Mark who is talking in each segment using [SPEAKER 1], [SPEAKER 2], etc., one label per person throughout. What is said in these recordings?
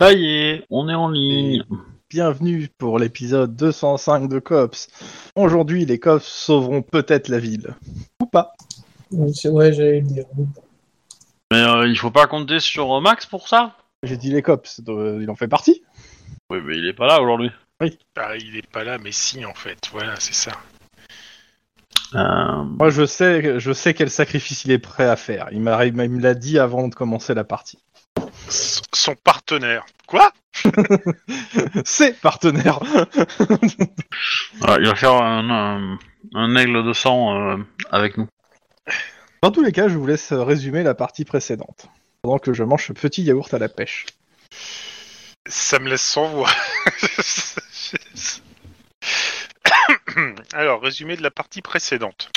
[SPEAKER 1] Ça y est, on est en ligne.
[SPEAKER 2] Bienvenue pour l'épisode 205 de Cops. Aujourd'hui, les Cops sauveront peut-être la ville. Ou pas.
[SPEAKER 3] Oui, c'est vrai, j'allais le dire.
[SPEAKER 1] Mais euh, il faut pas compter sur euh, Max pour ça
[SPEAKER 2] J'ai dit les Cops, euh, il en fait partie.
[SPEAKER 1] Oui, mais il est pas là aujourd'hui.
[SPEAKER 4] Bah, il est pas là, mais si, en fait. Voilà, c'est ça.
[SPEAKER 1] Euh,
[SPEAKER 2] Moi, je sais, je sais quel sacrifice il est prêt à faire. Il m'a- il me l'a dit avant de commencer la partie.
[SPEAKER 4] S- son partenaire. Quoi
[SPEAKER 2] Ses partenaires
[SPEAKER 1] voilà, il va faire un, un- un aigle de sang euh, avec nous.
[SPEAKER 2] Dans tous les cas, je vous laisse résumer la partie précédente. Pendant que je mange ce petit yaourt à la pêche.
[SPEAKER 4] Ça me laisse sans voix. Alors, résumé de la partie précédente.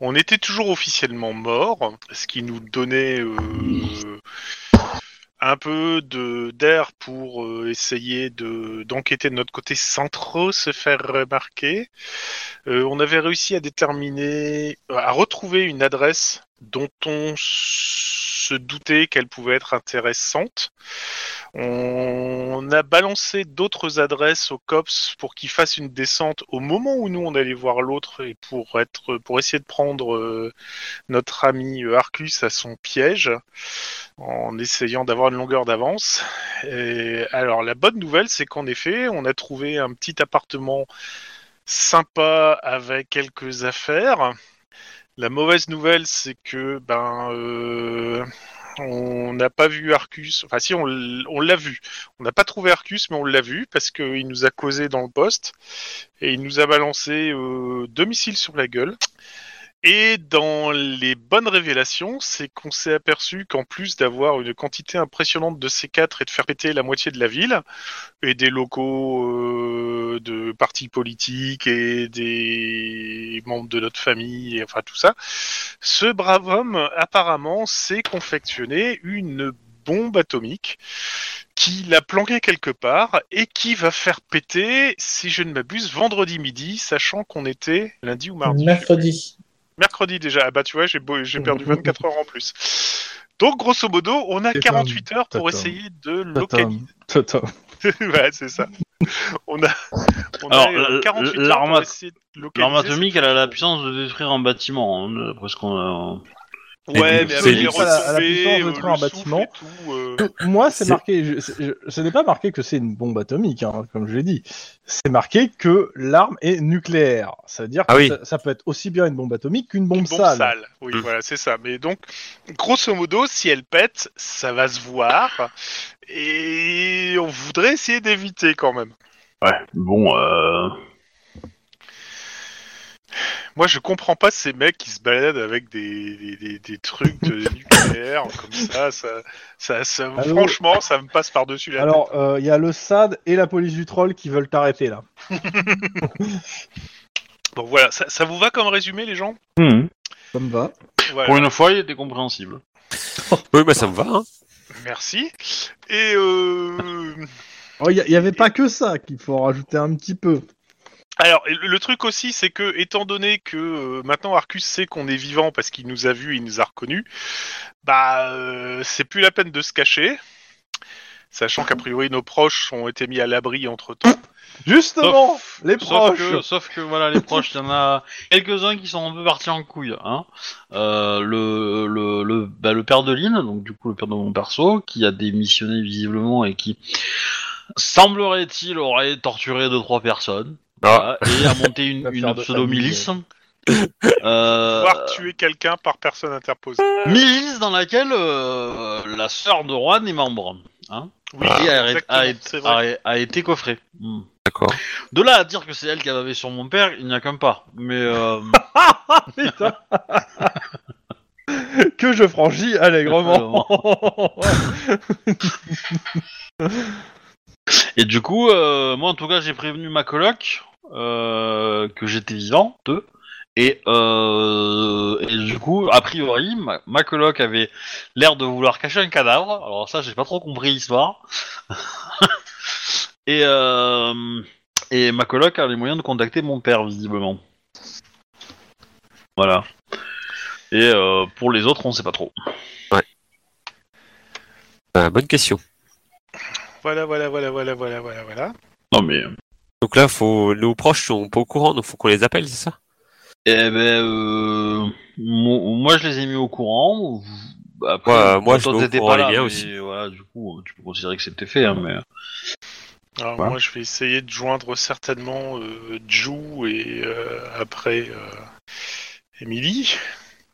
[SPEAKER 4] On était toujours officiellement mort, ce qui nous donnait euh, un peu de d'air pour euh, essayer de d'enquêter de notre côté sans trop se faire remarquer. Euh, on avait réussi à déterminer, à retrouver une adresse dont on se doutait qu'elle pouvait être intéressante. On a balancé d'autres adresses aux cops pour qu'ils fassent une descente au moment où nous on allait voir l'autre et pour être pour essayer de prendre euh, notre ami euh, Arcus à son piège en essayant d'avoir une longueur d'avance. Et Alors la bonne nouvelle c'est qu'en effet on a trouvé un petit appartement sympa avec quelques affaires. La mauvaise nouvelle c'est que ben euh, on n'a pas vu Arcus. Enfin, si, on l- on l'a vu. On n'a pas trouvé Arcus, mais on l'a vu parce qu'il nous a causé dans le poste et il nous a balancé euh, deux missiles sur la gueule. Et dans les bonnes révélations, c'est qu'on s'est aperçu qu'en plus d'avoir une quantité impressionnante de C4 et de faire péter la moitié de la ville, et des locaux euh, de partis politiques et des membres de notre famille, et enfin tout ça, ce brave homme apparemment s'est confectionné une bombe atomique qui l'a planquée quelque part et qui va faire péter, si je ne m'abuse, vendredi midi, sachant qu'on était lundi ou mardi. je sais plus.
[SPEAKER 3] Mercredi.
[SPEAKER 4] Mercredi déjà. Ah bah tu vois, j'ai beau- j'ai perdu 24 heures en plus. Donc grosso modo, on a
[SPEAKER 2] Totem,
[SPEAKER 4] 48 heures pour
[SPEAKER 2] totem,
[SPEAKER 4] essayer de localiser.
[SPEAKER 2] Totem, totem.
[SPEAKER 4] ouais, c'est ça. On a, on
[SPEAKER 1] Alors,
[SPEAKER 4] a euh,
[SPEAKER 1] euh,
[SPEAKER 4] 48 heures
[SPEAKER 1] l'arme
[SPEAKER 4] pour
[SPEAKER 1] at-
[SPEAKER 4] essayer de localiser.
[SPEAKER 1] L'arme atomique,
[SPEAKER 4] cette-
[SPEAKER 1] elle a la puissance de détruire un bâtiment. hein, de- parce qu'on.
[SPEAKER 4] Ouais, mais
[SPEAKER 1] C'est-
[SPEAKER 4] avec les
[SPEAKER 1] c'est-
[SPEAKER 2] à la- à la puissance
[SPEAKER 4] retombées,
[SPEAKER 2] de
[SPEAKER 4] euh,
[SPEAKER 2] détruire un
[SPEAKER 4] le souffle
[SPEAKER 2] bâtiment.
[SPEAKER 4] et tout, euh,
[SPEAKER 2] Moi, c'est
[SPEAKER 1] C'est-
[SPEAKER 2] marqué. je- c'est- je- ce n'est pas marqué que c'est une bombe atomique, hein, comme je l'ai dit. C'est marqué que l'arme est nucléaire. Ça veut dire que
[SPEAKER 1] Ah oui.
[SPEAKER 2] ça, ça peut être aussi bien une bombe atomique qu'une
[SPEAKER 4] Une
[SPEAKER 2] bombe,
[SPEAKER 4] bombe
[SPEAKER 2] sale.
[SPEAKER 4] sale. Oui,
[SPEAKER 1] Mm.
[SPEAKER 4] voilà, c'est ça. Mais donc, grosso modo, si elle pète, ça va se voir. Et on voudrait essayer d'éviter quand même.
[SPEAKER 1] euh, ouais. Bon, euh,
[SPEAKER 4] Moi, je comprends pas ces mecs qui se baladent avec des, des, des- des trucs de nucléaire comme ça. ça, ça, ça-
[SPEAKER 2] Allô
[SPEAKER 4] franchement, ça me passe par-dessus la
[SPEAKER 2] Alors, euh, il y a le SAD et la police du troll qui veulent t'arrêter là.
[SPEAKER 4] tête. Bon, voilà. Ça, ça vous va comme résumé, les gens
[SPEAKER 1] Hmm.
[SPEAKER 5] Ça me va.
[SPEAKER 4] Voilà.
[SPEAKER 1] pour une fois, il était compréhensible.
[SPEAKER 6] Oui, bah ça me va. Hein.
[SPEAKER 4] Merci. Et euh,
[SPEAKER 5] Oh, Il n'y avait pas que ça qu'il faut rajouter un petit peu.
[SPEAKER 4] alors, et le le truc aussi, c'est que étant donné que euh, maintenant Arcus sait qu'on est vivant parce qu'il nous a vus, il nous a reconnus, bah, euh, c'est plus la peine de se cacher. Sachant qu'a priori nos proches ont été mis à l'abri entre temps.
[SPEAKER 2] Justement, les
[SPEAKER 1] Sauf
[SPEAKER 2] proches.
[SPEAKER 1] que, sauf que, voilà, les proches, il y en a quelques-uns qui sont un peu partis en couille. Hein. Euh, le, le, le, bah, le père de Lynn, donc du coup le père de mon perso, qui a démissionné visiblement et qui, semblerait-il, aurait torturé deux trois personnes
[SPEAKER 6] Ah.
[SPEAKER 1] Voilà, et a monté une,
[SPEAKER 2] Affaire
[SPEAKER 1] une
[SPEAKER 2] de
[SPEAKER 1] pseudo-milice.
[SPEAKER 4] Voir
[SPEAKER 1] Euh,
[SPEAKER 4] tuer quelqu'un par personne interposée.
[SPEAKER 1] milice dans laquelle euh, la sœur de Juan est membre. Hein,
[SPEAKER 4] Oui,
[SPEAKER 1] et a,
[SPEAKER 4] exactement,
[SPEAKER 1] a-
[SPEAKER 4] c'est vrai.
[SPEAKER 1] a- a été coffrée. Hmm.
[SPEAKER 6] D'accord.
[SPEAKER 1] De là à dire que c'est elle qui a bavé sur mon père, il n'y a qu'un pas. Mais euh,
[SPEAKER 2] Putain. que je franchis allègrement.
[SPEAKER 1] et du coup, euh, moi en tout cas, j'ai prévenu ma coloc euh, que j'étais vivant, deux. Et, euh, et du coup, a priori, ma, ma coloc avait l'air de vouloir cacher un cadavre. Alors ça, j'ai pas trop compris l'histoire. et euh, et ma coloc a les moyens de contacter mon père visiblement. Voilà. Et euh, pour les autres, on sait pas trop.
[SPEAKER 6] Bah, Euh, bonne question.
[SPEAKER 4] Voilà, voilà, voilà, voilà, voilà, voilà, voilà.
[SPEAKER 1] Non mais. euh,
[SPEAKER 6] Donc là, faut nos proches sont pas au courant, donc faut qu'on les appelle, c'est ça
[SPEAKER 1] Eh ben, euh, mo- moi je les ai mis au courant. vous- Après,
[SPEAKER 6] Ouais, moi, je
[SPEAKER 1] toi,
[SPEAKER 6] mets au
[SPEAKER 1] t'étais
[SPEAKER 6] courant
[SPEAKER 1] pas
[SPEAKER 6] les
[SPEAKER 1] là,
[SPEAKER 6] miens
[SPEAKER 1] mais
[SPEAKER 6] aussi.
[SPEAKER 1] Voilà, du coup, euh, tu peux considérer que c'était fait, hein, mais.
[SPEAKER 4] Alors
[SPEAKER 1] Voilà.
[SPEAKER 4] moi, je vais essayer de joindre certainement euh, Ju et euh, après euh, Emily.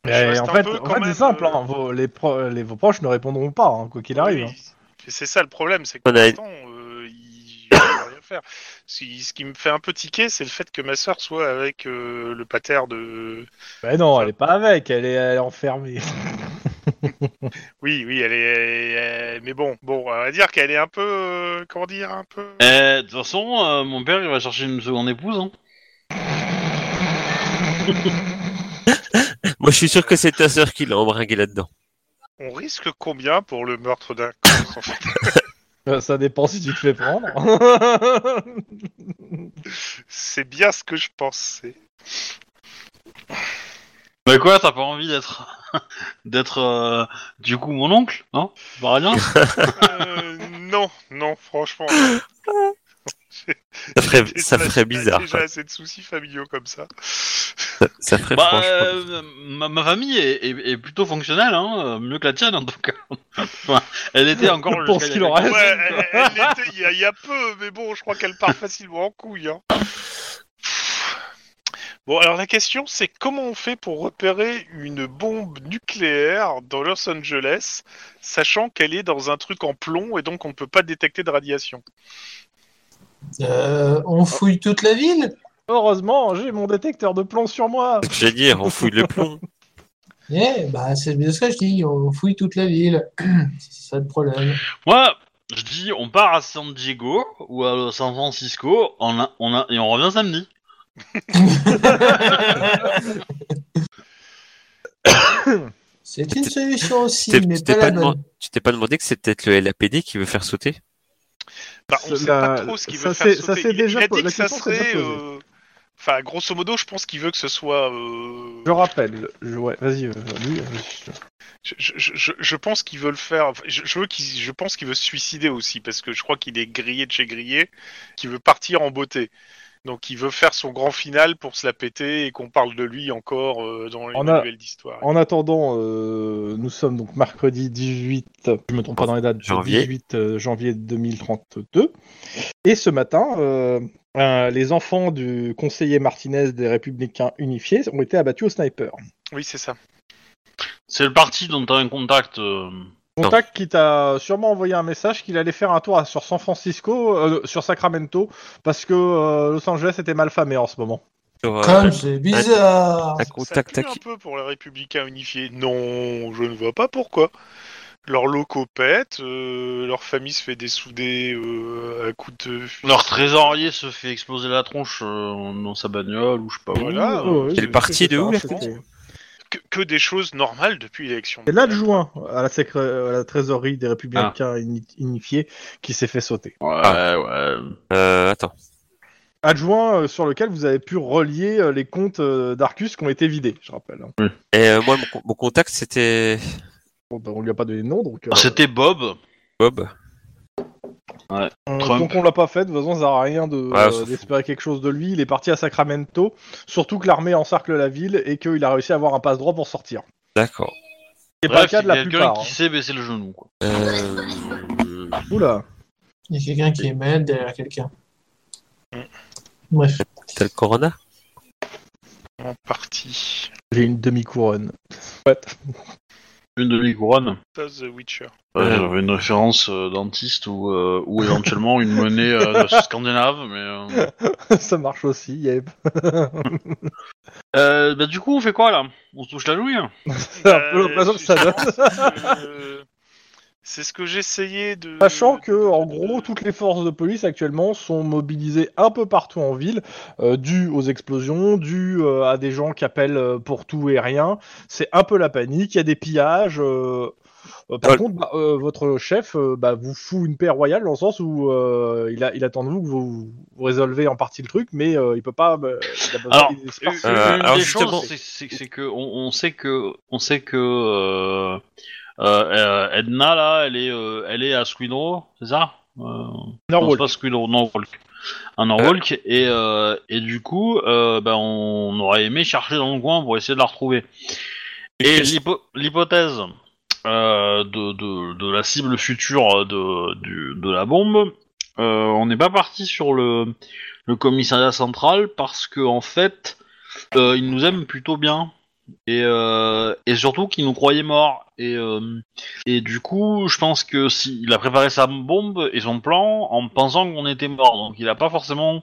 [SPEAKER 4] Je
[SPEAKER 2] Mais
[SPEAKER 4] reste
[SPEAKER 2] en
[SPEAKER 4] un
[SPEAKER 2] fait,
[SPEAKER 4] peu
[SPEAKER 2] en
[SPEAKER 4] quand
[SPEAKER 2] fait,
[SPEAKER 4] même,
[SPEAKER 2] c'est simple, hein,
[SPEAKER 4] euh,
[SPEAKER 2] vos, les pro- les- vos proches ne répondront pas, hein, quoi qu'il arrive.
[SPEAKER 4] Oui,
[SPEAKER 2] hein.
[SPEAKER 4] et C'est ça le problème, c'est que
[SPEAKER 6] On
[SPEAKER 4] pour
[SPEAKER 6] a-
[SPEAKER 4] l'instant, euh, il- je peux rien faire. Ce qui, ce qui me fait un peu tiquer, c'est le fait que ma sœur soit avec euh, le pater de.
[SPEAKER 2] Mais Bah non, elle est pas avec, elle est, elle est enfermée.
[SPEAKER 4] Oui, oui, elle est. euh, mais bon, bon, on va dire qu'elle est un peu. euh, comment dire, un peu.
[SPEAKER 1] Eh, De toute façon, euh, mon père il va chercher une seconde épouse. Hein.
[SPEAKER 6] Moi, je suis sûr que c'est ta sœur qui l'a embringué là-dedans.
[SPEAKER 4] On risque combien pour le meurtre d'un. corse, en fait
[SPEAKER 2] Euh, Ça dépend si tu te fais prendre.
[SPEAKER 4] c'est bien ce que je pensais.
[SPEAKER 1] Bah quoi, t'as pas envie d'être. d'être euh, du coup mon oncle hein, Non Pas rien
[SPEAKER 4] Euh, non, non, franchement.
[SPEAKER 6] Ça ferait,
[SPEAKER 4] j'ai
[SPEAKER 6] ça
[SPEAKER 4] déjà-
[SPEAKER 6] ferait bizarre.
[SPEAKER 4] J'ai
[SPEAKER 6] quoi.
[SPEAKER 4] déjà assez de soucis familiaux comme ça.
[SPEAKER 6] Ça, ça ferait
[SPEAKER 1] Bah,
[SPEAKER 6] franchement
[SPEAKER 1] euh,
[SPEAKER 6] bizarre.
[SPEAKER 1] ma, ma famille est, est- est plutôt fonctionnelle, hein, euh, mieux que la tienne en tout cas. Enfin, elle était encore.
[SPEAKER 2] Pour ce
[SPEAKER 1] jusqu'à
[SPEAKER 2] qu'il
[SPEAKER 1] il y a
[SPEAKER 6] Ah,
[SPEAKER 2] en
[SPEAKER 1] quelques
[SPEAKER 2] reste.
[SPEAKER 4] Ouais,
[SPEAKER 1] semaines, quoi.
[SPEAKER 4] elle, elle l'était il y, a- il y a peu, mais bon, je crois qu'elle part facilement en couille. hein. Bon, alors la question, c'est comment on fait pour repérer une bombe nucléaire dans Los Angeles, sachant qu'elle est dans un truc en plomb et donc on ne peut pas détecter de radiation
[SPEAKER 3] Euh, on fouille toute la ville
[SPEAKER 2] Heureusement, j'ai mon détecteur de plomb sur moi.
[SPEAKER 6] C'est ce que J'allais dire, on fouille le plomb.
[SPEAKER 3] Eh, bah, c'est bien ce que je dis, on fouille toute la ville. c'est ça le problème.
[SPEAKER 1] Moi, je dis, on part à San Diego ou à San Francisco on a, on a, et on revient samedi.
[SPEAKER 3] C'est une solution aussi,
[SPEAKER 6] T'es-
[SPEAKER 3] mais
[SPEAKER 6] tu t'es
[SPEAKER 3] pas
[SPEAKER 6] pas
[SPEAKER 3] la
[SPEAKER 6] deman-
[SPEAKER 3] bonne.
[SPEAKER 6] Tu t'es pas demandé que c'est peut-être le LAPD qui veut faire sauter
[SPEAKER 4] bah, On ne sait
[SPEAKER 2] La-
[SPEAKER 4] pas trop ce qu'il
[SPEAKER 2] ça
[SPEAKER 4] veut
[SPEAKER 2] c'est-
[SPEAKER 4] faire
[SPEAKER 2] ça
[SPEAKER 4] sauter.
[SPEAKER 2] c'est
[SPEAKER 4] Il-
[SPEAKER 2] déjà
[SPEAKER 4] il a
[SPEAKER 2] po-
[SPEAKER 4] dit
[SPEAKER 2] la
[SPEAKER 4] que ça
[SPEAKER 2] question s'est déjà
[SPEAKER 4] serait...
[SPEAKER 2] posée.
[SPEAKER 4] euh, Enfin, grosso modo, je pense qu'il veut que ce soit... euh,
[SPEAKER 2] Je rappelle, je- ouais, vas-y, euh, lui, euh, je-
[SPEAKER 4] Je, je- je- je pense qu'ils veulent faire. enfin, Je, je veux qu'il- je pense qu'il veut se suicider aussi parce que je crois qu'il est grillé de chez grillé, qu'il veut partir en beauté. Donc il veut faire son grand final pour se la péter et qu'on parle de lui encore euh, dans les
[SPEAKER 2] On a-
[SPEAKER 4] nouvelles d'histoire.
[SPEAKER 2] En attendant, euh, nous sommes donc mercredi 18, je me trompe pas dans les dates,
[SPEAKER 6] Janvier.
[SPEAKER 2] 18 euh, janvier 2032. Et ce matin, euh, euh, les enfants du conseiller Martinez des Républicains Unifiés ont été abattus au sniper.
[SPEAKER 4] Oui, c'est ça.
[SPEAKER 1] C'est le parti dont t'as un contact. euh,
[SPEAKER 2] Contact qui t'a sûrement envoyé un message qu'il allait faire un tour à- sur San Francisco, euh, sur Sacramento, parce que euh, Los Angeles était mal famé en ce moment.
[SPEAKER 6] sur, euh,
[SPEAKER 3] Comme c'est bizarre
[SPEAKER 6] tac,
[SPEAKER 4] ça
[SPEAKER 6] tac,
[SPEAKER 4] pue
[SPEAKER 6] tac.
[SPEAKER 4] un peu pour les Républicains unifiés. Non, je ne vois pas pourquoi. Leurs locaux pètent, euh, leur famille se fait dessouder euh, à coups de. fusil.
[SPEAKER 1] Leur trésorier se fait exploser la tronche euh, dans sa bagnole ou je sais pas où.
[SPEAKER 4] Voilà. euh,
[SPEAKER 2] Mmh. Oh, oui,
[SPEAKER 6] quelle
[SPEAKER 2] je
[SPEAKER 6] partie
[SPEAKER 2] sais,
[SPEAKER 6] de où,
[SPEAKER 2] ça,
[SPEAKER 6] la
[SPEAKER 2] c'était-
[SPEAKER 6] France
[SPEAKER 4] que, que des choses normales depuis l'élection.
[SPEAKER 2] C'est là de juin, à la, sécré- à la trésorerie des Républicains uni- unifiés, qui s'est fait sauter.
[SPEAKER 1] Ouais, ouais.
[SPEAKER 6] Euh, attends.
[SPEAKER 2] Adjoint euh, sur lequel vous avez pu relier euh, les comptes euh, d'Arcus qui ont été vidés, je rappelle. hein.
[SPEAKER 6] Et euh, moi, mon, co- mon contact, c'était
[SPEAKER 2] Bon, bah, on lui a pas donné de nom,
[SPEAKER 6] Ah,
[SPEAKER 2] donc, euh,
[SPEAKER 1] C'était Bob.
[SPEAKER 6] Bob.
[SPEAKER 2] euh,
[SPEAKER 1] Trump.
[SPEAKER 2] donc on l'a pas fait, de toute façon ça sert à rien de,
[SPEAKER 6] Ouais,
[SPEAKER 2] euh,
[SPEAKER 6] c'est fou.
[SPEAKER 2] d'espérer quelque chose de lui. Il est parti à Sacramento, surtout que l'armée encercle la ville et qu'il a réussi à avoir un passe-droit pour sortir.
[SPEAKER 6] D'accord.
[SPEAKER 2] C'est pas le
[SPEAKER 1] Bref,
[SPEAKER 2] cas de
[SPEAKER 1] il y
[SPEAKER 2] la
[SPEAKER 1] a quelqu'un
[SPEAKER 2] plupart.
[SPEAKER 1] qui s'est baissé le genou. Quoi.
[SPEAKER 6] Euh...
[SPEAKER 2] hein. Oula.
[SPEAKER 3] Il y a quelqu'un qui est malade derrière quelqu'un. Bref.
[SPEAKER 6] T'as le corona
[SPEAKER 4] En partie.
[SPEAKER 2] J'ai une demi-couronne.
[SPEAKER 1] Une demi-couronne.
[SPEAKER 4] Ça, The Witcher.
[SPEAKER 1] Ouais, j'avais une référence euh, dentiste ou, euh, ou éventuellement une monnaie euh, scandinave, mais. euh.
[SPEAKER 2] ça marche aussi. il y avait-
[SPEAKER 1] Euh, bah, du coup, on fait quoi là On se touche la nouille hein
[SPEAKER 2] C'est un
[SPEAKER 4] Euh,
[SPEAKER 1] Euh,
[SPEAKER 2] peu l'impression que ça donne.
[SPEAKER 4] donne. C'est ce que j'essayais de.
[SPEAKER 2] Sachant que, en gros, toutes les forces de police actuellement sont mobilisées un peu partout en ville, euh, dues aux explosions, dues euh, à des gens qui appellent euh, pour tout et rien. C'est un peu la panique, il y a des pillages. euh, euh, par
[SPEAKER 6] Ouais.
[SPEAKER 2] contre, bah, euh, votre chef euh, bah, vous fout une paix royale dans le sens où euh, il, a- il attend de vous que vous, vous résolvez en partie le truc, mais euh, il peut pas. bah, il a besoin-
[SPEAKER 1] Alors,
[SPEAKER 2] il est
[SPEAKER 1] Une
[SPEAKER 2] sparsé.
[SPEAKER 6] Euh,
[SPEAKER 1] une
[SPEAKER 6] alors,
[SPEAKER 1] des
[SPEAKER 6] justement-
[SPEAKER 1] choses, c'est- c'est c'est que on, on sait que on sait que euh, euh, euh, Edna là, elle est euh, elle est à Squidrow, c'est ça Euh,
[SPEAKER 2] Norwalk.
[SPEAKER 1] Non, c'est pas Squid- Norwalk. Un Norwalk, et, euh, et du coup, euh, ben, on aurait aimé chercher dans le coin pour essayer de la retrouver. Et l'hypo- l'hypothèse euh, de, de- de la cible future de, du- de la bombe, euh, on n'est pas parti sur le, le commissariat central parce que en fait, euh, ils nous aiment plutôt bien. Et, euh, et surtout qu'ils nous croyaient morts. Et, euh, et du coup, je pense que si, il a préparé sa bombe et son plan en pensant qu'on était mort. Donc il n'a pas forcément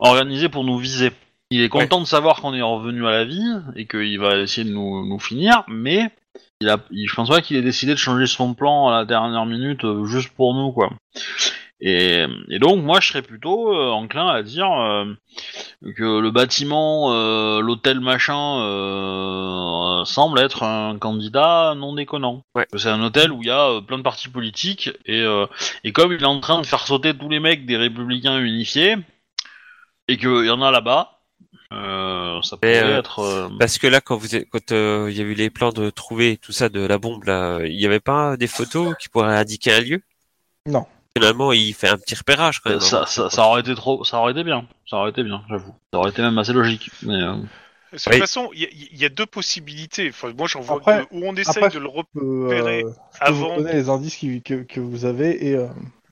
[SPEAKER 1] organisé pour nous viser. Il est content de savoir qu'on est revenu à la vie et qu'il va essayer de nous, nous finir, mais il a, il- je pense pas qu'il ait décidé de changer son plan à la dernière minute euh, juste pour nous, quoi. Et, et donc moi je serais plutôt euh, enclin à dire euh, que le bâtiment, euh, l'hôtel machin, euh, euh, semble être un candidat non déconnant.
[SPEAKER 6] Ouais.
[SPEAKER 1] C'est un hôtel où il y a euh, plein de partis politiques et, euh, et comme il est en train de faire sauter tous les mecs des républicains unifiés et qu'il y en a là-bas, euh, ça
[SPEAKER 6] Mais,
[SPEAKER 1] pourrait
[SPEAKER 6] euh,
[SPEAKER 1] être... euh,
[SPEAKER 6] Parce que là, quand vous êtes, quand euh, il y a eu les plans de trouver tout ça de la bombe, là, il n'y avait pas des photos qui pourraient indiquer un lieu
[SPEAKER 2] Non.
[SPEAKER 6] Finalement, il fait un petit repérage quand même.
[SPEAKER 1] Euh,
[SPEAKER 6] hein.
[SPEAKER 1] ça, ça, ça aurait été trop, ça aurait été bien, ça aurait été bien, j'avoue. Ça aurait été même assez logique. Mais, euh,
[SPEAKER 4] Parce que
[SPEAKER 6] Oui.
[SPEAKER 4] De toute façon, il y, a- il y a deux possibilités. Enfin, moi, j'en vois
[SPEAKER 2] Après-
[SPEAKER 4] deux. Ou on essaye
[SPEAKER 2] après-
[SPEAKER 4] de le repérer
[SPEAKER 2] Euh,
[SPEAKER 4] Repérer
[SPEAKER 2] euh, je peux vous
[SPEAKER 4] avant.
[SPEAKER 2] donner les indices qui- que, que vous avez et euh,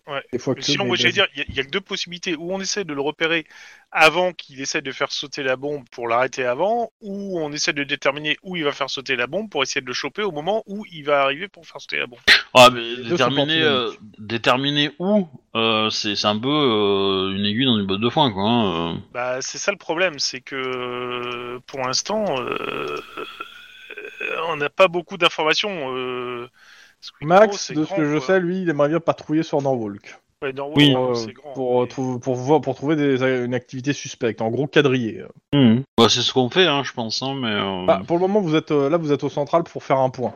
[SPEAKER 4] Ouais.
[SPEAKER 2] des fois que.
[SPEAKER 4] Sinon,
[SPEAKER 2] mais
[SPEAKER 4] moi, j'allais
[SPEAKER 2] vas-y.
[SPEAKER 4] dire, il y a- il y, a que deux possibilités. Ou on essaie de le repérer avant qu'il essaie de faire sauter la bombe pour l'arrêter avant, ou on essaie de déterminer où il va faire sauter la bombe pour essayer de le choper au moment où il va arriver pour faire sauter la bombe.
[SPEAKER 1] ah, mais
[SPEAKER 2] deux sont
[SPEAKER 1] déterminer, euh,
[SPEAKER 2] antinomiques.
[SPEAKER 1] déterminer où, euh, c'est c'est un peu euh, une aiguille dans une botte de foin, quoi. hein, euh.
[SPEAKER 4] Bah, c'est ça le problème, c'est que euh, pour l'instant, euh, euh, on n'a pas beaucoup d'informations. euh, Squid Row,
[SPEAKER 2] Max,
[SPEAKER 4] c'est
[SPEAKER 2] de ce
[SPEAKER 4] grand,
[SPEAKER 2] que je
[SPEAKER 4] quoi.
[SPEAKER 2] sais, lui, il aimerait bien patrouiller sur Norwalk.
[SPEAKER 4] Ouais, Norwalk,
[SPEAKER 2] Oui,
[SPEAKER 4] euh,
[SPEAKER 2] euh,
[SPEAKER 4] c'est grand,
[SPEAKER 2] pour,
[SPEAKER 4] mais-
[SPEAKER 2] euh, trou- pour, voir- pour trouver des- une activité suspecte, en gros quadrillé.
[SPEAKER 1] Bah, c'est ce qu'on fait, hein, je pense. hein, mais euh,
[SPEAKER 2] Bah, pour le moment, vous êtes euh, là, vous êtes au central pour faire un point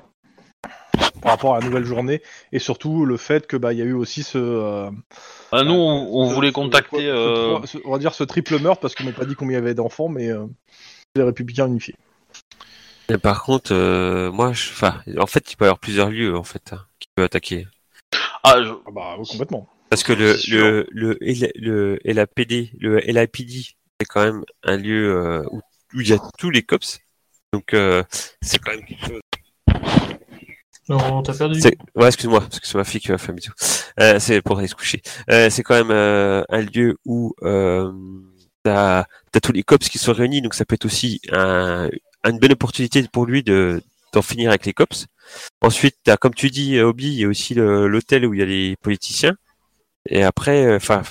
[SPEAKER 2] par rapport à la nouvelle journée et surtout le fait que bah il y a eu aussi ce. euh,
[SPEAKER 1] ah, nous, on, on
[SPEAKER 2] ce-
[SPEAKER 1] voulait
[SPEAKER 2] ce-
[SPEAKER 1] contacter.
[SPEAKER 2] ce-
[SPEAKER 1] euh,
[SPEAKER 2] ce- on va dire ce triple meurtre parce qu'on m'a pas dit combien il y avait d'enfants, mais euh, les Républicains unifiés.
[SPEAKER 6] Mais par contre, euh, moi, je, enfin, en fait, il peut y avoir plusieurs lieux en fait hein, qui peut attaquer.
[SPEAKER 1] Ah, je-
[SPEAKER 2] Ah bah oui, complètement.
[SPEAKER 6] Parce que le
[SPEAKER 1] C'est sûr.
[SPEAKER 6] le le, L- le LAPD, le LAPD, c'est quand même un lieu euh, où, où il y a tous les cops. Donc euh, c'est quand même quelque chose.
[SPEAKER 3] On t'a perdu.
[SPEAKER 6] C'est- Ouais, excuse-moi, parce que c'est ma fille qui va faire un bisou. Euh, c'est pour aller se coucher. Euh, c'est quand même euh, un lieu où euh, t'as t'as tous les cops qui sont réunis, donc ça peut être aussi un, une belle opportunité pour lui de d'en finir avec les cops. Ensuite, t'as, comme tu dis, euh, Obi, il y a aussi le- l'hôtel où il y a les politiciens. Et après, euh, enfin,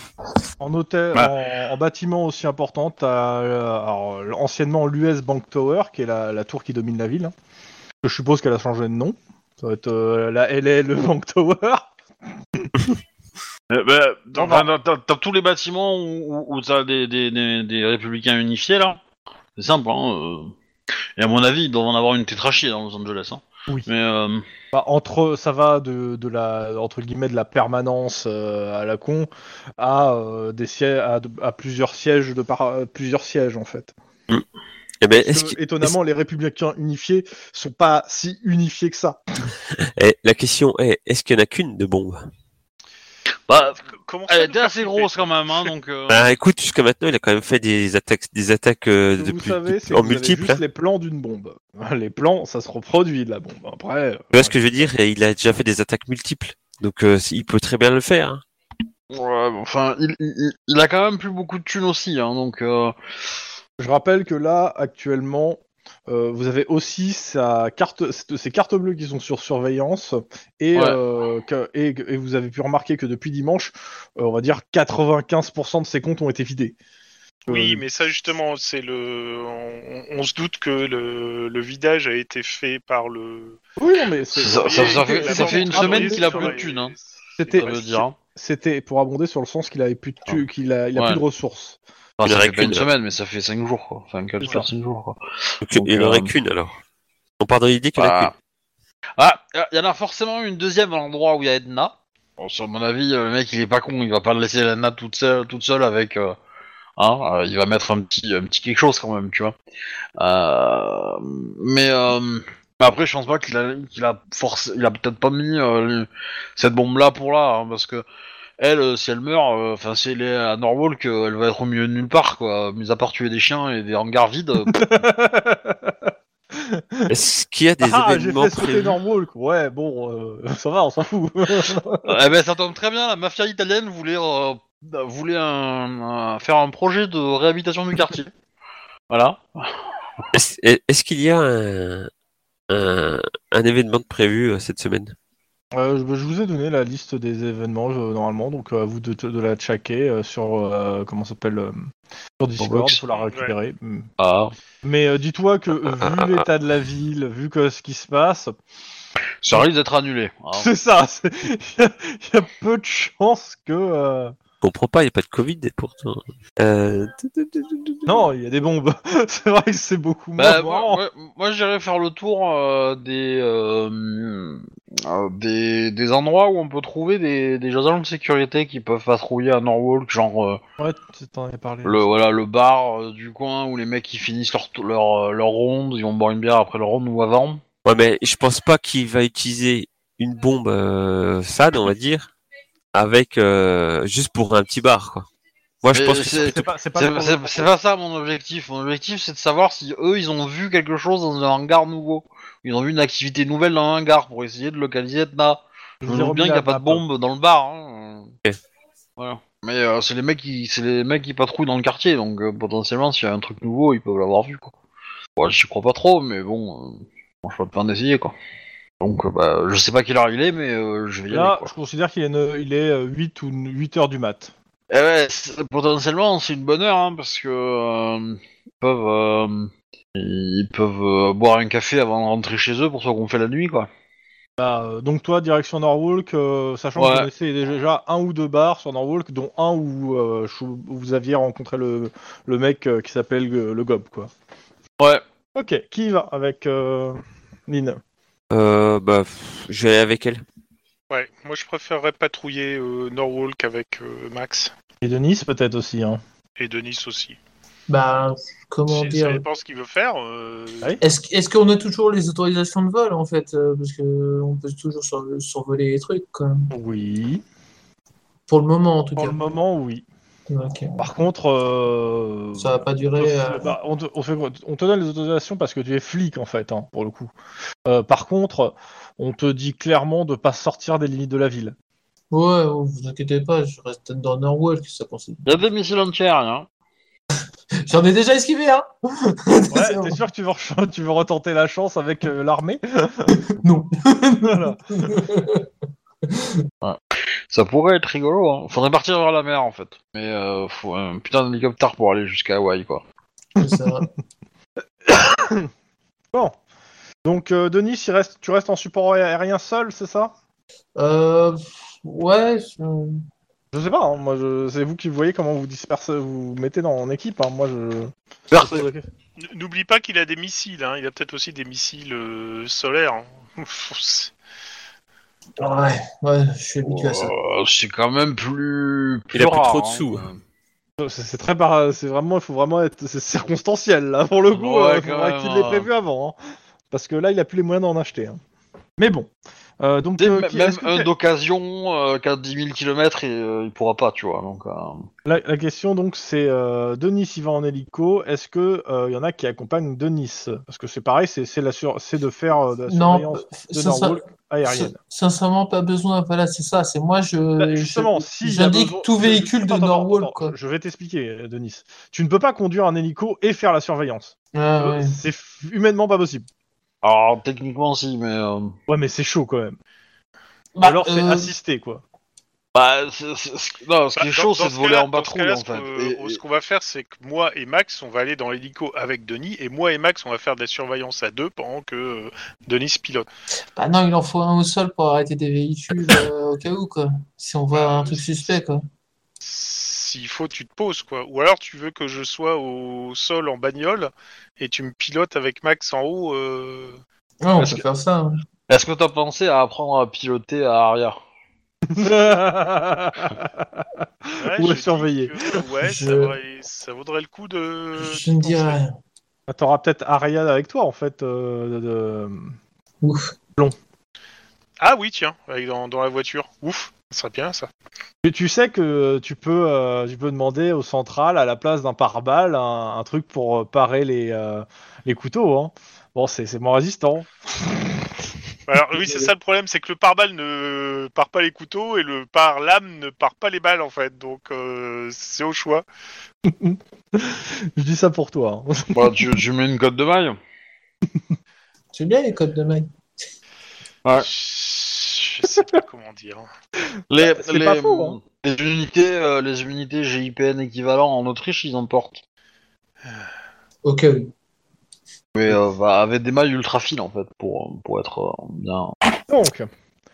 [SPEAKER 2] En hôtel,
[SPEAKER 1] Bah.
[SPEAKER 2] en, en bâtiment aussi important, t'as euh, alors, euh, anciennement l'US Bank Tower, qui est la, la tour qui domine la ville. hein. Je suppose qu'elle a changé de nom. Ça va être euh, la LL Bank Tower.
[SPEAKER 1] Euh, bah, dans-
[SPEAKER 2] Non, bah.
[SPEAKER 1] dans- dans- dans tous les bâtiments où, où, où t'as des, des, des, des républicains unifiés, là, c'est simple, hein. euh. Et à mon avis, ils doivent en avoir une tétrachie dans Los Angeles, hein.
[SPEAKER 2] Oui.
[SPEAKER 1] Mais, euh,
[SPEAKER 2] Bah, entre ça va de, de la entre guillemets de la permanence euh, à la con à euh, des sièges à, de- à plusieurs sièges de par euh, plusieurs sièges en fait.
[SPEAKER 6] eh ben,
[SPEAKER 2] Parce
[SPEAKER 6] est-ce
[SPEAKER 2] que,
[SPEAKER 6] qu'il-
[SPEAKER 2] étonnamment les républicains unifiés sont pas si unifiés que ça.
[SPEAKER 6] est-ce- eh, la question est, est-ce qu'il y en a qu'une de bombe
[SPEAKER 1] bah,
[SPEAKER 4] C- Comment ça
[SPEAKER 1] elle
[SPEAKER 4] nous
[SPEAKER 1] était
[SPEAKER 4] faire
[SPEAKER 1] assez
[SPEAKER 4] flipper
[SPEAKER 1] grosse quand même, hein, donc. euh,
[SPEAKER 6] Bah, écoute, jusqu'à maintenant, il a quand même fait des attaques, des attaques euh,
[SPEAKER 2] Ce que
[SPEAKER 6] de
[SPEAKER 2] vous
[SPEAKER 6] plus-
[SPEAKER 2] savez,
[SPEAKER 6] de-
[SPEAKER 2] c'est que
[SPEAKER 6] en
[SPEAKER 2] vous avez
[SPEAKER 6] multiples. hein.
[SPEAKER 2] juste les plans d'une bombe. Les plans, ça se reproduit de la bombe. Après, euh,
[SPEAKER 6] Tu vois ce que je veux dire Et Il a déjà fait des attaques multiples, donc euh, il peut très bien le faire. hein.
[SPEAKER 1] ouais, bon, enfin, il, il- il a quand même plus beaucoup de thunes aussi, hein, donc. euh,
[SPEAKER 2] je rappelle que là actuellement, euh, vous avez aussi sa carte, ces cartes bleues qui sont sur surveillance et,
[SPEAKER 1] Ouais.
[SPEAKER 2] euh, que- et, et vous avez pu remarquer que depuis dimanche, euh, on va dire 95% de ses comptes ont été vidés.
[SPEAKER 4] Oui,
[SPEAKER 2] Euh,
[SPEAKER 4] mais ça justement, c'est le. On, on se doute que le, le vidage a été fait par le.
[SPEAKER 2] oui, non, mais c'est-
[SPEAKER 1] Ça- ça- ça fait-
[SPEAKER 2] ça fait une semaine qu'il a plus de
[SPEAKER 1] thunes, hein.
[SPEAKER 2] C'était-
[SPEAKER 1] ça veut dire, hein.
[SPEAKER 2] c'était pour abonder sur le sens qu'il avait plus de, tu-
[SPEAKER 6] Ah.
[SPEAKER 2] qu'il a, il a
[SPEAKER 1] Ouais.
[SPEAKER 2] plus de ressources.
[SPEAKER 1] Enfin,
[SPEAKER 6] Il
[SPEAKER 1] ça
[SPEAKER 6] aurait
[SPEAKER 1] fait pas une
[SPEAKER 6] qu'une.
[SPEAKER 1] semaine, mais ça fait 5 jours, quoi. Enfin, 4
[SPEAKER 2] Voilà.
[SPEAKER 1] jours, 5 jours, quoi.
[SPEAKER 6] Donc,
[SPEAKER 1] Donc,
[SPEAKER 6] il n'y en aurait
[SPEAKER 1] euh,
[SPEAKER 6] qu'une alors. On part dans l'idée qu'il n'y en a
[SPEAKER 1] Ah. Ah, il y en a forcément une deuxième à l'endroit où il y a Edna. Bon, sur mon avis, euh, le mec, il est pas con, il va pas laisser Edna toute seule, toute seule avec. euh, hein, euh, il va mettre un petit, un petit quelque chose quand même, tu vois. Euh, mais, euh, mais après, je pense pas qu'il a, qu'il a forcé, il a peut-être pas mis euh, le- cette bombe là pour là, hein, parce que elle, euh, si elle meurt, euh, enfin, si elle est à Norwalk, euh, elle va être au milieu de nulle part, quoi. Mis à part tuer des chiens et des hangars vides. euh,
[SPEAKER 6] Est-ce qu'il y a des
[SPEAKER 2] ah, j'ai
[SPEAKER 6] événements
[SPEAKER 2] fait sauter
[SPEAKER 6] prévus
[SPEAKER 2] Norwalk. Ouais, bon, euh, ça va, on s'en fout.
[SPEAKER 1] eh ben, ça tombe très bien, la mafia italienne voulait, euh, voulait un- un- faire un projet de réhabilitation du quartier. voilà.
[SPEAKER 6] Est-ce est-ce qu'il y a un, un, un événement de prévu euh, cette semaine
[SPEAKER 2] Euh, je, je vous ai donné la liste des événements euh, normalement, donc euh, à vous de, de la checker euh, sur euh, comment ça s'appelle euh, sur Discord,
[SPEAKER 1] Dropbox.
[SPEAKER 2] faut la récupérer. Mm.
[SPEAKER 1] Ah.
[SPEAKER 2] Mais euh, dis-toi que vu l'état de la ville, vu que ce qui se passe,
[SPEAKER 1] Ça risque d'être annulé. hein.
[SPEAKER 2] c'est ça. c'est- Il y, a- il y a peu de chances que euh,
[SPEAKER 6] Je comprends pas, il n'y a pas de Covid et pourtant. Euh,
[SPEAKER 2] non, il y a des bombes. c'est vrai que c'est beaucoup moins.
[SPEAKER 1] Bah, moi,
[SPEAKER 2] marrant.
[SPEAKER 1] moi, moi, j'irais faire le tour euh, des, euh, euh, des des endroits où on peut trouver des, des agents de sécurité qui peuvent patrouiller à Norwalk, genre euh,
[SPEAKER 2] Ouais, tu t'en avais parlé.
[SPEAKER 1] le voilà le bar euh, du coin où les mecs ils finissent leur leur, euh, leur ronde, ils vont boire une bière après leur ronde ou avant.
[SPEAKER 6] Ouais, mais je pense pas qu'il va utiliser une bombe euh, fade, on va dire, avec euh, juste pour un petit bar, quoi. Moi, je
[SPEAKER 1] Mais
[SPEAKER 6] pense que
[SPEAKER 1] c'est-
[SPEAKER 6] c'est
[SPEAKER 2] C'est pas, c'est pas
[SPEAKER 1] C'est
[SPEAKER 2] le
[SPEAKER 1] c'est-
[SPEAKER 2] problème.
[SPEAKER 1] c'est pas ça mon objectif. Mon objectif c'est de savoir si eux ils ont vu quelque chose dans un hangar nouveau. Ils ont vu une activité nouvelle dans un hangar pour essayer de localiser Etna. Je
[SPEAKER 2] Je vous
[SPEAKER 1] me
[SPEAKER 2] ai
[SPEAKER 1] doute
[SPEAKER 2] remis
[SPEAKER 1] bien qu'il n'y
[SPEAKER 2] la
[SPEAKER 1] a pas
[SPEAKER 2] map.
[SPEAKER 1] de bombe dans le bar. hein.
[SPEAKER 6] Ok.
[SPEAKER 1] Voilà. Mais euh, c'est les mecs qui c'est les mecs qui patrouillent dans le quartier, donc euh, potentiellement s'il y a un truc nouveau, ils peuvent l'avoir vu quoi. Bon, j'y crois pas trop, mais bon, euh, bon, je suis pas de peine d'essayer quoi. Donc euh, bah, je sais pas quelle heure il est, mais euh, je vais y aller
[SPEAKER 2] Là,
[SPEAKER 1] quoi.
[SPEAKER 2] je considère qu'il est, ne- il est euh, 8 ou 8 heures du mat.
[SPEAKER 1] Eh ouais, c'est- potentiellement c'est une bonne heure hein, parce que euh, ils peuvent euh, ils peuvent euh, boire un café avant de rentrer chez eux pour ce qu'on fait la nuit quoi.
[SPEAKER 2] Bah, euh, donc toi, direction Norwalk, euh, sachant
[SPEAKER 1] Ouais.
[SPEAKER 2] que vous connaissez déjà un ou deux bars sur Norwalk, dont un où, euh, je- où vous aviez rencontré le, le mec euh, qui s'appelle euh, le Gob, quoi.
[SPEAKER 1] Ouais.
[SPEAKER 2] Ok, qui y va avec euh, Lynn
[SPEAKER 6] Euh, bah, pff, je vais aller avec elle.
[SPEAKER 4] Ouais, moi je préférerais patrouiller euh, Norwalk avec euh, Max
[SPEAKER 2] Et Denis peut-être aussi. Hein.
[SPEAKER 4] et Denis aussi.
[SPEAKER 3] Bah, comment
[SPEAKER 4] Si- Ça
[SPEAKER 3] dire
[SPEAKER 4] dépend ce qu'il veut faire. euh,
[SPEAKER 2] Ah oui
[SPEAKER 3] Est-ce est-ce qu'on a toujours les autorisations de vol, en fait euh, Parce qu'on peut toujours sur- survoler les trucs, quoi.
[SPEAKER 2] Oui.
[SPEAKER 3] Pour le moment, en tout
[SPEAKER 2] Pour
[SPEAKER 3] cas.
[SPEAKER 2] le moment, oui.
[SPEAKER 3] Ok.
[SPEAKER 2] Par contre, euh,
[SPEAKER 3] Ça va pas
[SPEAKER 2] on, te,
[SPEAKER 3] durer... euh,
[SPEAKER 2] bah, on te- on fait quoi On te donne les autorisations parce que tu es flic en fait, hein, pour le coup. Euh, par contre, on te dit clairement de pas sortir des limites de la ville.
[SPEAKER 3] Ouais, oh, vous inquiétez pas, je reste dans Norwalk, ça considère.
[SPEAKER 1] Il y a des missiles antiaériens. hein.
[SPEAKER 3] J'en ai déjà esquivé, hein C'est
[SPEAKER 2] Ouais,
[SPEAKER 3] bon.
[SPEAKER 2] t'es sûr que tu veux, re- tu veux retenter la chance avec euh, l'armée
[SPEAKER 3] Non.
[SPEAKER 2] Voilà.
[SPEAKER 1] Ça pourrait être rigolo, hein. Faudrait partir vers la mer en fait. Mais euh, faut un putain d'hélicoptère pour aller jusqu'à Hawaï quoi.
[SPEAKER 3] Ça va.
[SPEAKER 2] Bon. Donc, euh, Denis, il reste, tu restes en support aérien seul, c'est ça
[SPEAKER 3] Euh, ouais, je-
[SPEAKER 2] Je sais pas, hein, moi, je... c'est vous qui voyez comment vous dispersez, vous mettez dans en équipe. hein, Moi, je.
[SPEAKER 4] N- N'oublie pas qu'il a des missiles, hein. il a peut-être aussi des missiles euh, solaires. hein. Fonce.
[SPEAKER 3] ouais, ouais, je suis habitué à ça.
[SPEAKER 2] Oh,
[SPEAKER 1] Euh, c'est quand même plus.
[SPEAKER 6] Il a plus
[SPEAKER 1] rare,
[SPEAKER 6] trop de
[SPEAKER 1] hein.
[SPEAKER 6] sous.
[SPEAKER 2] C'est c'est très par... c'est vraiment, il faut vraiment être, c'est circonstanciel là pour le coup.
[SPEAKER 1] Ouais,
[SPEAKER 2] euh,
[SPEAKER 1] quand
[SPEAKER 2] faudra
[SPEAKER 1] même,
[SPEAKER 2] qu'il l'ait
[SPEAKER 1] hein.
[SPEAKER 2] prévu avant, hein. parce que là, il a plus les moyens d'en acheter. hein. Mais bon. Euh, donc,
[SPEAKER 1] Des-
[SPEAKER 2] euh,
[SPEAKER 1] même
[SPEAKER 2] qui- est-ce que
[SPEAKER 1] un
[SPEAKER 2] t'es-
[SPEAKER 1] d'occasion euh, qu'à 10 000 km, et, euh, il pourra pas, tu vois. Donc, euh,
[SPEAKER 2] la, la question donc, c'est euh, Denis, il va en hélico. Est-ce que euh, il y en a qui accompagnent Denis Parce que c'est pareil, c'est c'est la sur... c'est de faire euh, de la
[SPEAKER 3] Non,
[SPEAKER 2] surveillance de
[SPEAKER 3] sincère-
[SPEAKER 2] Norwalk aérienne.
[SPEAKER 3] sin- sincèrement, pas besoin. Voilà, c'est ça. C'est moi, euh, je.
[SPEAKER 2] Bah, justement,
[SPEAKER 3] je-
[SPEAKER 2] si
[SPEAKER 3] J'indique tout véhicule de Norwalk,
[SPEAKER 2] Norwalk.
[SPEAKER 3] quoi.
[SPEAKER 2] Je vais t'expliquer, euh, Denis. Tu ne peux pas conduire un hélico et faire la surveillance.
[SPEAKER 3] Ah,
[SPEAKER 2] Euh,
[SPEAKER 3] ouais.
[SPEAKER 2] C'est f- humainement pas possible.
[SPEAKER 1] Alors, techniquement, si, mais. euh,
[SPEAKER 2] Ouais, mais c'est chaud quand même.
[SPEAKER 3] Bah,
[SPEAKER 2] Alors c'est
[SPEAKER 3] euh,
[SPEAKER 2] assisté quoi.
[SPEAKER 1] Bah, c'est- c'est- c'est- non, ce qui
[SPEAKER 4] Bah,
[SPEAKER 1] est
[SPEAKER 4] dans-
[SPEAKER 1] chaud,
[SPEAKER 4] dans
[SPEAKER 1] c'est de
[SPEAKER 4] ce
[SPEAKER 1] voler
[SPEAKER 4] cas-là-
[SPEAKER 1] en
[SPEAKER 4] dans ce
[SPEAKER 1] patrouille
[SPEAKER 4] cas-là,
[SPEAKER 1] en
[SPEAKER 4] ce
[SPEAKER 1] fait.
[SPEAKER 4] que-
[SPEAKER 1] Et-
[SPEAKER 4] Ce qu'on va faire, c'est que moi et Max, on va aller dans l'hélico avec Denis, et moi et Max, on va faire de la surveillance à deux pendant que euh, Denis pilote.
[SPEAKER 3] bah non, il en faut un au sol pour arrêter des véhicules euh, au cas où, quoi. Si on voit un truc suspect, quoi.
[SPEAKER 4] S'il faut, tu te poses, quoi. Ou alors, tu veux que je sois au sol en bagnole, et tu me pilotes avec Max en haut. euh,
[SPEAKER 3] Non, on
[SPEAKER 1] Parce
[SPEAKER 3] peut faire ça. hein.
[SPEAKER 1] Est-ce que t'as pensé à apprendre à piloter à Aria
[SPEAKER 4] ouais,
[SPEAKER 2] Ou à
[SPEAKER 4] je dis
[SPEAKER 2] surveiller.
[SPEAKER 4] que, euh, ouais,
[SPEAKER 3] Je-
[SPEAKER 4] ça, vaudrait, ça vaudrait le coup de.
[SPEAKER 3] Je
[SPEAKER 4] d'y
[SPEAKER 3] ne
[SPEAKER 4] penser.
[SPEAKER 3] dis rien.
[SPEAKER 2] Ah, T'auras peut-être Ariane avec toi en fait. euh, de- de-
[SPEAKER 3] Ouf.
[SPEAKER 4] Ah oui, tiens, avec- dans, dans la voiture. Ouf. Ça serait bien ça.
[SPEAKER 2] Mais tu sais que tu peux, euh, tu peux demander au central, à la place d'un pare-balles, un, un truc pour euh, parer les, euh, les couteaux. Hein. Bon, c'est c'est moins résistant.
[SPEAKER 4] Bah, Alors oui, c'est ça le problème, c'est que le pare-balles ne part pas les couteaux et le pare-lame ne part pas les balles en fait. Donc euh, c'est au choix.
[SPEAKER 2] Je dis ça pour toi. hein.
[SPEAKER 1] Bah, tu, tu mets une cote de maille
[SPEAKER 3] C'est bien les codes de maille.
[SPEAKER 1] Ouais.
[SPEAKER 4] Je sais pas comment dire. hein.
[SPEAKER 1] les,
[SPEAKER 2] c'est
[SPEAKER 1] les,
[SPEAKER 2] pas faux, hein.
[SPEAKER 1] les unités, euh, les unités GIPN équivalent en Autriche, ils en portent.
[SPEAKER 3] Ok, oui.
[SPEAKER 1] Mais euh, bah, avec des mailles ultra fines en fait, pour, pour être euh, bien.
[SPEAKER 2] Donc,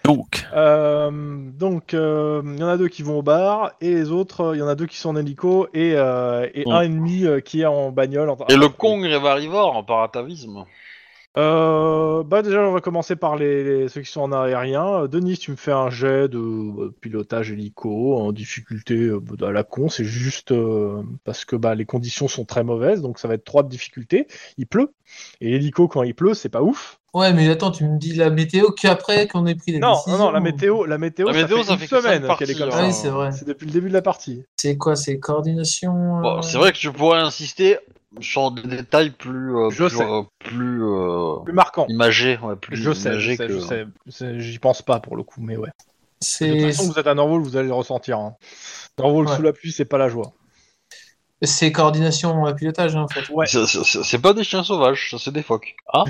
[SPEAKER 6] Donc,
[SPEAKER 2] euh, donc, euh, il y en a deux qui vont au bar et les autres, euh, il y en a deux qui sont en hélico et, euh, et
[SPEAKER 1] Mm.
[SPEAKER 2] un et demi euh, qui est en bagnole. en-
[SPEAKER 1] Et le Congrès varivore en paratavisme.
[SPEAKER 2] Euh, bah déjà, on va commencer par les, les- ceux qui sont en aérien. Euh, Denis, tu me fais un jet de euh, pilotage hélico en difficulté euh, bah, à la con. C'est juste euh, parce que bah, les conditions sont très mauvaises, donc ça va être trois de difficulté. Il pleut et hélico quand il pleut, c'est pas ouf.
[SPEAKER 3] Ouais, mais attends, tu me dis la météo qu'après qu'on ait pris les
[SPEAKER 2] Non, non,
[SPEAKER 3] décisions.
[SPEAKER 2] non, la météo, la météo,
[SPEAKER 1] La météo, ça
[SPEAKER 2] ça fait
[SPEAKER 1] fait que cinq
[SPEAKER 2] une semaine qu'elle
[SPEAKER 1] parties,
[SPEAKER 2] est comme
[SPEAKER 1] hein.
[SPEAKER 2] ça.
[SPEAKER 3] Ah Oui, c'est vrai.
[SPEAKER 2] hein. Ah C'est depuis le début de la partie.
[SPEAKER 3] C'est quoi C'est coordination euh,
[SPEAKER 1] Bon, c'est vrai que tu pourrais insister sur des détails plus euh,
[SPEAKER 2] Je
[SPEAKER 1] plus,
[SPEAKER 2] sais.
[SPEAKER 1] euh, plus, euh,
[SPEAKER 2] Plus marquant.
[SPEAKER 1] imagés, ouais, plus
[SPEAKER 2] Je sais, je
[SPEAKER 1] imagés
[SPEAKER 2] sais,
[SPEAKER 1] que-
[SPEAKER 2] je sais. C'est- J'y pense pas pour le coup, mais ouais. De toute
[SPEAKER 3] C'est
[SPEAKER 2] façon, vous êtes à Norvol, vous allez le ressentir. Hein. Norvol
[SPEAKER 3] Ouais.
[SPEAKER 2] sous la pluie, c'est pas la joie.
[SPEAKER 3] c'est coordination euh, pilotage en fait.
[SPEAKER 2] Ouais.
[SPEAKER 1] C'est- c'est- C'est c'est pas des chiens sauvages, ça c'est des phoques. Ah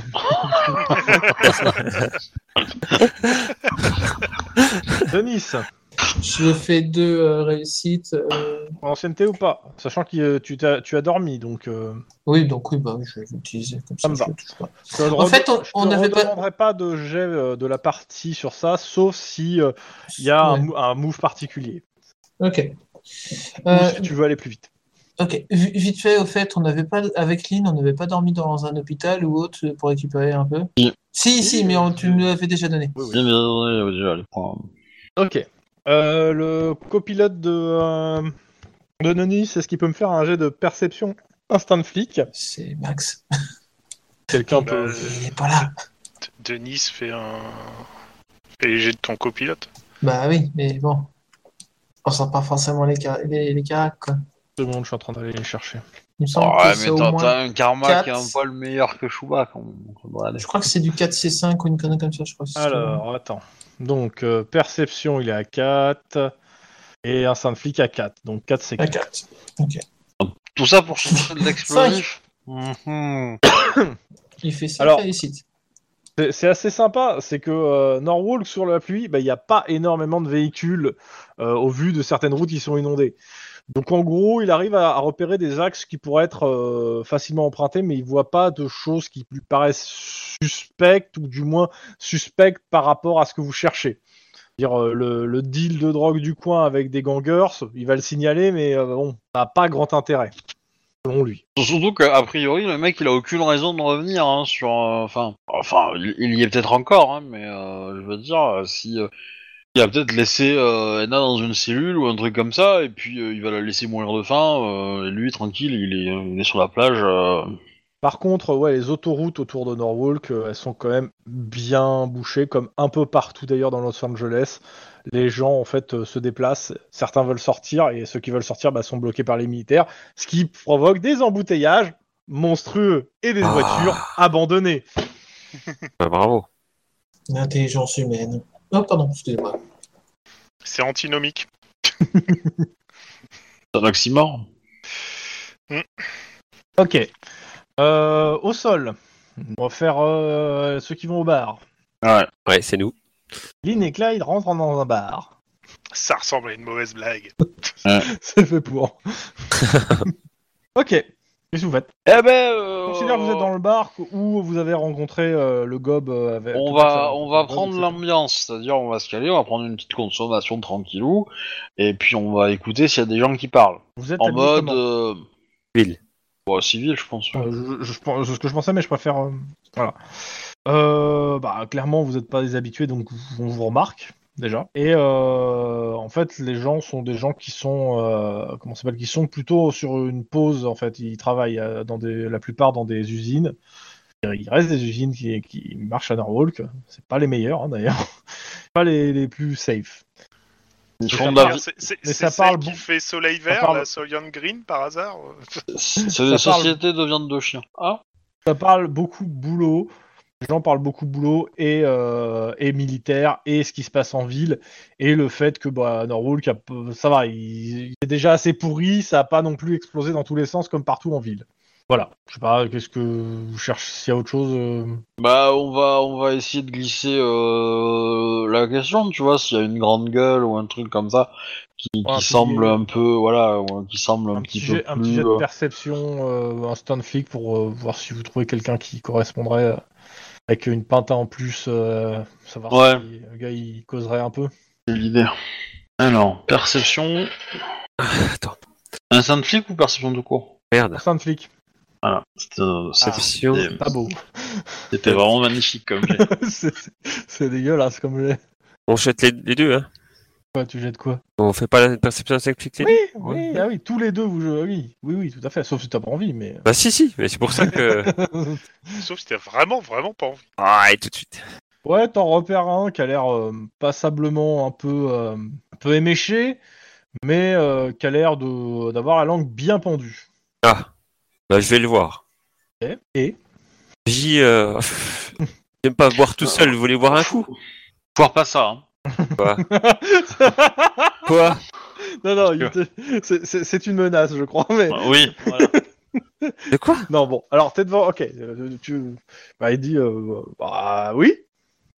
[SPEAKER 2] Denis,
[SPEAKER 3] Je fais deux euh, réussites. euh,
[SPEAKER 2] en ancienneté ou pas Sachant que euh, tu, t'as- tu as dormi, donc. euh,
[SPEAKER 3] Oui, donc oui, bah oui, je vais l'utiliser comme ça.
[SPEAKER 2] me
[SPEAKER 3] je
[SPEAKER 2] va.
[SPEAKER 3] le touche pas.
[SPEAKER 2] je te
[SPEAKER 3] En
[SPEAKER 2] re-
[SPEAKER 3] fait, on-
[SPEAKER 2] je
[SPEAKER 3] on
[SPEAKER 2] ne
[SPEAKER 3] n'avait pas-
[SPEAKER 2] demanderai pas de jet euh, de la partie sur ça, sauf si euh, il y a un,
[SPEAKER 3] Ouais.
[SPEAKER 2] mou- un move particulier.
[SPEAKER 3] Ok.
[SPEAKER 2] Ou
[SPEAKER 3] Euh,
[SPEAKER 2] si tu veux aller plus vite.
[SPEAKER 3] ok. Vi- Vite fait, au fait, on n'avait pas avec Lynn, on n'avait pas dormi dans un hôpital ou autre pour récupérer un peu.
[SPEAKER 1] Oui.
[SPEAKER 3] Si, si, mais on- tu
[SPEAKER 2] Oui.
[SPEAKER 3] nous l'avais déjà donné.
[SPEAKER 1] Bien, bien, bien, bien, bien, allez, prends.
[SPEAKER 2] Ok. Euh, le copilote de, euh, de Denis, est-ce qu'il peut me faire un jet de perception instinct de flic
[SPEAKER 3] C'est Max.
[SPEAKER 2] Quelqu'un
[SPEAKER 4] Bah,
[SPEAKER 2] peut.
[SPEAKER 3] Il n'est pas là.
[SPEAKER 4] Denis fait un. Fait les jets de ton copilote.
[SPEAKER 3] Bah oui, mais bon. On sent pas forcément les, car- les, les caracs, quoi.
[SPEAKER 2] Deux secondes, je suis en train d'aller les chercher.
[SPEAKER 3] Il me semble
[SPEAKER 1] Ouais,
[SPEAKER 3] que c'est
[SPEAKER 1] mais
[SPEAKER 3] au
[SPEAKER 1] t'as
[SPEAKER 3] moins-
[SPEAKER 1] t'as un karma
[SPEAKER 3] quatre.
[SPEAKER 1] qui est un poil meilleur que Chewbacca. quand même, donc ça devrait aller.
[SPEAKER 3] Je crois que c'est du 4C5 ou une connerie comme ça, je crois. que c'est-
[SPEAKER 2] Alors, attends. Donc, euh, perception, il est à 4. Et instinct de flic à 4. Donc, 4, c'est
[SPEAKER 3] La
[SPEAKER 2] 4.
[SPEAKER 3] carte.
[SPEAKER 1] Tout ça pour chercher de l'explosif Mhm.
[SPEAKER 3] Il fait ça,
[SPEAKER 2] Alors-
[SPEAKER 3] réussite.
[SPEAKER 2] C'est- C'est assez sympa, c'est que euh, Norwalk sur la pluie, bah, il n'y a pas énormément de véhicules euh, au vu de certaines routes qui sont inondées. Donc en gros, il arrive à, à repérer des axes qui pourraient être euh, facilement empruntés, mais il voit pas de choses qui lui paraissent suspectes ou du moins suspectes par rapport à ce que vous cherchez. Dire euh, le, le deal de drogue du coin avec des gangers, il va le signaler, mais euh, bon, ça n'a pas grand intérêt selon lui.
[SPEAKER 1] Surtout qu'a priori, le mec, il a aucune raison de revenir hein, sur. euh, Enfin, enfin, il il y est peut-être encore, hein, mais euh, je veux dire, euh, si. euh, il a peut-être laissé euh, Edna dans une cellule ou un truc comme ça, et puis euh, il va la laisser mourir de faim, euh, et lui, tranquille, il est, il est sur la plage. euh.
[SPEAKER 2] Par contre, ouais, les autoroutes autour de Norwalk, euh, elles sont quand même bien bouchées, comme un peu partout d'ailleurs dans Los Angeles. Les gens, en fait, euh, se déplacent. Certains veulent sortir et ceux qui veulent sortir bah, sont bloqués par les militaires, ce qui provoque des embouteillages monstrueux et des
[SPEAKER 6] Ah.
[SPEAKER 2] voitures abandonnées.
[SPEAKER 6] bah, bravo.
[SPEAKER 3] L'intelligence humaine. Oh, pardon, excusez-moi.
[SPEAKER 4] C'est antinomique.
[SPEAKER 1] C'est un oxymore.
[SPEAKER 2] Ok. Euh, au sol, on va faire euh, ceux qui vont au bar.
[SPEAKER 1] Ouais.
[SPEAKER 6] Ouais, c'est nous.
[SPEAKER 2] Lynn et Clyde rentrent dans un bar.
[SPEAKER 4] Ça ressemble à une mauvaise blague.
[SPEAKER 2] C'est fait pour. ok. Qu'est-ce que vous faites
[SPEAKER 1] Eh ben. euh,
[SPEAKER 2] Je considère que vous êtes dans le bar où vous avez rencontré euh, le gob euh, avec.
[SPEAKER 1] On va, on va prendre l'ambiance, c'est-à-dire on va se caler, on va prendre une petite consommation tranquillou, et puis on va écouter s'il y a des gens qui parlent.
[SPEAKER 2] Vous êtes
[SPEAKER 1] En
[SPEAKER 2] habillé
[SPEAKER 1] mode.
[SPEAKER 2] comment
[SPEAKER 1] euh,
[SPEAKER 6] Civil.
[SPEAKER 1] Ouais, civil, je pense.
[SPEAKER 2] Euh, je- je- je pense- C'est ce que je pensais, mais je préfère. euh, Voilà. Euh, bah, clairement, vous n'êtes pas des habitués, donc on vous remarque déjà. Et euh, en fait, les gens sont des gens qui sont, euh, comment ça s'appelle, qui sont plutôt sur une pause. En fait, ils travaillent euh, dans des, la plupart dans des usines. Euh, Il reste des usines qui, qui marchent à Norwalk. C'est pas les meilleurs hein, d'ailleurs. pas les, les plus safe.
[SPEAKER 1] Ils
[SPEAKER 2] Mais
[SPEAKER 1] font
[SPEAKER 2] ça
[SPEAKER 1] de la-
[SPEAKER 2] parle-
[SPEAKER 4] C'est- C'est
[SPEAKER 2] mais
[SPEAKER 4] c'est
[SPEAKER 2] ça
[SPEAKER 4] celle
[SPEAKER 2] parle
[SPEAKER 4] qui
[SPEAKER 2] bon-
[SPEAKER 4] fait soleil vert,
[SPEAKER 2] parle-
[SPEAKER 4] la Solian Green par hasard euh,
[SPEAKER 1] C'est des
[SPEAKER 2] ça parle.
[SPEAKER 1] sociétés de viande de chien. Ah.
[SPEAKER 2] Ça parle beaucoup boulot. Les gens parlent beaucoup boulot et, euh, et militaire et ce qui se passe en ville et le fait que bah, Norwalk, a peu- ça va, il, il est déjà assez pourri, ça a pas non plus explosé dans tous les sens comme partout en ville. Voilà, je sais pas, qu'est-ce que vous cherchez, s'il y a autre chose. euh,
[SPEAKER 1] Bah, on va, on va essayer de glisser euh, la question, tu vois, s'il y a une grande gueule ou un truc comme ça qui, qui
[SPEAKER 2] un petit-
[SPEAKER 1] semble un peu, voilà, ou un- qui semble un,
[SPEAKER 2] un,
[SPEAKER 1] petit
[SPEAKER 2] petit
[SPEAKER 1] peu
[SPEAKER 2] jet, un
[SPEAKER 1] plus,
[SPEAKER 2] petit jet de
[SPEAKER 1] euh,
[SPEAKER 2] perception, euh, un stun flic pour euh, voir si vous trouvez quelqu'un qui correspondrait euh, avec une pinta en plus, euh, savoir
[SPEAKER 1] Ouais.
[SPEAKER 2] si le gars il causerait un peu.
[SPEAKER 1] c'est l'idée. Alors, perception,
[SPEAKER 2] Ah,
[SPEAKER 6] Attends,
[SPEAKER 1] un saint flic ou perception de cours
[SPEAKER 6] merde.
[SPEAKER 2] Stun flic,
[SPEAKER 1] Voilà, c'était euh, c'était-
[SPEAKER 6] Perception.
[SPEAKER 2] Ah, pas beau.
[SPEAKER 1] c'était vraiment magnifique comme jet.
[SPEAKER 2] c'est c'est dégueulasse comme jet.
[SPEAKER 6] On jette les, les deux, hein.
[SPEAKER 2] Quoi, tu jettes quoi
[SPEAKER 6] On fait pas la perception de 5 clics les
[SPEAKER 2] Oui,
[SPEAKER 6] deux
[SPEAKER 2] oui,
[SPEAKER 6] Ouais.
[SPEAKER 2] ah oui, tous les deux, vous jouez. Oui, oui, oui, tout à fait. Sauf si t'as pas envie, mais. euh.
[SPEAKER 6] Bah si, si, mais c'est pour ça que...
[SPEAKER 4] Sauf si t'as vraiment, vraiment pas envie.
[SPEAKER 6] Ah, et tout de suite.
[SPEAKER 2] ouais, t'en repères un qui a l'air euh, passablement un peu, euh, un peu éméché, mais euh, qui a l'air de- d'avoir la langue bien pendue.
[SPEAKER 6] Ah, bah je vais le voir.
[SPEAKER 2] Et, et
[SPEAKER 6] J, euh... J'aime pas boire tout seul, vous voulez boire un coup
[SPEAKER 1] Foire pas ça. hein.
[SPEAKER 6] Quoi
[SPEAKER 2] Non, non, il te- c'est- c'est c'est une menace, je crois. Mais...
[SPEAKER 1] Bah, Oui. voilà.
[SPEAKER 6] De quoi
[SPEAKER 2] Non, bon, alors t'es devant. Ok, euh, tu. Bah, il dit. euh, bah, oui.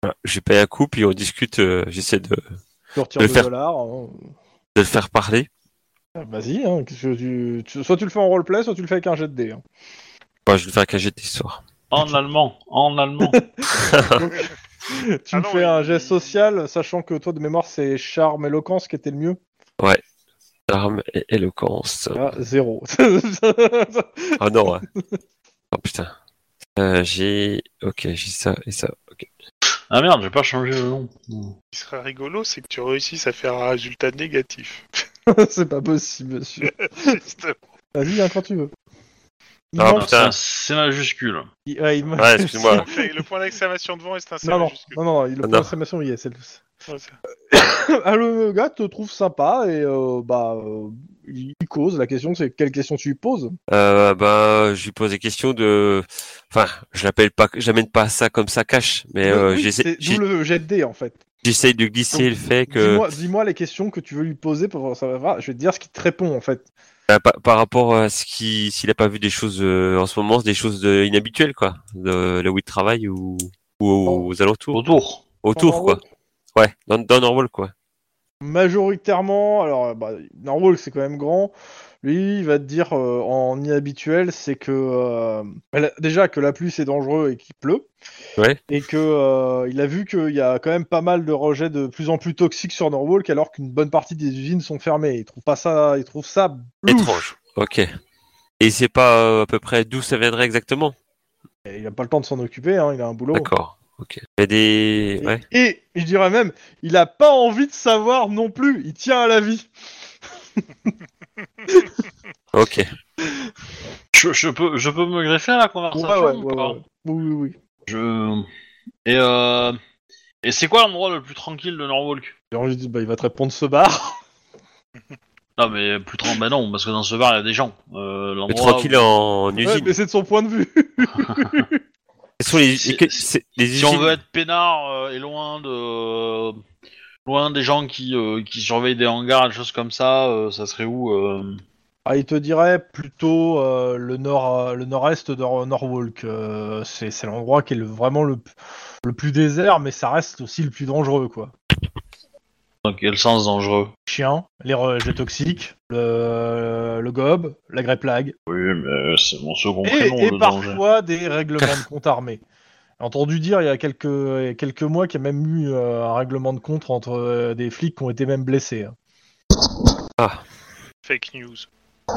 [SPEAKER 6] Voilà, Je paye un coup, puis on discute, euh, j'essaie de, de
[SPEAKER 2] Tu retires
[SPEAKER 6] Le
[SPEAKER 2] 2
[SPEAKER 6] faire-
[SPEAKER 2] dollars. hein.
[SPEAKER 6] le faire parler.
[SPEAKER 2] Ah, Vas-y, hein, qu'est-ce que tu- tu- soit tu le fais en roleplay, soit tu le fais avec un jet de dés. hein.
[SPEAKER 6] Bah, je vais le faire cacher cette histoire.
[SPEAKER 1] En allemand, en allemand.
[SPEAKER 2] Tu
[SPEAKER 4] Ah
[SPEAKER 2] me
[SPEAKER 4] non,
[SPEAKER 2] fais
[SPEAKER 4] il-
[SPEAKER 2] un geste
[SPEAKER 4] il-
[SPEAKER 2] social, sachant que toi de mémoire c'est charme, éloquence qui était le mieux.
[SPEAKER 6] Arme et éloquence.
[SPEAKER 2] Ah, zéro.
[SPEAKER 6] Ah non, hein. Oh putain. Euh, j'ai... Ok, j'ai ça et ça. Ok.
[SPEAKER 1] ah merde, j'ai pas changé le nom.
[SPEAKER 4] Ce qui serait rigolo, c'est que tu réussisses à faire un résultat négatif.
[SPEAKER 2] c'est pas possible, monsieur.
[SPEAKER 4] Justement.
[SPEAKER 2] Vas-y, hein, quand tu veux. Il
[SPEAKER 6] Ah,
[SPEAKER 2] manque-
[SPEAKER 6] putain.
[SPEAKER 1] Putain, c'est majuscule.
[SPEAKER 2] il- ouais, il manque-
[SPEAKER 6] Ouais, excuse-moi.
[SPEAKER 4] Donc, le point d'exclamation devant est un
[SPEAKER 2] Non,
[SPEAKER 4] seul
[SPEAKER 2] non,
[SPEAKER 4] majuscule.
[SPEAKER 2] non, non, il- le
[SPEAKER 6] Ah, Non.
[SPEAKER 2] point d'exclamation, il y est, c'est le.
[SPEAKER 4] Ouais, ça-
[SPEAKER 2] Ah, le gars te trouve sympa et euh, bah euh, il cause. La question c'est quelle question tu lui poses
[SPEAKER 6] Euh, bah, je lui pose des questions de... Enfin, je l'appelle pas... J'amène pas ça comme ça cache, mais euh,
[SPEAKER 2] Oui,
[SPEAKER 6] j'essaie-
[SPEAKER 2] c'est
[SPEAKER 6] j'ai-
[SPEAKER 2] D'où le jet de dés en fait.
[SPEAKER 6] j'essaie de glisser
[SPEAKER 2] Donc,
[SPEAKER 6] le fait que...
[SPEAKER 2] Dis-moi dis-moi les questions que tu veux lui poser pour savoir. Je vais te dire ce qui te répond en fait.
[SPEAKER 6] Euh, par, par rapport à ce qui s'il a pas vu des choses euh, en ce moment, c'est des choses de- inhabituelles quoi, de, là où il travaille ou, ou aux, alentours,
[SPEAKER 1] Autour.
[SPEAKER 6] autour quoi. Ouais, dans, dans Norwalk quoi.
[SPEAKER 2] Majoritairement, alors bah, Norwalk c'est quand même grand. Lui, il va te dire euh, en inhabituel, c'est que euh, la- déjà que la pluie c'est dangereux et qu'il pleut,
[SPEAKER 6] Ouais.
[SPEAKER 2] et que euh, il a vu qu'il y a quand même pas mal de rejets de plus en plus toxiques sur Norwalk, alors qu'une bonne partie des usines sont fermées. Il trouve pas ça, il trouve ça louche.
[SPEAKER 6] Étrange. Ok. Et c'est pas euh, à peu près d'où ça viendrait exactement.
[SPEAKER 2] Et il a pas le temps de s'en occuper, hein, il a un boulot.
[SPEAKER 6] D'accord. Ok. Il y a des.
[SPEAKER 2] Et,
[SPEAKER 6] Ouais.
[SPEAKER 2] et je dirais même, il a pas envie de savoir non plus. Il tient à la vie.
[SPEAKER 6] Ok.
[SPEAKER 1] Je, je peux, je peux me greffer à la
[SPEAKER 2] Ouais,
[SPEAKER 1] conversation.
[SPEAKER 2] ouais, ouais,
[SPEAKER 1] ou
[SPEAKER 2] ouais,
[SPEAKER 1] pas
[SPEAKER 2] ouais. Oui, oui, oui.
[SPEAKER 1] Je... Et, euh... Et c'est quoi l'endroit le plus tranquille de Norwalk
[SPEAKER 2] J'ai envie de dire, bah, il va te répondre ce bar.
[SPEAKER 1] Non mais plus tranquille, bah non, parce que dans ce bar il y a des gens. Euh,
[SPEAKER 6] Mais
[SPEAKER 1] l'endroit
[SPEAKER 6] tranquille
[SPEAKER 1] où-
[SPEAKER 6] en, en usine.
[SPEAKER 2] Ouais, mais c'est de son point de vue.
[SPEAKER 6] Quelles sont les,
[SPEAKER 1] Si-
[SPEAKER 6] lesquelles- c'est- les
[SPEAKER 1] Si
[SPEAKER 6] usines
[SPEAKER 1] on veut être peinard euh, et loin de... Loin des gens qui, euh, qui surveillent des hangars, des choses comme ça, euh, ça serait où euh
[SPEAKER 2] Ah, il te dirait plutôt euh, le nord, euh, le nord-est de Nor- Norwalk. Euh, c'est c'est l'endroit qui est le- vraiment le, p- le plus désert, mais ça reste aussi le plus dangereux, quoi.
[SPEAKER 1] Dans quel sens dangereux
[SPEAKER 2] Chien, les rejets toxiques, le, le gob, la grey plague,
[SPEAKER 1] Oui, mais c'est mon second
[SPEAKER 2] et,
[SPEAKER 1] prénom,
[SPEAKER 2] et
[SPEAKER 1] le danger.
[SPEAKER 2] parfois des règlements de compte armés. J'ai entendu dire il y a quelques, il y a quelques mois qu'il y a même eu euh, un règlement de compte entre euh, des flics qui ont été même blessés. hein.
[SPEAKER 4] Fake news.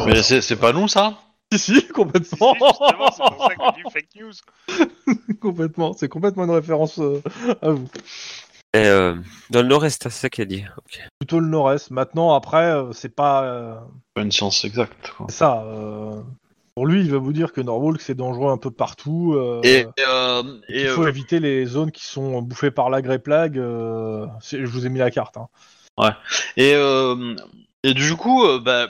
[SPEAKER 1] Mais c'est c'est pas nous ça
[SPEAKER 2] Si, si, complètement.
[SPEAKER 4] Si, justement, c'est pour ça que j'ai dit fake news.
[SPEAKER 2] complètement. C'est complètement une référence euh, à vous.
[SPEAKER 6] Eh, euh, dans le Nord-Est, hein, c'est ça qu'il a dit. Ok.
[SPEAKER 2] plutôt le nord-est. Maintenant, après, euh, c'est pas euh,
[SPEAKER 1] C'est pas une science exacte. Quoi.
[SPEAKER 2] c'est ça. euh, Pour lui, il va vous dire que Norwalk, c'est dangereux un peu partout. euh,
[SPEAKER 1] Et, euh, et,
[SPEAKER 2] il faut
[SPEAKER 1] euh,
[SPEAKER 2] éviter les zones qui sont bouffées par la grey plague. euh, c'est- Je vous ai mis la carte. hein.
[SPEAKER 1] Et, euh, et du coup, euh, bah,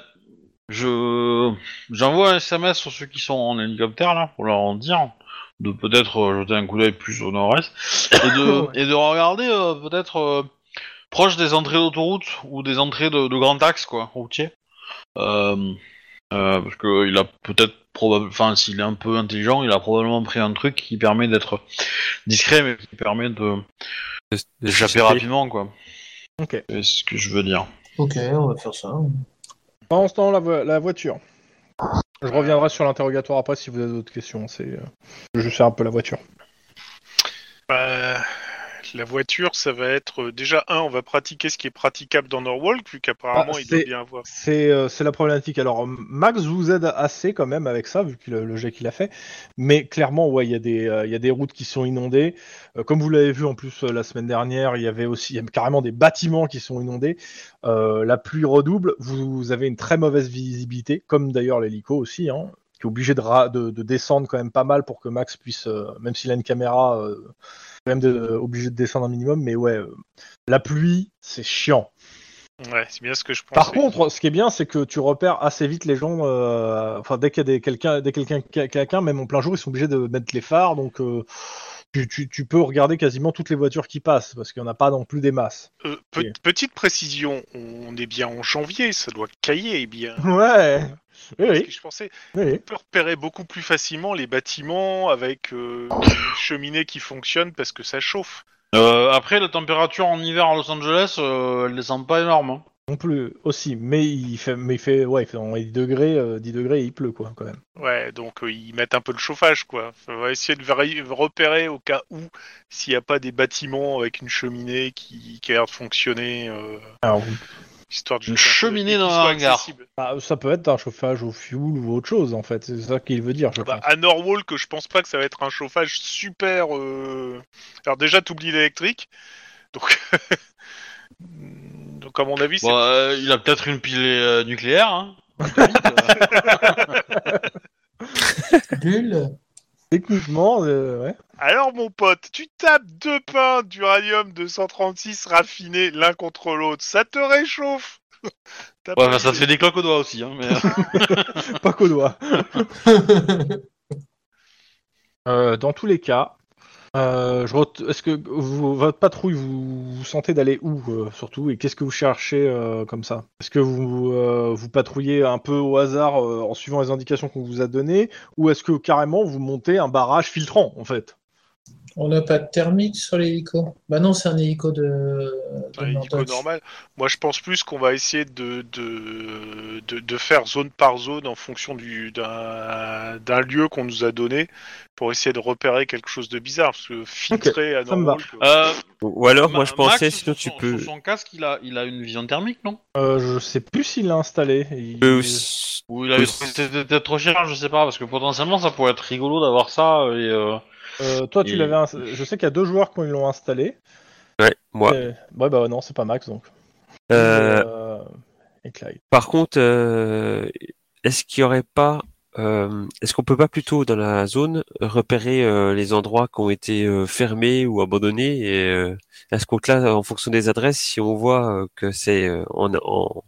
[SPEAKER 1] je j'envoie un SMS sur ceux qui sont en hélicoptère là pour leur en dire de peut-être euh, jeter un coup d'œil plus au nord-est et de et de regarder euh, peut-être euh, proche des entrées d'autoroute ou des entrées de, de grand axe quoi routier. Euh, euh, parce que il a peut-être probable, enfin s'il est un peu intelligent, il a probablement pris un truc qui permet d'être discret mais qui permet de d'échapper rapidement quoi.
[SPEAKER 2] Ok.
[SPEAKER 1] C'est ce que je veux dire.
[SPEAKER 3] Ok, on va faire ça.
[SPEAKER 2] Pendant ce temps, la, vo- la voiture. Je reviendrai sur l'interrogatoire après si vous avez d'autres questions. C'est, euh, je sais un peu la voiture.
[SPEAKER 4] Bah, la voiture, ça va être euh, déjà un, on va pratiquer ce qui est praticable dans Norwalk, vu qu'apparemment
[SPEAKER 2] Ah,
[SPEAKER 4] il doit
[SPEAKER 2] c'est-
[SPEAKER 4] bien avoir.
[SPEAKER 2] C'est, euh, c'est la problématique. Alors Max vous aide assez quand même avec ça vu qu'il a- le jet qu'il a fait, mais clairement ouais, il y a des euh, il y a des routes qui sont inondées. Euh, comme vous l'avez vu en plus euh, la semaine dernière, il y avait aussi il y a carrément des bâtiments qui sont inondés. Euh, la pluie redouble. Vous, vous avez une très mauvaise visibilité, comme d'ailleurs l'hélico aussi. Hein, qui est obligé de, ra- de, de descendre quand même pas mal pour que Max puisse, euh, même s'il a une caméra, euh, quand même de- obligé de descendre un minimum. Mais ouais, euh, la pluie, c'est chiant.
[SPEAKER 4] Ouais, c'est bien ce que je pense.
[SPEAKER 2] Par contre, ce qui est bien, c'est que tu repères assez vite les gens. euh, Enfin, dès qu'il y a des- quelqu'un, dès quelqu'un, quelqu'un, même en plein jour, ils sont obligés de mettre les phares. Donc, euh, tu, tu- tu peux regarder quasiment toutes les voitures qui passent parce qu'il n'y en a pas non plus des masses. Ok.
[SPEAKER 4] Euh, Petite précision, on est bien en janvier, ça doit cailler bien.
[SPEAKER 2] Ouais. Oui,
[SPEAKER 4] Parce que
[SPEAKER 2] oui.
[SPEAKER 4] je pensais,
[SPEAKER 2] oui.
[SPEAKER 4] on peut repérer beaucoup plus facilement les bâtiments avec euh, une cheminée qui fonctionne parce que ça chauffe.
[SPEAKER 1] Euh, après, la température en hiver à Los Angeles, euh, elle descend pas énorme. hein.
[SPEAKER 2] Non plus aussi, mais il fait, mais il fait, ouais, il fait dans les 10 degrés, euh, 10 degrés, et il pleut quoi, quand même.
[SPEAKER 4] Ouais, donc euh, ils mettent un peu le chauffage, quoi. Enfin, on va essayer de vari- repérer au cas où s'il n'y a pas des bâtiments avec une cheminée qui, qui a l'air de fonctionner, euh,
[SPEAKER 2] Alors,
[SPEAKER 4] histoire de
[SPEAKER 1] Une
[SPEAKER 4] jeter un coup
[SPEAKER 1] cheminée
[SPEAKER 4] d'œil,
[SPEAKER 1] dans
[SPEAKER 4] qui
[SPEAKER 1] un
[SPEAKER 4] soit
[SPEAKER 1] hangar.
[SPEAKER 4] accessible.
[SPEAKER 2] bah, ça peut être un chauffage au fioul ou autre chose en fait. C'est ça qu'il veut dire, je
[SPEAKER 4] Bah,
[SPEAKER 2] pense.
[SPEAKER 4] à Norwalk, je pense pas que ça va être un chauffage super. euh, Alors déjà, t'oublies l'électrique, donc. donc à mon avis, c'est
[SPEAKER 1] Bon, euh, il a peut-être une pile euh, nucléaire. hein.
[SPEAKER 3] Bulle.
[SPEAKER 2] Techniquement, euh, ouais.
[SPEAKER 4] Alors mon pote, tu tapes deux pains d'uranium 236 raffinés l'un contre l'autre, ça te réchauffe. T'as
[SPEAKER 1] Ouais,
[SPEAKER 4] pas
[SPEAKER 1] enfin, ça te
[SPEAKER 4] idée.
[SPEAKER 1] fait des cloques aux doigts aussi. Hein, mais...
[SPEAKER 2] pas qu'au doigt. Euh, dans tous les cas, euh, je ret- est-ce que vous- votre patrouille, vous, vous sentez d'aller où euh, surtout Et qu'est-ce que vous cherchez euh, comme ça Est-ce que vous, euh, vous patrouillez un peu au hasard euh, en suivant les indications qu'on vous a données Ou est-ce que carrément vous montez un barrage filtrant en fait
[SPEAKER 3] On n'a pas de thermite sur l'hélico. Bah non, c'est un hélico de. de
[SPEAKER 4] Ouais,
[SPEAKER 3] Nordox.
[SPEAKER 4] illico normal. Moi je pense plus qu'on va essayer de, de, de, de faire zone par zone en fonction du- d'un d'un lieu qu'on nous a donné pour essayer de repérer quelque chose de bizarre parce que filtrer à
[SPEAKER 2] ça me va.
[SPEAKER 4] Norwalk, euh,
[SPEAKER 1] Euh,
[SPEAKER 6] Ou alors, moi,
[SPEAKER 1] Ma-
[SPEAKER 6] je pensais,
[SPEAKER 1] Max,
[SPEAKER 6] sinon
[SPEAKER 1] sur
[SPEAKER 6] tu
[SPEAKER 1] son-
[SPEAKER 6] peux...
[SPEAKER 1] sur son casque, il a, il a une vision thermique, non
[SPEAKER 2] Euh, Je sais plus s'il l'a installé. Il-
[SPEAKER 6] tu peux aussi-
[SPEAKER 1] Ou il avait
[SPEAKER 6] Oui.
[SPEAKER 1] c'était peut-être trop cher, je sais pas, parce que potentiellement ça pourrait être rigolo d'avoir ça. Et, euh,
[SPEAKER 2] Euh, toi, tu
[SPEAKER 1] Et-
[SPEAKER 2] l'avais. ins- Je sais qu'il y a deux joueurs qui l'ont installé.
[SPEAKER 6] Ouais, moi.
[SPEAKER 2] Euh, Ouais, bah non, c'est pas Max donc.
[SPEAKER 6] Euh,
[SPEAKER 2] Euh, Et Clyde.
[SPEAKER 6] par contre, euh, est-ce qu'il y aurait pas... euh, est-ce qu'on peut pas plutôt, dans la zone, repérer euh, les endroits qui ont été euh, fermés ou abandonnés et euh, à ce compte-là, en fonction des adresses, si on voit euh, que c'est euh, en, en,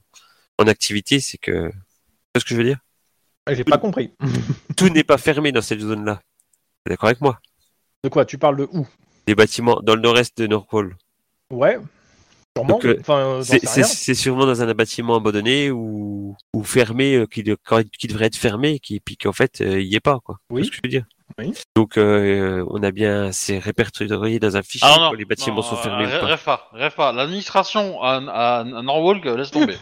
[SPEAKER 6] en activité, c'est que... Tu vois ce que je veux dire
[SPEAKER 2] Ah, J'ai pas compris.
[SPEAKER 6] Tout n'est pas fermé dans cette zone-là. T'es d'accord avec moi
[SPEAKER 2] De quoi Tu parles de où
[SPEAKER 6] Des bâtiments dans le nord-est de Norwalk.
[SPEAKER 2] Ouais. Sûrement.
[SPEAKER 6] Donc, euh,
[SPEAKER 2] enfin, euh, j'en sais
[SPEAKER 6] C'est- C'est
[SPEAKER 2] rien.
[SPEAKER 6] c'est sûrement dans un bâtiment abandonné ou, ou fermé, euh, qui, de- quand- qui devrait être fermé, qui, puis qu'en fait, euh, il n'y est pas. Quoi.
[SPEAKER 2] Oui.
[SPEAKER 6] C'est ce que je veux dire.
[SPEAKER 2] Oui.
[SPEAKER 6] Donc, euh, on a bien, c'est répertorié dans un fichier
[SPEAKER 1] Ah non,
[SPEAKER 6] quand les bâtiments
[SPEAKER 1] non,
[SPEAKER 6] sont
[SPEAKER 1] euh,
[SPEAKER 6] fermés
[SPEAKER 1] rê-
[SPEAKER 6] ou pas.
[SPEAKER 1] Rêve pas, rêve pas. L'administration à, à, à Norwalk, euh, laisse tomber.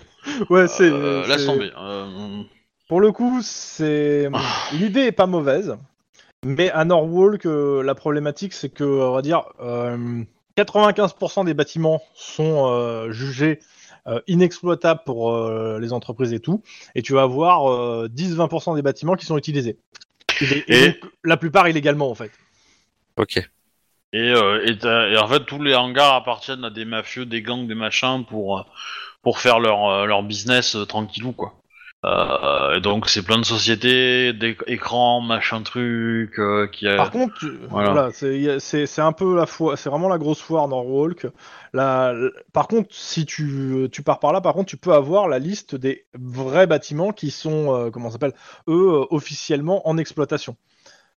[SPEAKER 2] Ouais, c'est.
[SPEAKER 1] Euh,
[SPEAKER 2] c'est-
[SPEAKER 1] laisse tomber. Euh,
[SPEAKER 2] Pour le coup, c'est
[SPEAKER 6] Ah.
[SPEAKER 2] l'idée est pas mauvaise, mais à Norwalk, euh, la problématique, c'est que, on va dire, euh, 95% des bâtiments sont euh, jugés euh, inexploitables pour euh, les entreprises et tout, et tu vas avoir euh, 10-20% des bâtiments qui sont utilisés. Et, des- et
[SPEAKER 1] Et-
[SPEAKER 2] donc, la plupart illégalement, en fait.
[SPEAKER 6] Ok.
[SPEAKER 1] Et, euh, et, t'as- et en fait, tous les hangars appartiennent à des mafieux, des gangs, des machins pour, euh, pour faire leur, euh, leur business euh, tranquillou, quoi. Euh, donc c'est plein de sociétés, d'éc- écrans, machin truc, euh, qui a...
[SPEAKER 2] Par contre, tu-
[SPEAKER 1] voilà.
[SPEAKER 2] voilà, c'est- y a- c'est c'est un peu la foi, c'est vraiment la grosse foire Norwalk. La, la- par contre, si tu, tu pars par là, par contre, tu peux avoir la liste des vrais bâtiments qui sont, euh, comment ça s'appelle, eux, euh, officiellement en exploitation.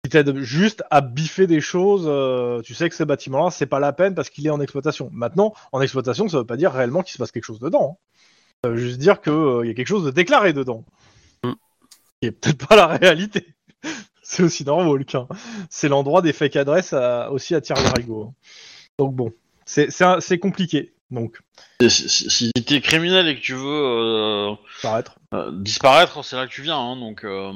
[SPEAKER 2] Qui t'aident juste à biffer des choses. euh, tu sais que ces bâtiments-là, c'est pas la peine parce qu'il est en exploitation. Maintenant, en exploitation, ça veut pas dire réellement qu'il se passe quelque chose dedans. hein. Ça veut juste dire qu'il y a quelque chose de déclaré dedans.
[SPEAKER 6] Mm.
[SPEAKER 2] Qui est peut-être pas la réalité. c'est aussi Norwalk. hein c'est l'endroit des fake adresses à- aussi à Tire-Larigot. hein. Donc bon, c'est- c'est un- c'est compliqué, donc,
[SPEAKER 1] Si, si- si t'es criminel et que tu veux euh,
[SPEAKER 2] paraître.
[SPEAKER 1] euh, disparaître, c'est là que tu viens, hein, donc... euh,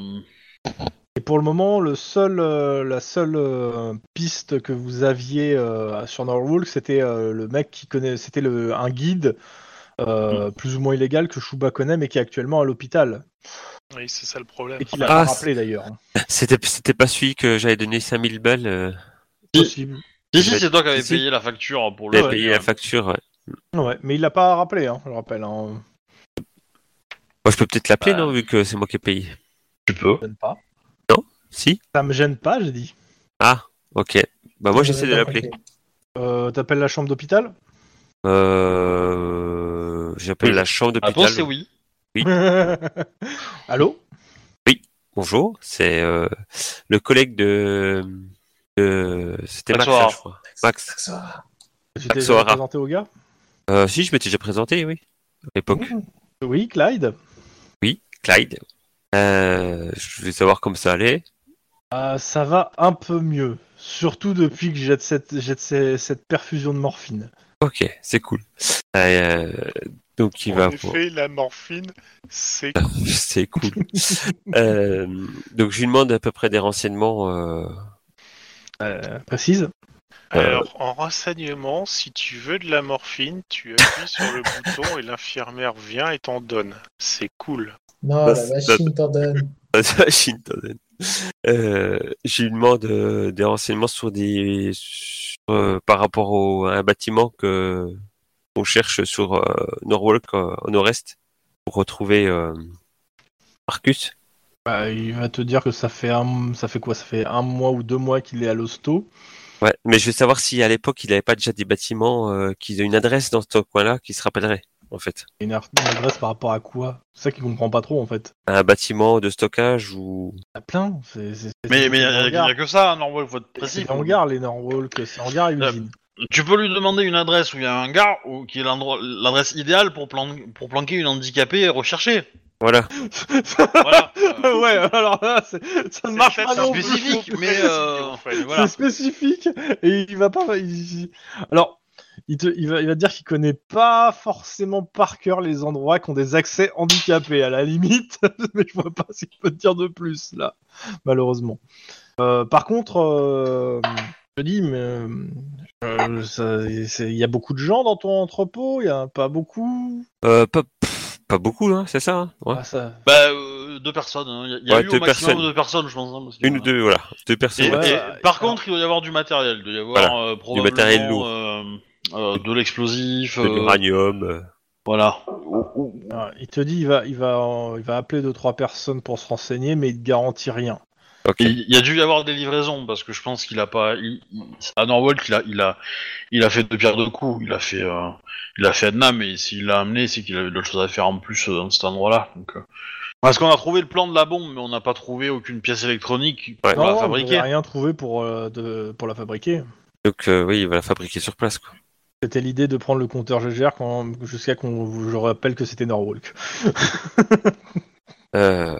[SPEAKER 2] Et pour le moment, le seul, euh, la seule euh, piste que vous aviez euh, sur Norwalk, c'était euh, le mec qui connaît, c'était le- un guide
[SPEAKER 6] Mm.
[SPEAKER 2] euh, plus ou moins illégal que Chouba connaît, mais qui est actuellement à l'hôpital
[SPEAKER 6] Euh,
[SPEAKER 4] Oui, c'est ça le problème.
[SPEAKER 2] et qui l'a pas
[SPEAKER 6] Ah, c'est-
[SPEAKER 2] rappelé d'ailleurs. hein.
[SPEAKER 6] C'était, c'était pas celui que j'avais donné 5000 balles. Euh,
[SPEAKER 2] Possible.
[SPEAKER 1] Si, si, c'est toi qui avais
[SPEAKER 6] Si, si.
[SPEAKER 1] payé la facture pour le... euh,
[SPEAKER 6] j'avais payé la facture. ouais.
[SPEAKER 2] Ouais, mais il l'a pas rappelé, hein, je le rappelle. Hein.
[SPEAKER 6] Moi, je peux peut-être l'appeler,
[SPEAKER 1] Bah.
[SPEAKER 6] non, vu que c'est moi qui ai payé.
[SPEAKER 1] Tu peux.
[SPEAKER 2] Ça me gêne pas.
[SPEAKER 6] Si
[SPEAKER 2] Ça me gêne pas, j'ai dit.
[SPEAKER 6] Ah, ok. Bah, moi, j'essaie de l'appeler.
[SPEAKER 2] Euh, T'appelles la chambre d'hôpital
[SPEAKER 6] Euh... J'appelle la chambre
[SPEAKER 1] Réponse, Ah c'est
[SPEAKER 6] d'hôpital.
[SPEAKER 1] oui.
[SPEAKER 2] Allô
[SPEAKER 6] Bonjour, c'est euh, le collègue de. de- C'était Max,
[SPEAKER 1] Maxwara.
[SPEAKER 6] hein, je crois. Max.
[SPEAKER 3] Ça,
[SPEAKER 2] Tu t'es
[SPEAKER 6] Axo
[SPEAKER 2] déjà
[SPEAKER 6] Hara.
[SPEAKER 2] présenté au gars
[SPEAKER 6] Euh, si, je m'étais déjà présenté, oui. À l'époque.
[SPEAKER 4] Mhm.
[SPEAKER 2] Oui, Clyde.
[SPEAKER 6] Oui, Clyde. Euh, je voulais savoir comment ça allait.
[SPEAKER 2] Euh, ça va un peu mieux. Surtout depuis que j'ai de cette, j'ai de ces- cette perfusion de morphine.
[SPEAKER 6] Ok, c'est cool. Euh, donc il va.
[SPEAKER 4] en effet, la morphine, c'est
[SPEAKER 6] C'est cool. Euh, donc je lui demande à peu près des renseignements. euh,
[SPEAKER 2] Euh, précise
[SPEAKER 6] Euh.
[SPEAKER 4] Alors, en renseignement, si tu veux de la morphine, tu appuies sur le bouton et l'infirmière vient et t'en donne. C'est cool.
[SPEAKER 3] Non,
[SPEAKER 6] Bah,
[SPEAKER 3] la
[SPEAKER 6] c'est-
[SPEAKER 3] machine t'en donne.
[SPEAKER 6] à Shintoden. Euh, je lui demande euh, des renseignements sur des sur, euh, par rapport au, à un bâtiment que on cherche sur euh, Norwalk euh, au nord-est pour retrouver euh, Marcus.
[SPEAKER 2] Bah, Il va te dire que ça fait un, ça fait quoi Ça fait un mois ou deux mois qu'il est à l'hosto.
[SPEAKER 6] Ouais, mais je veux savoir si à l'époque il n'avait pas déjà des bâtiments euh, qui ont une adresse dans ce coin-là qui se rappellerait en fait.
[SPEAKER 2] Une ar- une adresse par rapport à quoi C'est ça qu'il comprend pas trop en fait.
[SPEAKER 6] Un bâtiment de stockage ou
[SPEAKER 2] Il y en a plein. c'est- c'est- c'est-
[SPEAKER 1] Mais
[SPEAKER 2] c'est
[SPEAKER 1] il n'y
[SPEAKER 2] des
[SPEAKER 1] a, y a
[SPEAKER 2] hangars.
[SPEAKER 1] que ça, hein, Norwalk, faut être
[SPEAKER 2] C'est
[SPEAKER 1] précis.
[SPEAKER 2] des hangars, les Norwalk. C'est hangars et
[SPEAKER 1] Euh,
[SPEAKER 2] usines.
[SPEAKER 1] Tu peux lui demander une adresse où il y a un hangar, ou qui est l'endroit- l'adresse idéale pour, plan- pour planquer une handicapée recherchée.
[SPEAKER 6] voilà.
[SPEAKER 1] Voilà. Euh,
[SPEAKER 2] ouais, alors là, c'est- ça ne marche
[SPEAKER 4] C'est
[SPEAKER 2] pas
[SPEAKER 1] c'est
[SPEAKER 2] non plus.
[SPEAKER 1] spécifique,
[SPEAKER 4] plus
[SPEAKER 1] mais
[SPEAKER 4] précis,
[SPEAKER 1] euh,
[SPEAKER 4] en fait.
[SPEAKER 1] voilà.
[SPEAKER 2] C'est spécifique et il va pas. il- il- Alors, il, te, il, va, il va te dire qu'il connaît pas forcément par cœur les endroits qui ont des accès handicapés à la limite, mais je vois pas ce qu'il peut te dire de plus là, malheureusement. Euh, par contre, euh, je te dis, mais euh, ça- c'est- il y a beaucoup de gens dans ton entrepôt, il y a pas beaucoup.
[SPEAKER 6] Euh, pas, pff, pas beaucoup hein, c'est ça. hein Ouais.
[SPEAKER 2] Ah, ça-
[SPEAKER 1] Bah, euh, deux personnes. hein. Il y a, il y a
[SPEAKER 6] Ouais,
[SPEAKER 1] eu
[SPEAKER 6] deux
[SPEAKER 1] au maximum
[SPEAKER 6] personnes.
[SPEAKER 1] deux personnes, je pense. hein, parce que,
[SPEAKER 6] Une ou
[SPEAKER 1] voilà.
[SPEAKER 6] deux voilà, deux
[SPEAKER 1] Et-
[SPEAKER 6] personnes.
[SPEAKER 2] Ouais.
[SPEAKER 1] et
[SPEAKER 2] euh,
[SPEAKER 1] par
[SPEAKER 2] alors-
[SPEAKER 1] contre, il doit y avoir du matériel. Il doit y avoir
[SPEAKER 6] Voilà.
[SPEAKER 1] euh,
[SPEAKER 6] Du matériel
[SPEAKER 1] probablement, euh, euh, de l'explosif.
[SPEAKER 6] de
[SPEAKER 1] euh,
[SPEAKER 6] l'uranium. euh.
[SPEAKER 1] voilà.
[SPEAKER 2] Alors, ah, il te dit, il va, il va, en- il va appeler deux trois personnes pour se renseigner, mais il te garantit rien.
[SPEAKER 6] Ok.
[SPEAKER 1] Et Il y a dû y avoir des livraisons parce que je pense qu'il a pas. il- il- à Norwalk, il a, il a, il a fait deux pierres deux coups. Il a fait, euh, il a fait Adna, mais s'il l'a amené, c'est qu'il avait d'autres choses à faire en plus euh, dans cet endroit-là. Donc, euh. Parce qu'on a trouvé le plan de la bombe, mais on n'a pas trouvé aucune pièce électronique pour
[SPEAKER 6] Ouais.
[SPEAKER 1] la
[SPEAKER 2] non, il
[SPEAKER 1] fabriquer.
[SPEAKER 2] n'avait rien trouvé pour, euh, de, pour la fabriquer.
[SPEAKER 6] Donc euh, oui, il va la fabriquer sur place quoi.
[SPEAKER 2] C'était l'idée de prendre le compteur GGR quand- jusqu'à qu'on vous- je rappelle que c'était Norwalk.
[SPEAKER 6] Euh,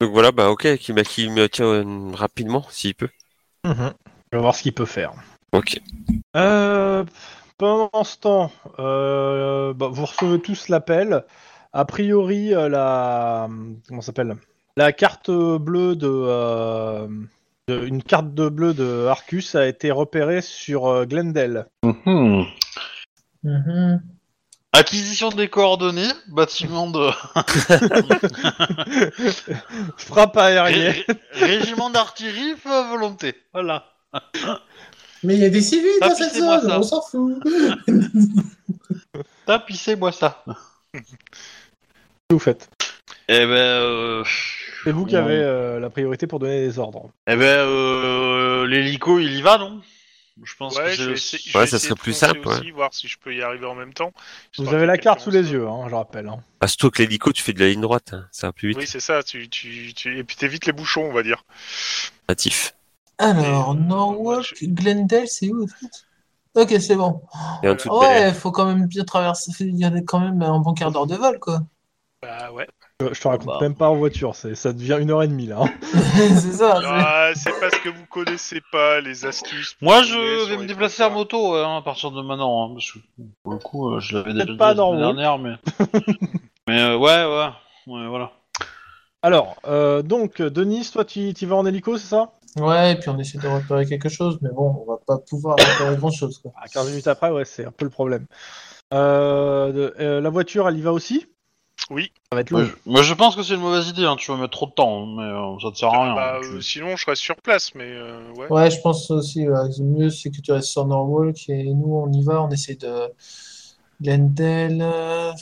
[SPEAKER 6] donc voilà, bah ok, qui me, qui me tient euh, rapidement s'il peut.
[SPEAKER 2] Je vais voir ce qu'il peut faire.
[SPEAKER 6] Ok.
[SPEAKER 2] Euh, pendant ce temps, euh, bah, vous recevez tous l'appel. A priori, euh, la comment ça s'appelle La carte bleue de, euh, de- une carte de bleu de Arcus a été repérée sur euh, Glendale.
[SPEAKER 1] Mhm.
[SPEAKER 3] Mhm.
[SPEAKER 1] Acquisition des coordonnées, bâtiment de
[SPEAKER 2] Frappe aérienne.
[SPEAKER 1] Ré- régiment d'artillerie, feu à volonté. Voilà.
[SPEAKER 3] Mais il y a des civils
[SPEAKER 1] Ah,
[SPEAKER 3] dans cette
[SPEAKER 1] pissez-moi,
[SPEAKER 3] zone,
[SPEAKER 1] ça.
[SPEAKER 3] on s'en fout.
[SPEAKER 1] Tapissez-moi ça.
[SPEAKER 2] que vous faites
[SPEAKER 1] Eh ben, euh,
[SPEAKER 2] C'est vous qui
[SPEAKER 1] on-
[SPEAKER 2] avez euh, la priorité pour donner des ordres.
[SPEAKER 1] Eh ben, euh, l'hélico, il y va, non Je pense que
[SPEAKER 4] Ouais,
[SPEAKER 1] c'est
[SPEAKER 4] je vais
[SPEAKER 1] le-
[SPEAKER 4] essayer- je
[SPEAKER 6] Ouais,
[SPEAKER 4] vais
[SPEAKER 6] ça
[SPEAKER 4] essayer
[SPEAKER 6] serait
[SPEAKER 4] de
[SPEAKER 6] plus
[SPEAKER 4] foncer
[SPEAKER 6] simple,
[SPEAKER 4] Aussi, Voir si je peux y arriver en même temps.
[SPEAKER 2] Vous
[SPEAKER 4] J'espère
[SPEAKER 2] avez
[SPEAKER 4] que
[SPEAKER 2] la carte sous
[SPEAKER 4] quelqu'un
[SPEAKER 2] les
[SPEAKER 4] sera-
[SPEAKER 2] yeux, hein, je rappelle. hein.
[SPEAKER 6] Ah, surtout que l'hélico, tu fais de la ligne droite, hein. ça va plus vite.
[SPEAKER 4] Oui, c'est ça. Tu, tu, tu... Et puis t'évites les bouchons, on va dire.
[SPEAKER 6] Natif.
[SPEAKER 4] euh,
[SPEAKER 3] Alors, Norwalk, Glendale, c'est où au fait Ok, c'est bon.
[SPEAKER 6] Et en dessous de Bel-Air.
[SPEAKER 3] Ouais, faut quand même bien traverser. Il y en a quand même un bon quart d'heure de vol, quoi.
[SPEAKER 4] Bah ouais.
[SPEAKER 2] Je, je te raconte
[SPEAKER 1] bah.
[SPEAKER 2] même pas en voiture, c'est- ça devient une heure et demie là. hein.
[SPEAKER 3] c'est ça. c'est-
[SPEAKER 4] Ah, c'est parce que vous connaissez pas les astuces. pour
[SPEAKER 1] Moi,
[SPEAKER 4] rouler
[SPEAKER 1] je
[SPEAKER 4] sur
[SPEAKER 1] vais me
[SPEAKER 4] les
[SPEAKER 1] déplacer
[SPEAKER 4] trottoirs.
[SPEAKER 1] en moto hein, à partir de maintenant. hein, parce que, bon, pour le coup, euh, je l'avais déjà
[SPEAKER 2] Peut-être
[SPEAKER 1] dit
[SPEAKER 2] pas
[SPEAKER 1] la
[SPEAKER 2] dans
[SPEAKER 1] semaine
[SPEAKER 2] le-
[SPEAKER 1] dernière, mais. mais euh, ouais, ouais. Ouais, voilà.
[SPEAKER 2] Alors, euh, donc, Denis, toi, tu tu vas en hélico, c'est ça
[SPEAKER 3] Ouais, et puis on essaie de repérer quelque chose, mais bon, on va pas pouvoir repérer grand chose, quoi.
[SPEAKER 2] Ah, 15 minutes après, ouais, c'est un peu le problème. Euh, de- euh, la voiture, elle y va aussi
[SPEAKER 4] Oui.
[SPEAKER 2] Ça va être
[SPEAKER 1] Moi
[SPEAKER 2] long.
[SPEAKER 1] je, moi, je pense que c'est une mauvaise idée, hein, tu vas mettre trop de temps, mais euh, ça te sert à rien.
[SPEAKER 4] Bah,
[SPEAKER 1] tu-
[SPEAKER 4] euh, sinon, je reste sur place, mais euh, ouais.
[SPEAKER 3] Ouais, je pense aussi, ouais, le mieux c'est que tu restes sur Norwalk et nous on y va, on essaie de Glendale, euh,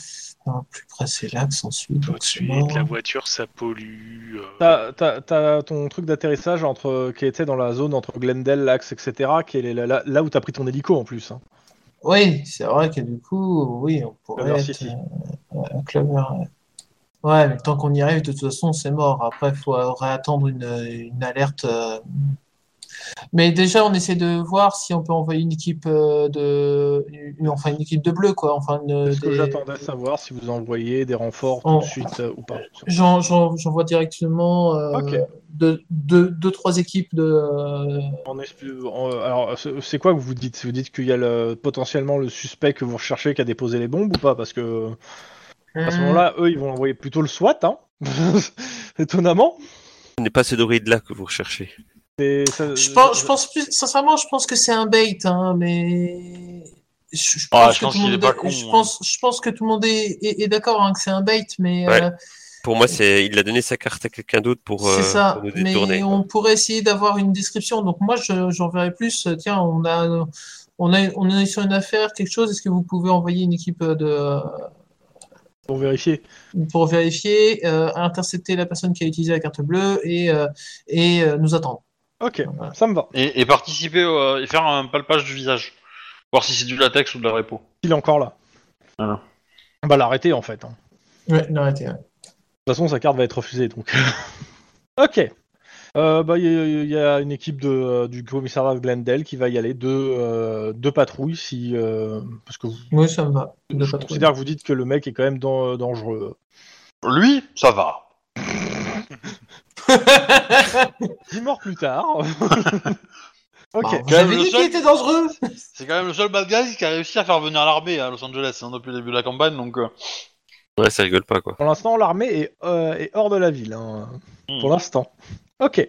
[SPEAKER 3] non, plus près c'est Lax ensuite,
[SPEAKER 4] Tout
[SPEAKER 3] donc
[SPEAKER 4] de
[SPEAKER 3] c'est
[SPEAKER 4] suite,
[SPEAKER 3] mort.
[SPEAKER 4] la voiture, ça pollue. euh,
[SPEAKER 2] T'as- T'as t'as ton truc d'atterrissage entre euh, qui était dans la zone entre Glendale, l'Axe, etc., qui est là, là- là où t'as pris ton hélico en plus. hein.
[SPEAKER 3] Oui, c'est vrai que du coup, oui, on pourrait
[SPEAKER 2] Clover
[SPEAKER 3] être
[SPEAKER 2] City.
[SPEAKER 3] euh, à Clover. ouais. Ouais, mais tant qu'on y arrive, de toute façon, c'est mort. Après, il faut euh, réattendre une, une alerte. euh. Mais déjà, on essaie de voir si on peut envoyer une équipe euh, de, une- enfin une équipe de bleu, quoi. Enfin, une-
[SPEAKER 2] C'est ce que
[SPEAKER 3] des-
[SPEAKER 2] j'attendais à savoir si vous envoyez des renforts
[SPEAKER 3] Oh.
[SPEAKER 2] tout de suite euh, ou pas.
[SPEAKER 3] J'en, j'en- j'envoie directement euh,
[SPEAKER 2] Ok.
[SPEAKER 3] deux, deux, deux, trois équipes de. euh,
[SPEAKER 2] En esp- en- euh, alors, c'est c'est quoi que vous dites Vous dites qu'il y a le- potentiellement le suspect que vous recherchez qui a déposé les bombes ou pas Parce que à
[SPEAKER 3] Hmm.
[SPEAKER 2] ce moment-là, eux, ils vont envoyer plutôt le SWAT, hein Étonnamment.
[SPEAKER 6] Ce n'est pas ce droïde là que vous recherchez.
[SPEAKER 2] C'est- ça-
[SPEAKER 1] Euh,
[SPEAKER 2] euh,
[SPEAKER 3] Je pense, je pense plus, sincèrement, je pense que c'est un bait, hein, mais. Je, je pense
[SPEAKER 1] Ah, je
[SPEAKER 3] que
[SPEAKER 1] pense
[SPEAKER 3] tout le
[SPEAKER 1] qu'il
[SPEAKER 3] monde
[SPEAKER 1] est pas con,
[SPEAKER 3] Je
[SPEAKER 1] hein.
[SPEAKER 3] pense, je pense que tout le monde est, est- est d'accord hein, que c'est un bait, mais
[SPEAKER 6] Ouais,
[SPEAKER 3] euh,
[SPEAKER 6] Pour moi, c'est il a donné sa carte à quelqu'un d'autre pour, euh,
[SPEAKER 3] c'est ça.
[SPEAKER 6] pour nous détourner.
[SPEAKER 3] Mais on pourrait essayer d'avoir une description. Donc moi, je- j'enverrai plus. euh, Tiens, on a, on a, on est sur une affaire, quelque chose. Est-ce que vous pouvez envoyer une équipe euh, de euh,
[SPEAKER 2] Pour vérifier.
[SPEAKER 3] pour vérifier, euh, intercepter la personne qui a utilisé la carte bleue et euh, et euh, nous attendre.
[SPEAKER 2] Ok,
[SPEAKER 3] Voilà.
[SPEAKER 2] ça me va.
[SPEAKER 1] et, et participer euh, et faire un palpage du visage. Voir si c'est du latex ou de la répo.
[SPEAKER 2] Il est encore là.
[SPEAKER 3] Ah.
[SPEAKER 1] Voilà.
[SPEAKER 2] Bah, l'arrêter en fait. hein.
[SPEAKER 3] Ouais, non, arrêtez, ouais.
[SPEAKER 2] De toute façon, sa carte va être refusée, donc. ok. Euh, bah, il y, a- il y a une équipe de, euh, du commissariat de Glendale qui va y aller, deux, euh, deux patrouilles, si, euh, parce que vous,
[SPEAKER 3] Oui, ça me va. De
[SPEAKER 2] je
[SPEAKER 3] pas trop-
[SPEAKER 2] considère que vous dites que le mec est quand même dan- dangereux.
[SPEAKER 1] Lui, ça va.
[SPEAKER 2] Dix morts plus tard.
[SPEAKER 3] Bah,
[SPEAKER 2] ok.
[SPEAKER 3] vous avez
[SPEAKER 1] Même le
[SPEAKER 3] dit
[SPEAKER 1] seul-
[SPEAKER 3] qu'il était dangereux.
[SPEAKER 1] C'est quand même le seul bad guy qui a réussi à faire venir l'armée à Los Angeles hein, depuis le début de la campagne, donc. euh,
[SPEAKER 6] Ouais, ça rigole pas quoi.
[SPEAKER 2] Pour l'instant, l'armée est, euh, est hors de la ville. hein.
[SPEAKER 1] Hmm.
[SPEAKER 2] Pour l'instant. Ok. Euh,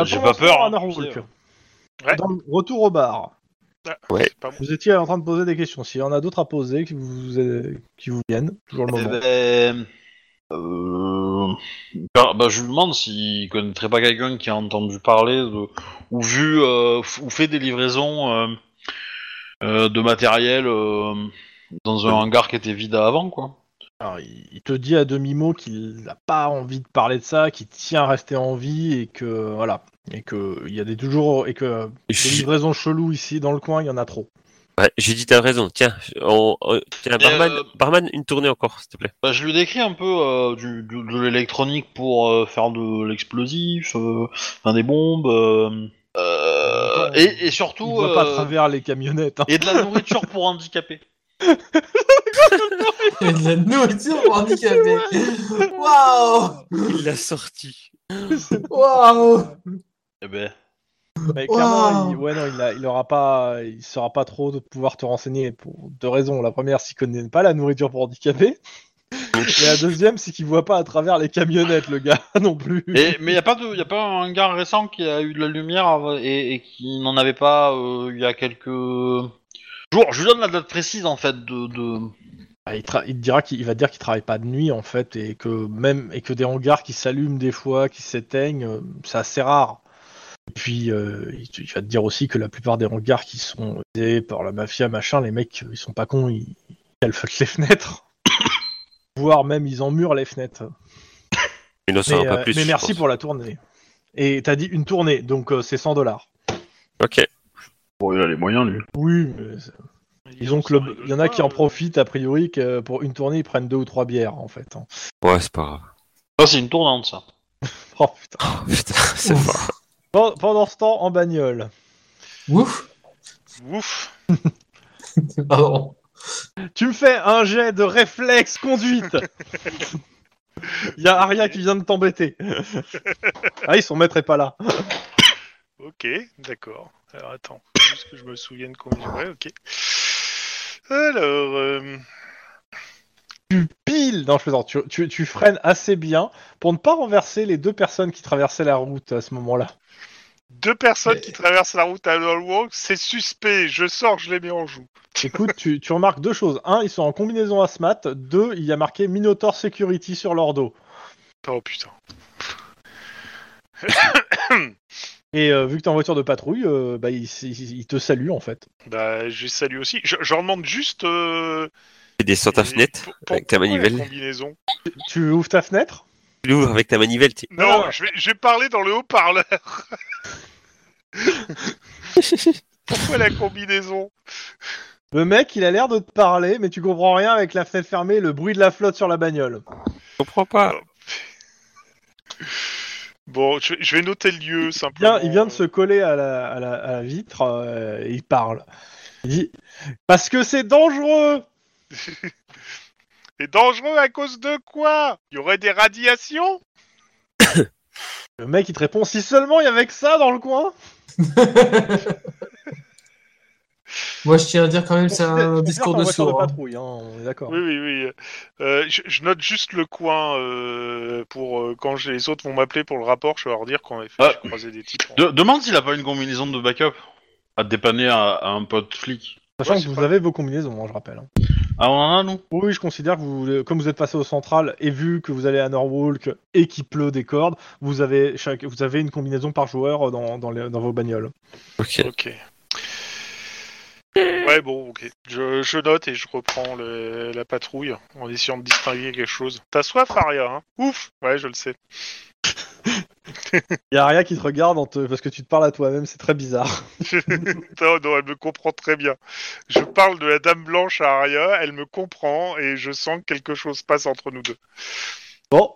[SPEAKER 1] Euh, j'ai
[SPEAKER 2] pour
[SPEAKER 1] pas
[SPEAKER 2] l'instant,
[SPEAKER 1] peur,
[SPEAKER 2] à
[SPEAKER 1] hein,
[SPEAKER 2] Norwalk.
[SPEAKER 1] tu sais.
[SPEAKER 4] Ouais.
[SPEAKER 2] Dans le- retour au bar.
[SPEAKER 6] Ouais.
[SPEAKER 4] c'est pas bon.
[SPEAKER 2] Vous étiez en train de poser des questions. S'il y en a d'autres à poser qui vous, qui vous viennent, toujours le
[SPEAKER 1] eh
[SPEAKER 2] moment.
[SPEAKER 1] ben, euh, bah, bah, je lui demande s'il connaîtrait pas quelqu'un qui a entendu parler de- ou vu euh, f- ou fait des livraisons euh, euh, de matériel euh, dans un hangar qui était vide avant, quoi.
[SPEAKER 2] Alors, il il te dit à demi-mot qu'il n'a pas envie de parler de ça, qu'il tient à rester en vie et que voilà, et que il y a des toujours et que des
[SPEAKER 6] J-
[SPEAKER 2] livraisons cheloues ici dans le coin, il y en a trop.
[SPEAKER 6] ouais, J'ai dit t'as raison. Tiens, on, on- tiens
[SPEAKER 1] Mais,
[SPEAKER 6] barman,
[SPEAKER 1] euh,
[SPEAKER 6] barman, une tournée encore, s'il te plaît.
[SPEAKER 1] Bah, je lui décris un peu euh, du, du- de l'électronique pour euh, faire de l'explosif, euh, enfin, des bombes, euh, euh, et, et
[SPEAKER 2] Il
[SPEAKER 1] surtout
[SPEAKER 2] voit pas à
[SPEAKER 1] euh,
[SPEAKER 2] travers les camionnettes. hein.
[SPEAKER 1] et de la nourriture pour handicapés.
[SPEAKER 3] Il y a de la nourriture pour handicapés. Waouh
[SPEAKER 6] Il l'a sorti.
[SPEAKER 3] Waouh
[SPEAKER 1] Eh ben,
[SPEAKER 2] Mais clairement,
[SPEAKER 3] Waouh.
[SPEAKER 2] il, ouais, non, il, a- il aura pas, il saura pas trop de pouvoir te renseigner pour deux raisons. La première, s'il connaît pas la nourriture pour handicapés, et la deuxième, c'est qu'il voit pas à travers les camionnettes, le gars non plus.
[SPEAKER 1] et, mais y a pas de, y a pas un gars récent qui a eu de la lumière av- et, et qui n'en avait pas euh, il y a quelques jours. Je lui donne la date précise en fait de. de...
[SPEAKER 2] Ah, Il, tra- il te dira qu'il il va te dire qu'il travaille pas de nuit en fait et que même et que des hangars qui s'allument des fois, qui s'éteignent, euh, c'est assez rare. Et puis euh, il, te- il va te dire aussi que la plupart des hangars qui sont aidés par la mafia machin, les mecs euh, ils sont pas cons, ils, ils calfeutent les fenêtres, voire même ils emmurent les fenêtres.
[SPEAKER 6] Mais il n'en saura
[SPEAKER 2] Mais,
[SPEAKER 6] pas
[SPEAKER 2] euh,
[SPEAKER 6] plus.
[SPEAKER 2] mais
[SPEAKER 6] je
[SPEAKER 2] merci
[SPEAKER 6] pense.
[SPEAKER 2] pour la tournée. Et t'as dit une tournée, donc euh, c'est 100 dollars.
[SPEAKER 6] Ok.
[SPEAKER 1] Bon, Oh, il a les moyens, lui.
[SPEAKER 2] Oui, mais c'est- disons que le- il y en a qui en
[SPEAKER 4] profitent.
[SPEAKER 2] profitent a priori que euh, pour une tournée ils prennent deux ou trois bières en fait. hein.
[SPEAKER 6] Ouais, c'est pas grave.
[SPEAKER 1] Ça, c'est une tournante, ça.
[SPEAKER 2] Oh, putain.
[SPEAKER 6] Oh, putain, c'est
[SPEAKER 3] Ouf.
[SPEAKER 6] fort.
[SPEAKER 2] Pen- Pendant ce temps, en bagnole.
[SPEAKER 3] Ouf
[SPEAKER 4] Ouf
[SPEAKER 3] Pardon.
[SPEAKER 2] Tu me fais un jet de réflexe conduite. Il y a Aria qui vient de t'embêter. Ah, ils son maître est pas là.
[SPEAKER 4] Ok, d'accord. Alors attends, faut juste que je me souvienne combien. Ouais, ok. Alors, euh,
[SPEAKER 2] Tu piles, non, je plaisante, tu, tu, tu freines assez bien pour ne pas renverser les deux personnes qui traversaient la route à ce moment-là.
[SPEAKER 4] deux personnes qui traversent la route à Lolwalk, c'est suspect. Je sors, je les mets en joue.
[SPEAKER 2] Écoute, tu, tu remarques deux choses. Un, ils sont en combinaison ASMAT. Deux, il y a marqué Minotaur Security sur leur dos.
[SPEAKER 4] Oh putain.
[SPEAKER 2] Et euh, vu que t'es en voiture de patrouille, euh, bah, ils, ils- ils te saluent en fait.
[SPEAKER 4] Bah, je les salue aussi. Je, je leur demande juste. Euh,
[SPEAKER 6] Tu descends ta fenêtre
[SPEAKER 4] pour- pour-
[SPEAKER 6] avec ta
[SPEAKER 4] pourquoi la
[SPEAKER 6] manivelle.
[SPEAKER 4] combinaison
[SPEAKER 2] Tu ouvres ta fenêtre
[SPEAKER 6] Tu l'ouvres avec ta manivelle. tu-
[SPEAKER 4] Non,
[SPEAKER 2] Non, non.
[SPEAKER 4] Je, vais, je vais parler dans le haut-parleur. pourquoi la combinaison
[SPEAKER 2] Le mec, il a l'air de te parler, mais tu comprends rien avec la fenêtre fermée et le bruit de la flotte sur la bagnole.
[SPEAKER 6] Je comprends pas.
[SPEAKER 4] Bon, je, je vais noter le lieu
[SPEAKER 2] Il vient,
[SPEAKER 4] simplement.
[SPEAKER 2] il vient de se coller à la, à la- à la vitre euh, et il parle. Il dit Parce que c'est dangereux
[SPEAKER 4] Et dangereux à cause de quoi Il y aurait des radiations
[SPEAKER 2] Le mec, il te répond Si seulement il y avait que ça dans le coin
[SPEAKER 3] Moi, je tiens à dire quand même, c'est un
[SPEAKER 2] C'est-à-dire
[SPEAKER 3] discours
[SPEAKER 2] qu'en
[SPEAKER 3] de
[SPEAKER 2] voiture
[SPEAKER 3] sourd. hein.
[SPEAKER 2] patrouille, hein, on est d'accord.
[SPEAKER 4] Oui, oui, oui. Euh, je, je note juste le coin euh, pour euh, quand j'ai- les autres vont m'appeler pour le rapport, je vais leur dire qu'en effet,
[SPEAKER 1] Ah.
[SPEAKER 4] je croisais des types. en-
[SPEAKER 1] De- demande s'il a pas une combinaison de backup à dépanner à, à un pote flic.
[SPEAKER 2] Sachant
[SPEAKER 4] Ouais,
[SPEAKER 2] que
[SPEAKER 4] c'est
[SPEAKER 2] vous
[SPEAKER 4] pas-
[SPEAKER 2] avez vos combinaisons, hein, je rappelle.
[SPEAKER 1] Ah, on en a, nous
[SPEAKER 2] Oui, je considère que vous, euh, comme vous êtes passé au central et vu que vous allez à Norwalk et qu'il pleut des cordes, vous avez, chaque, vous avez une combinaison par joueur euh, dans, dans, les- dans vos bagnoles.
[SPEAKER 6] Ok.
[SPEAKER 4] Ok. Ouais, bon, ok. Je, je note et je reprends le- la patrouille en essayant de distinguer quelque chose. T'as soif, Aria hein Ouf Ouais, je le sais.
[SPEAKER 2] Il y a Aria qui te regarde en te- parce que tu te parles à toi-même, c'est très bizarre.
[SPEAKER 4] non, non, elle me comprend très bien. Je parle de la dame blanche à Aria, elle me comprend et je sens que quelque chose passe entre nous deux.
[SPEAKER 2] Bon,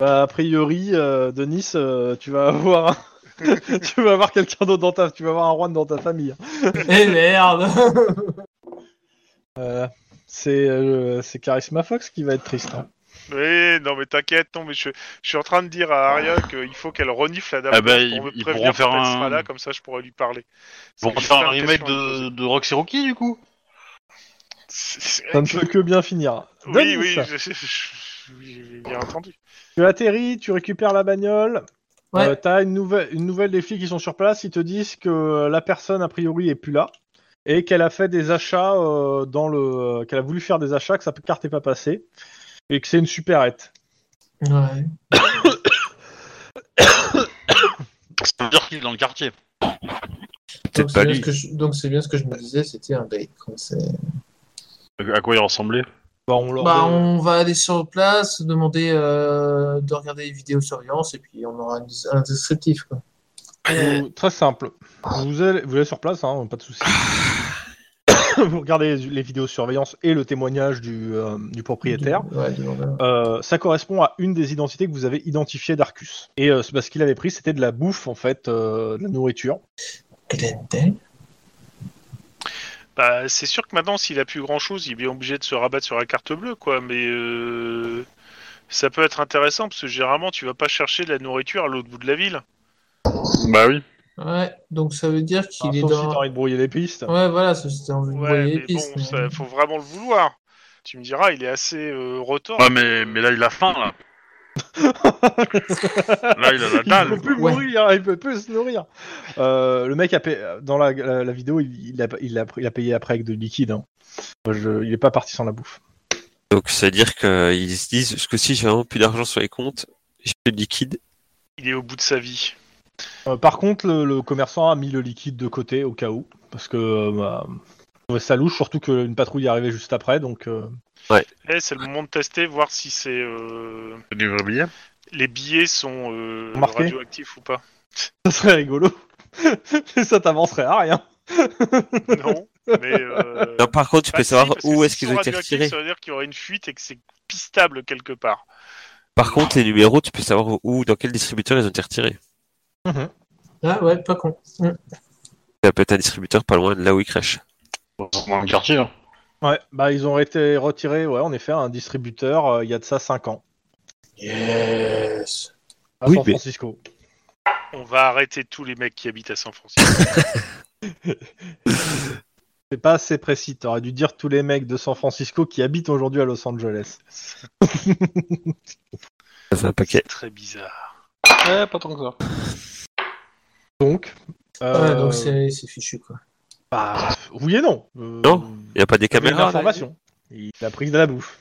[SPEAKER 2] Bah, a priori, euh, Denis, euh, tu vas avoir, un- tu vas avoir quelqu'un d'autre dans ta, tu vas avoir un Juan dans ta famille.
[SPEAKER 3] Eh merde
[SPEAKER 2] Euh, c'est, euh, c'est Charisma Fox qui va être triste. hein.
[SPEAKER 4] Oui, non, mais t'inquiète, non, mais je, je suis en train de dire à Aria qu'il faut qu'elle renifle la dame.
[SPEAKER 1] Ah bah,
[SPEAKER 4] blanche
[SPEAKER 1] ils-
[SPEAKER 4] pour me
[SPEAKER 1] ils
[SPEAKER 4] prévenir
[SPEAKER 1] pourront faire
[SPEAKER 4] quand
[SPEAKER 1] un-
[SPEAKER 4] elle sera là, comme ça, je pourrais lui parler.
[SPEAKER 1] Bon, on
[SPEAKER 4] Parce
[SPEAKER 1] fait
[SPEAKER 4] que
[SPEAKER 1] un
[SPEAKER 4] j'ai plein
[SPEAKER 1] remake
[SPEAKER 4] questions à lui
[SPEAKER 1] de,
[SPEAKER 4] poser.
[SPEAKER 1] de Roxy Rocky, du coup
[SPEAKER 4] C'est- c'est-
[SPEAKER 2] Ça ne peut que bien finir.
[SPEAKER 4] Oui,
[SPEAKER 2] Denis,
[SPEAKER 4] oui, je- je- je- oui, j'ai bien entendu.
[SPEAKER 2] tu atterris, tu récupères la bagnole.
[SPEAKER 3] Ouais.
[SPEAKER 2] Euh, T'as une nouvelle, une nouvelle des filles qui sont sur place. Ils te disent que euh, la personne a priori est plus là et qu'elle a fait des achats euh, dans le, qu'elle a voulu faire des achats que sa carte n'est pas passée et que c'est une supérette.
[SPEAKER 3] Ouais.
[SPEAKER 1] Ça veut dire qu'il est dans le quartier.
[SPEAKER 3] Donc
[SPEAKER 6] Peut-être
[SPEAKER 3] c'est
[SPEAKER 6] pas
[SPEAKER 3] bien, ce
[SPEAKER 6] lui.
[SPEAKER 3] que je- donc, c'est bien ce que je me disais, c'était un bait. quoi. C'est-
[SPEAKER 1] À quoi il ressemblait
[SPEAKER 2] Bah, on leur
[SPEAKER 3] Bah,
[SPEAKER 2] donne-
[SPEAKER 3] on va aller sur place, demander euh, de regarder les vidéos de surveillance et puis on aura un, un descriptif. Quoi.
[SPEAKER 2] Vous- très simple. Vous allez, vous allez sur place, hein, pas de souci. vous regardez les, les vidéos de surveillance et le témoignage du, euh, du propriétaire.
[SPEAKER 3] Ouais, du vendeur.
[SPEAKER 2] Euh, ça correspond à une des identités que vous avez identifiées d'Arcus. Et euh, c'est parce qu'il avait pris, c'était de la bouffe en fait, euh, de la nourriture.
[SPEAKER 3] Glendale
[SPEAKER 4] Bah, c'est sûr que maintenant, s'il a plus grand chose, il est obligé de se rabattre sur la carte bleue, quoi. Mais euh, ça peut être intéressant parce que généralement, tu vas pas chercher de la nourriture à l'autre bout de la ville.
[SPEAKER 1] Bah oui.
[SPEAKER 3] Ouais, donc ça veut dire qu'il
[SPEAKER 2] Enfin,
[SPEAKER 3] est
[SPEAKER 2] Ah, sauf si
[SPEAKER 3] dans.
[SPEAKER 2] t'as envie de brouiller les pistes.
[SPEAKER 3] Ouais, voilà, ça, c'était en vue de
[SPEAKER 4] Ouais,
[SPEAKER 3] brouiller les
[SPEAKER 4] mais
[SPEAKER 3] pistes.
[SPEAKER 4] bon,
[SPEAKER 3] mais-
[SPEAKER 4] ça, faut vraiment le vouloir. Tu me diras, il est assez euh, retors.
[SPEAKER 1] Ouais, mais, mais là, il a faim, là. là, il a la
[SPEAKER 2] Il
[SPEAKER 1] dalle.
[SPEAKER 2] peut plus
[SPEAKER 3] Ouais.
[SPEAKER 2] mourir, hein, il peut plus se nourrir. Euh, le mec a payé, dans la, la- la vidéo, il, il a, il, a, il a payé après avec de liquide. hein. Je- il est pas parti sans la bouffe.
[SPEAKER 6] Donc, ça veut dire qu'ils se disent ce que si j'ai vraiment plus d'argent sur les comptes, j'ai plus de liquide.
[SPEAKER 4] Il est au bout de sa vie.
[SPEAKER 2] Euh, par contre, le, le commerçant a mis le liquide de côté au cas où, parce que euh, bah, je trouvais ça louche, surtout qu'une patrouille est arrivée juste après, donc euh,
[SPEAKER 4] Eh, c'est le moment de tester, voir si c'est euh,
[SPEAKER 1] C'est du vrai billet.
[SPEAKER 4] les billets sont euh,
[SPEAKER 2] Marqués.
[SPEAKER 4] radioactifs ou pas
[SPEAKER 2] Ça serait rigolo. Mais ça t'avancerait à rien.
[SPEAKER 4] Non, mais. euh,
[SPEAKER 6] Non, par contre, tu
[SPEAKER 4] bah,
[SPEAKER 6] peux
[SPEAKER 4] si,
[SPEAKER 6] savoir
[SPEAKER 4] parce que
[SPEAKER 6] où
[SPEAKER 4] s'ils
[SPEAKER 6] est-ce qu'ils
[SPEAKER 4] sont
[SPEAKER 6] ont été
[SPEAKER 4] radioactifs,
[SPEAKER 6] retirés.
[SPEAKER 4] Ça veut dire qu'il y aura une fuite et que c'est pistable quelque part.
[SPEAKER 6] Par contre, les numéros, tu peux savoir où, dans quel distributeur ils ont été retirés.
[SPEAKER 3] Ah ouais, pas con. Mm.
[SPEAKER 6] Ça peut être un distributeur pas loin de là où ils crachent.
[SPEAKER 1] Dans le quartier. hein.
[SPEAKER 2] Ouais, bah ils ont été retirés, ouais, en effet, à un distributeur euh, il y a de ça 5 ans,
[SPEAKER 3] Yes.
[SPEAKER 2] à
[SPEAKER 6] Oui,
[SPEAKER 2] San
[SPEAKER 6] mais-
[SPEAKER 2] Francisco.
[SPEAKER 4] On va arrêter tous les mecs qui habitent à San Francisco.
[SPEAKER 2] C'est pas assez précis, t'aurais dû dire tous les mecs de San Francisco qui habitent aujourd'hui à Los Angeles.
[SPEAKER 6] Ça fait un paquet.
[SPEAKER 4] c'est très bizarre.
[SPEAKER 1] Ouais, pas tant que ça.
[SPEAKER 2] Donc, euh,
[SPEAKER 3] Ouais, Ah, donc c'est c'est fichu quoi.
[SPEAKER 2] bah, oui et non. Euh,
[SPEAKER 6] Non, Il n'y a pas des
[SPEAKER 2] il
[SPEAKER 4] Ah,
[SPEAKER 2] y avait une
[SPEAKER 6] caméras là
[SPEAKER 2] information. Il a pris de la bouffe.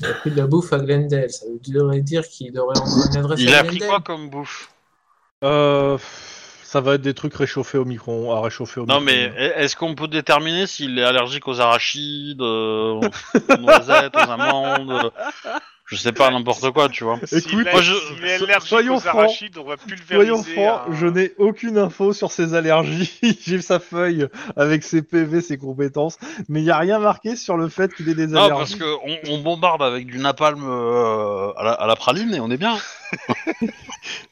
[SPEAKER 3] Il a pris de la bouffe à Glendale. Ça devrait dire qu'il aurait envoyé une adresse
[SPEAKER 1] Il
[SPEAKER 3] à
[SPEAKER 1] a pris
[SPEAKER 3] Glendale.
[SPEAKER 1] quoi comme bouffe
[SPEAKER 2] Euh, ça va être des trucs réchauffés au micro, à réchauffer au
[SPEAKER 1] Non, mais
[SPEAKER 2] micro-ondes.
[SPEAKER 1] e- est-ce qu'on peut déterminer s'il est allergique aux arachides, euh, aux noisettes, aux amandes euh, Je sais pas, n'importe quoi, tu vois.
[SPEAKER 2] Écoute,
[SPEAKER 4] S'il est-
[SPEAKER 1] moi, je-
[SPEAKER 4] s'il est allergique
[SPEAKER 2] soyons
[SPEAKER 4] aux
[SPEAKER 2] francs.
[SPEAKER 4] arachides, on va pulvériser.
[SPEAKER 2] Soyons francs,
[SPEAKER 1] hein.
[SPEAKER 4] un-
[SPEAKER 2] je n'ai aucune info sur ses allergies. J'ai sa feuille avec ses PV, ses compétences, mais il n'y a rien marqué sur le fait qu'il ait des
[SPEAKER 1] Non, parce
[SPEAKER 2] allergies.
[SPEAKER 1] que on, on bombarde avec du napalm euh, à, la, à la praline et on est bien.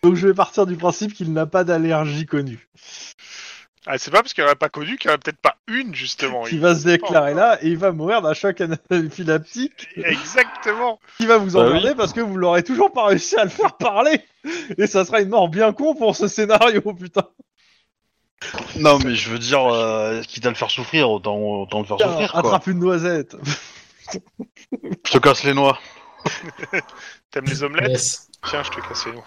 [SPEAKER 2] Donc je vais partir du principe qu'il n'a pas d'allergie connue.
[SPEAKER 4] Ah, c'est pas parce qu'il n'y en a pas connu qu'il n'y en a peut-être pas une, justement.
[SPEAKER 2] Qui
[SPEAKER 4] Il-
[SPEAKER 2] va se déclarer là et il va mourir d'un choc anaphylactique
[SPEAKER 4] Exactement.
[SPEAKER 2] qui va vous
[SPEAKER 1] Bah
[SPEAKER 2] emmerder parce que vous l'aurez toujours pas réussi à le faire parler. Et ça sera une mort bien con pour ce scénario, putain.
[SPEAKER 1] Non, mais je veux dire, euh, quitte à le faire souffrir, autant, autant le faire souffrir, quoi.
[SPEAKER 2] Attrape une noisette.
[SPEAKER 1] Je te casse les noix.
[SPEAKER 4] T'aimes les omelettes
[SPEAKER 3] Yes.
[SPEAKER 4] Tiens, je te casse les noms.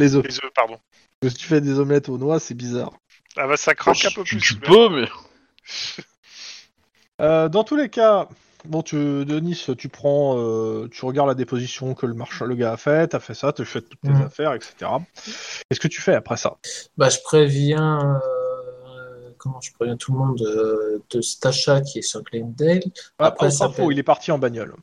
[SPEAKER 2] Les œufs.
[SPEAKER 4] Les œufs, pardon.
[SPEAKER 2] Parce que tu fais des omelettes aux noix, c'est bizarre.
[SPEAKER 4] Ah bah ça craque
[SPEAKER 6] Oh,
[SPEAKER 4] un peu
[SPEAKER 1] Tu-
[SPEAKER 4] plus.
[SPEAKER 1] tu
[SPEAKER 4] mais-
[SPEAKER 1] peux, mais...
[SPEAKER 2] Euh, dans tous les cas, bon, tu, Denis, tu prends, euh, tu regardes la déposition que le marchand, le gars a faite, t'as fait ça, t'as fait toutes tes
[SPEAKER 3] Mhm.
[SPEAKER 2] affaires, etc. Qu'est-ce que tu fais après ça
[SPEAKER 3] Bah, je préviens. euh, Comment je préviens tout le monde euh, de cet achat qui est sur Glendale. Après,
[SPEAKER 2] Après, ça
[SPEAKER 3] ça fait-
[SPEAKER 2] il est parti en bagnole.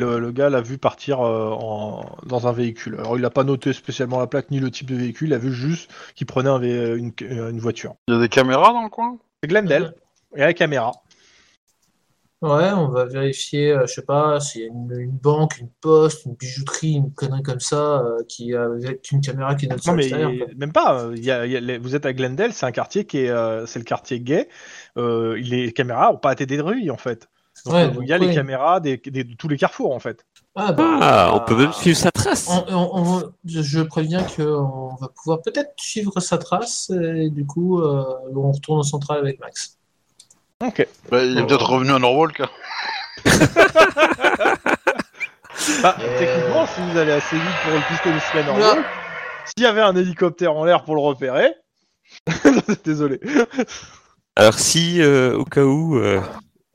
[SPEAKER 2] Le, le gars l'a vu partir euh, en- dans un véhicule. Alors, il n'a pas noté spécialement la plaque ni le type de véhicule, il a vu juste qu'il prenait un vé- une, euh, une voiture.
[SPEAKER 1] Il y a des caméras dans le coin
[SPEAKER 2] C'est Glendale et la caméra.
[SPEAKER 3] Ouais, on va vérifier, euh, je sais pas, s'il y a une, une banque, une poste, une bijouterie, une connerie comme ça, euh, qui a avec une caméra qui donne sur
[SPEAKER 2] Non mais
[SPEAKER 3] l'extérieur, quoi.
[SPEAKER 2] même pas. euh, Il y a- il y a les- vous êtes à Glendale, c'est un quartier qui est, euh, c'est le quartier gay. Euh, les caméras ont pas été détruites en fait. Donc,
[SPEAKER 3] Ouais,
[SPEAKER 2] euh, il y a
[SPEAKER 3] donc,
[SPEAKER 2] les
[SPEAKER 3] ouais.
[SPEAKER 2] caméras des, des- de tous les carrefours en fait.
[SPEAKER 3] Ah, bah,
[SPEAKER 6] Ah, on
[SPEAKER 3] bah,
[SPEAKER 6] peut même suivre sa trace.
[SPEAKER 3] on- on- on- je préviens qu'on va pouvoir peut-être suivre sa trace, et du coup, euh, on retourne au central avec Max.
[SPEAKER 2] Ok.
[SPEAKER 1] Bah, Il est
[SPEAKER 3] Oh.
[SPEAKER 1] peut-être revenu à Norwalk. hein.
[SPEAKER 3] Euh.
[SPEAKER 2] Bah, Techniquement, si vous allez assez vite pour le pister le semaine en
[SPEAKER 3] Oula.
[SPEAKER 2] l'air, s'il y avait un hélicoptère en l'air pour le repérer. Désolé.
[SPEAKER 6] Alors si, euh, au cas où, euh,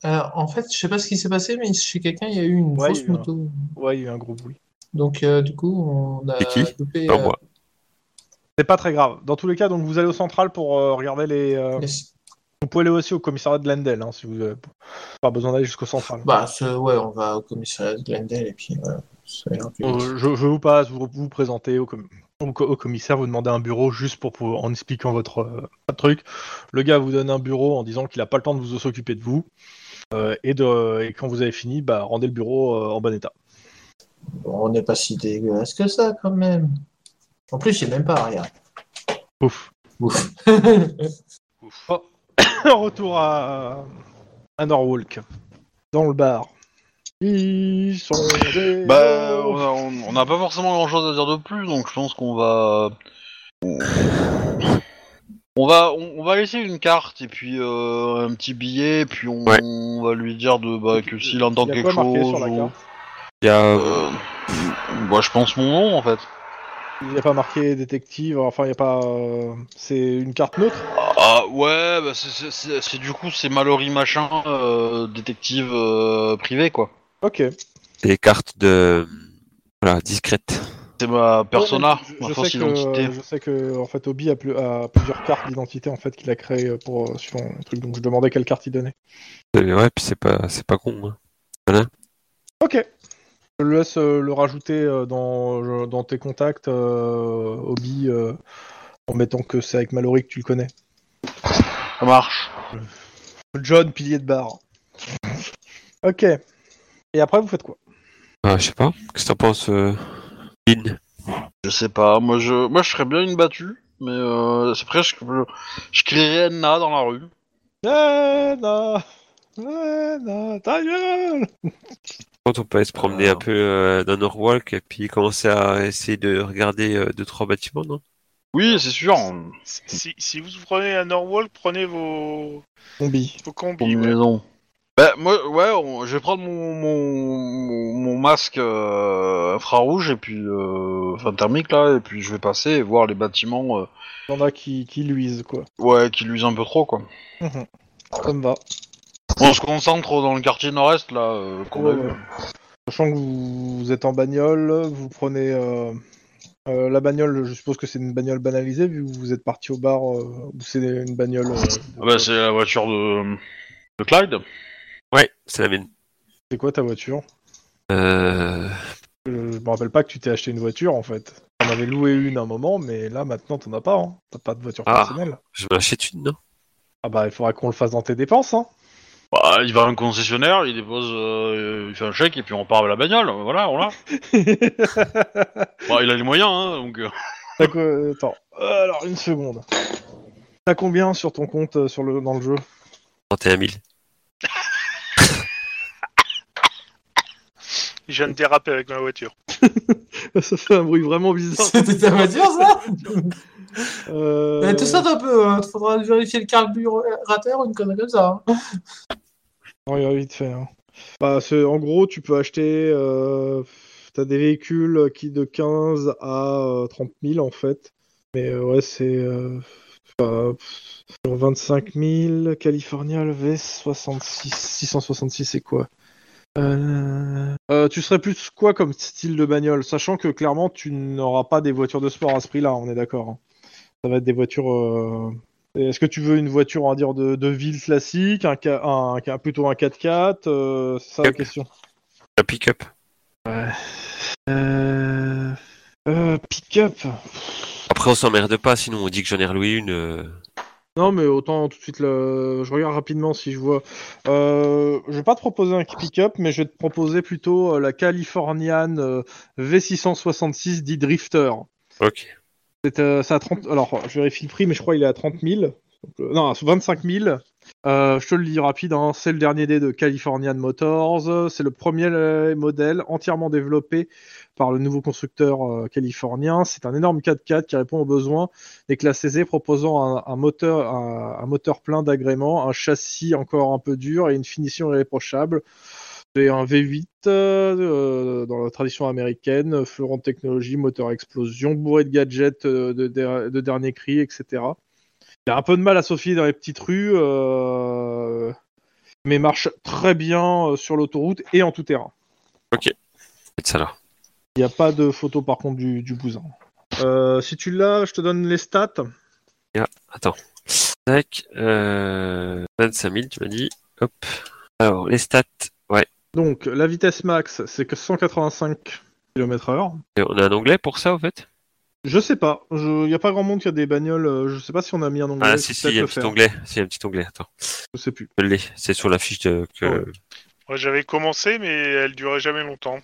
[SPEAKER 3] Alors, en fait, je sais pas ce qui s'est passé, mais chez quelqu'un, il y a eu une
[SPEAKER 2] Ouais,
[SPEAKER 3] fausse
[SPEAKER 2] il y a eu un-
[SPEAKER 3] moto.
[SPEAKER 2] Ouais, il y a eu un gros bruit.
[SPEAKER 3] Donc, euh, du coup, on a
[SPEAKER 6] C'est qui
[SPEAKER 3] coupé.
[SPEAKER 6] pas
[SPEAKER 3] euh,
[SPEAKER 6] moi.
[SPEAKER 2] C'est pas très grave. Dans tous les cas, donc vous allez au central pour euh, regarder les. euh,
[SPEAKER 3] yes.
[SPEAKER 2] Vous pouvez aller aussi au commissariat de Glendale hein, si vous n'avez pas besoin d'aller jusqu'au central.
[SPEAKER 3] Bah, ce- ouais, on va au commissariat de Glendale, et puis voilà. Ça a l'air plus-
[SPEAKER 2] Euh, je, je vous passe, vous vous présentez au, com- au co- au commissaire, vous demandez un bureau juste pour, pouvoir- en expliquant votre euh, votre truc. Le gars vous donne un bureau en disant qu'il n'a pas le temps de vous s'occuper de vous. Euh, et, de, et quand vous avez fini, bah, rendez le bureau euh, en bon état.
[SPEAKER 3] Bon, on n'est pas si dégueulasse que ça, quand même. En plus, j'ai même pas, regarde.
[SPEAKER 2] Pouf.
[SPEAKER 3] Ouf.
[SPEAKER 2] Retour à, à Norwalk, dans le bar. Ils sont des-
[SPEAKER 1] Bah, on a- on on n'a pas forcément grand chose à dire de plus, donc je pense qu'on va. On va, on, on va laisser une carte et puis euh, un petit billet, et puis on,
[SPEAKER 6] Ouais.
[SPEAKER 1] on va lui dire de, bah, que s'il entend
[SPEAKER 2] Il y a
[SPEAKER 1] quelque
[SPEAKER 2] quoi marqué
[SPEAKER 1] chose.
[SPEAKER 2] sur la
[SPEAKER 1] ou-
[SPEAKER 2] carte
[SPEAKER 6] il y a... euh,
[SPEAKER 1] Euh, bah, je pense mon nom en fait.
[SPEAKER 2] Il n'y a pas marqué détective, enfin il n'y a pas. euh, C'est une carte neutre
[SPEAKER 1] Ah ouais, bah, c'est- c'est- c'est c'est- du coup c'est Mallory machin, euh, détective euh, privé quoi.
[SPEAKER 2] Ok.
[SPEAKER 6] des cartes de... Voilà, discrètes.
[SPEAKER 1] C'est ma persona,
[SPEAKER 2] Ouais, je-
[SPEAKER 1] ma
[SPEAKER 2] je,
[SPEAKER 1] fausse
[SPEAKER 2] sais
[SPEAKER 1] identité.
[SPEAKER 2] que, je sais que en fait Obi a, plus- a plusieurs cartes d'identité en fait qu'il a créées pour euh, suivant le truc donc je demandais quelle carte il donnait.
[SPEAKER 6] Euh, Ouais, puis c'est pas, c'est pas con. hein.
[SPEAKER 2] Ok. Je le laisse euh, le rajouter euh, dans, je- dans tes contacts, euh, Obi, euh, en mettant que c'est avec Mallory que tu le connais.
[SPEAKER 1] Ça marche.
[SPEAKER 2] John, pilier de barre. Ok. Et après, vous faites quoi
[SPEAKER 6] Ah, je sais pas. Qu'est-ce que t'en penses, euh, Lynn
[SPEAKER 1] Je sais pas, moi je, moi je serais bien une battue, mais euh, après je, je crierais Anna dans la rue.
[SPEAKER 2] Nana Nana Ta gueule
[SPEAKER 6] Je pense qu'on peut aller se promener
[SPEAKER 1] Euh.
[SPEAKER 6] un peu euh, dans Norwalk et puis commencer à essayer de regarder euh, deux trois bâtiments, non
[SPEAKER 1] Oui, c'est sûr. hein.
[SPEAKER 4] Si, si vous prenez à Norwalk, prenez vos,
[SPEAKER 2] Combi.
[SPEAKER 4] vos
[SPEAKER 1] Pour
[SPEAKER 4] combis.
[SPEAKER 1] une
[SPEAKER 4] ouais.
[SPEAKER 1] maison. Bah, moi, ouais, on- je vais prendre mon, mon, mon- mon masque euh, infrarouge et puis. euh, Enfin, thermique là, et puis je vais passer et voir les bâtiments euh,
[SPEAKER 2] Il y en a qui, qui luisent, quoi.
[SPEAKER 1] ouais, qui luisent un peu trop quoi.
[SPEAKER 2] Ça me va.
[SPEAKER 1] On se concentre dans le quartier nord-est là, euh, qu'on a
[SPEAKER 2] Ouais,
[SPEAKER 1] vu.
[SPEAKER 2] ouais. Sachant que vous, vous êtes en bagnole, vous prenez euh, euh, la bagnole, je suppose que c'est une bagnole banalisée vu que vous êtes parti au bar euh, où c'est une bagnole. euh, de-
[SPEAKER 1] Ah bah, c'est la voiture de, de Clyde.
[SPEAKER 6] Ouais, c'est la mienne.
[SPEAKER 2] c'est quoi ta voiture
[SPEAKER 6] Euh...
[SPEAKER 2] Euh, Je me rappelle pas que tu t'es acheté une voiture en fait. T'en avais loué une un moment, mais là maintenant t'en as pas. Hein. T'as pas de voiture
[SPEAKER 6] Ah.
[SPEAKER 2] personnelle.
[SPEAKER 6] Je m'achète une, non
[SPEAKER 2] Ah bah il faudra qu'on le fasse dans tes dépenses. Hein.
[SPEAKER 1] Bah, il va à un concessionnaire, il dépose, euh, il fait un chèque et puis on repart avec la bagnole. Voilà, on l'a. Bah, il a les moyens, hein, donc. euh.
[SPEAKER 2] T'as quoi- euh, Attends, Euh, alors une seconde. T'as combien sur ton compte euh, sur le... dans le jeu
[SPEAKER 6] 31 000.
[SPEAKER 4] Je viens de déraper avec ma voiture.
[SPEAKER 5] Ça fait un bruit vraiment bizarre.
[SPEAKER 3] C'était ta voiture, ça
[SPEAKER 2] Euh,
[SPEAKER 3] Mais Tout ça, t'as un peu. euh, faudra vérifier le carburateur ou une connerie comme ça. hein.
[SPEAKER 2] Non, il y a vite fait. hein. Bah, c'est- en gros, tu peux acheter. Euh, T'as des véhicules euh, qui de 15 à euh, 30 000 en fait. Mais euh, ouais, c'est. euh, bah, pff, sur 25 000, Californial V66. 666, c'est quoi Euh, euh, tu serais plus quoi comme style de bagnole Sachant que clairement tu n'auras pas des voitures de sport à ce prix-là, on est d'accord. hein. Ça va être des voitures euh, et Est-ce que tu veux une voiture, on va dire, de, de ville classique, un, ca- un, un- plutôt un 4x4 euh, C'est ça la
[SPEAKER 6] Yep.
[SPEAKER 2] question.
[SPEAKER 6] La pick-up.
[SPEAKER 2] Euh... euh, Pick-up
[SPEAKER 6] Après, on s'emmerde pas, sinon on dit que j'en ai reloué une. euh.
[SPEAKER 2] Non, mais autant tout de suite, le... je regarde rapidement si je vois. Euh, je vais pas te proposer un pick-up, mais je vais te proposer plutôt euh, la Californian euh, V666 dit Drifter.
[SPEAKER 6] Ok.
[SPEAKER 2] C'est euh, c'est à 30... Alors, je vérifie le prix, mais je crois qu'il est à 30 000. Donc, euh, non, à 25 000. Euh, je te le dis rapide, hein, c'est le dernier dé de Californian Motors. Euh, C'est le premier euh, modèle entièrement développé par le nouveau constructeur euh, californien. C'est un énorme 4x4 qui répond aux besoins des classes aisées, proposant un, un moteur, un, un moteur plein d'agréments, un châssis encore un peu dur et une finition irréprochable. C'est un V8 euh, dans la tradition américaine, euh, fleuron de technologie, moteur à explosion, bourré de gadgets euh, de, de- de dernier cri, etc. Il a un peu de mal à s'offier dans les petites rues, euh, mais marche très bien euh, sur l'autoroute et en tout terrain.
[SPEAKER 6] C'est ça là.
[SPEAKER 2] Il n'y a pas de photo par contre du, du bousin. Euh, si tu l'as, je te donne les stats.
[SPEAKER 6] Tac. Euh... 25 000, tu m'as dit. Hop. Alors, les stats. Ouais.
[SPEAKER 2] Donc la vitesse max, c'est que 185 km/h.
[SPEAKER 6] Et Euh, on a un onglet pour ça, en fait
[SPEAKER 2] Je sais pas, il n'y a pas grand monde qui a des bagnoles, euh, je sais pas si on a mis un onglet.
[SPEAKER 6] Ah,
[SPEAKER 2] je
[SPEAKER 6] si,
[SPEAKER 2] peux
[SPEAKER 6] si,
[SPEAKER 2] peut-être
[SPEAKER 6] il y a un
[SPEAKER 2] le
[SPEAKER 6] petit
[SPEAKER 2] faire,
[SPEAKER 6] onglet. Si, il y a un petit onglet. Attends.
[SPEAKER 2] Je sais plus.
[SPEAKER 6] Je l'ai. C'est sur la fiche de. Que...
[SPEAKER 2] Ouais.
[SPEAKER 4] Moi, j'avais commencé, mais elle durait jamais longtemps.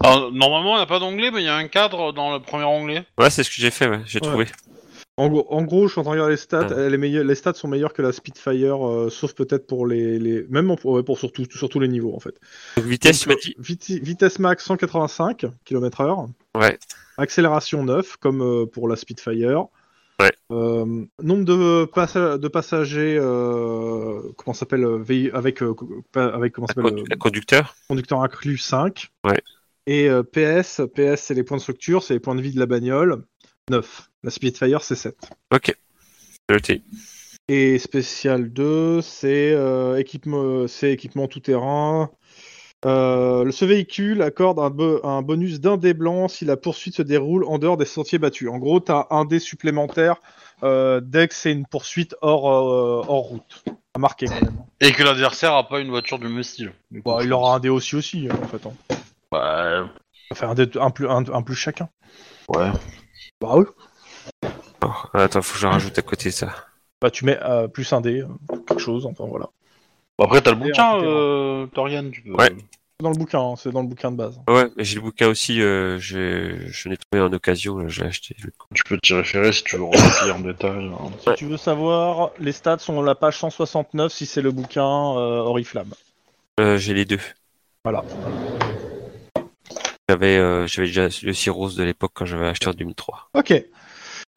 [SPEAKER 1] Alors, normalement, on n'a pas d'onglet, mais il y a un cadre dans le premier onglet.
[SPEAKER 6] Ouais, c'est ce que j'ai fait, ouais. J'ai
[SPEAKER 2] Ouais.
[SPEAKER 6] trouvé.
[SPEAKER 2] En gros, en gros, je suis en train de regarder les stats.
[SPEAKER 6] Ah.
[SPEAKER 2] Elle est meilleure- les stats sont meilleures que la Spitfire, euh, sauf peut-être pour les, les- même en- ouais, pour surtout sur tous les niveaux en fait.
[SPEAKER 6] Donc, vitesse, tu m'as
[SPEAKER 2] Donc,
[SPEAKER 6] dit.
[SPEAKER 2] viti- vitesse max 185 km/h.
[SPEAKER 6] Ouais.
[SPEAKER 2] Accélération 9 comme euh, pour la Spitfire.
[SPEAKER 6] Ouais.
[SPEAKER 2] Euh, nombre de, passa- de passagers, euh, comment ça s'appelle euh, véhi- avec euh, co- pa- avec comment ça
[SPEAKER 6] La,
[SPEAKER 2] s'appelle
[SPEAKER 6] condu-
[SPEAKER 2] euh,
[SPEAKER 6] la conducteur.
[SPEAKER 2] conducteur inclus 5.
[SPEAKER 6] Ouais.
[SPEAKER 2] Et euh, PS, PS c'est les points de structure, c'est les points de vie de la bagnole 9. La Spitfire c'est 7.
[SPEAKER 6] Ok. Je l'ai noté.
[SPEAKER 2] Et spécial 2, c'est euh, équipement, c'est équipement tout-terrain. Euh, ce véhicule accorde un, bo- un bonus d'un dé blanc si la poursuite se déroule en dehors des sentiers battus. En gros, tu as un dé supplémentaire euh, dès que c'est une poursuite hors, euh, hors route. à marquer quand même.
[SPEAKER 1] Et que l'adversaire a pas une voiture du même style. Du coup,
[SPEAKER 2] Bah, il aura un dé aussi aussi, hein, en fait. hein.
[SPEAKER 1] bah,
[SPEAKER 2] Enfin, un, dé- un plus, un, un plus chacun.
[SPEAKER 1] ouais.
[SPEAKER 2] Bah oui.
[SPEAKER 6] Ah, Attends, faut que je rajoute à côté de ça.
[SPEAKER 2] Bah, tu mets euh, plus un dé, euh, quelque chose, enfin voilà.
[SPEAKER 1] Bah, après, t'as le bouquin,
[SPEAKER 2] Et en tout cas,
[SPEAKER 1] euh, Torian, tu peux.
[SPEAKER 6] Ouais.
[SPEAKER 2] C'est dans le bouquin, hein, c'est dans le bouquin de base.
[SPEAKER 6] Ouais, mais j'ai le bouquin aussi, euh, j'ai- je l'ai trouvé en occasion, là, je l'ai acheté. je l'ai-
[SPEAKER 1] Tu peux t'y référer si tu veux remarquer en détail. hein.
[SPEAKER 2] Si tu veux savoir, les stats sont la page 169 si c'est le bouquin euh, Oriflamme.
[SPEAKER 6] Euh, j'ai les deux.
[SPEAKER 2] Voilà.
[SPEAKER 6] J'avais euh, j'avais déjà le Cyrus de l'époque quand j'avais acheté en 2003.
[SPEAKER 2] Ok.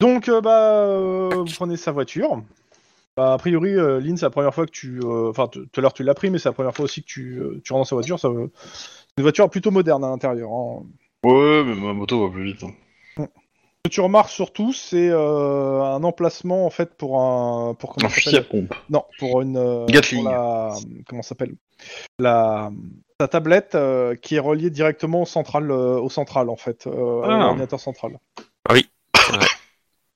[SPEAKER 2] Donc, euh, bah, euh, vous prenez sa voiture. Bah, a priori, euh, Lynn, c'est la première fois que tu. euh, Enfin, t- tout à l'heure, tu l'as pris, mais c'est la première fois aussi que tu, euh, tu rentres dans sa voiture. Ça, veut- c'est une voiture plutôt moderne à l'intérieur. hein.
[SPEAKER 1] Ouais, mais ma moto va plus vite. hein.
[SPEAKER 2] Ce que tu remarques surtout, c'est euh, un emplacement, en fait, pour un. Pour, comment
[SPEAKER 1] Un
[SPEAKER 2] ça
[SPEAKER 1] fusil à
[SPEAKER 2] s'appelle
[SPEAKER 1] pompe.
[SPEAKER 2] Non, pour une. euh,
[SPEAKER 1] Gatling.
[SPEAKER 2] pour la- comment ça s'appelle La. Ta tablette euh, qui est reliée directement au central, euh, au central en fait, euh, à
[SPEAKER 1] Ah.
[SPEAKER 2] l'ordinateur central.
[SPEAKER 6] Ah oui.
[SPEAKER 2] Ce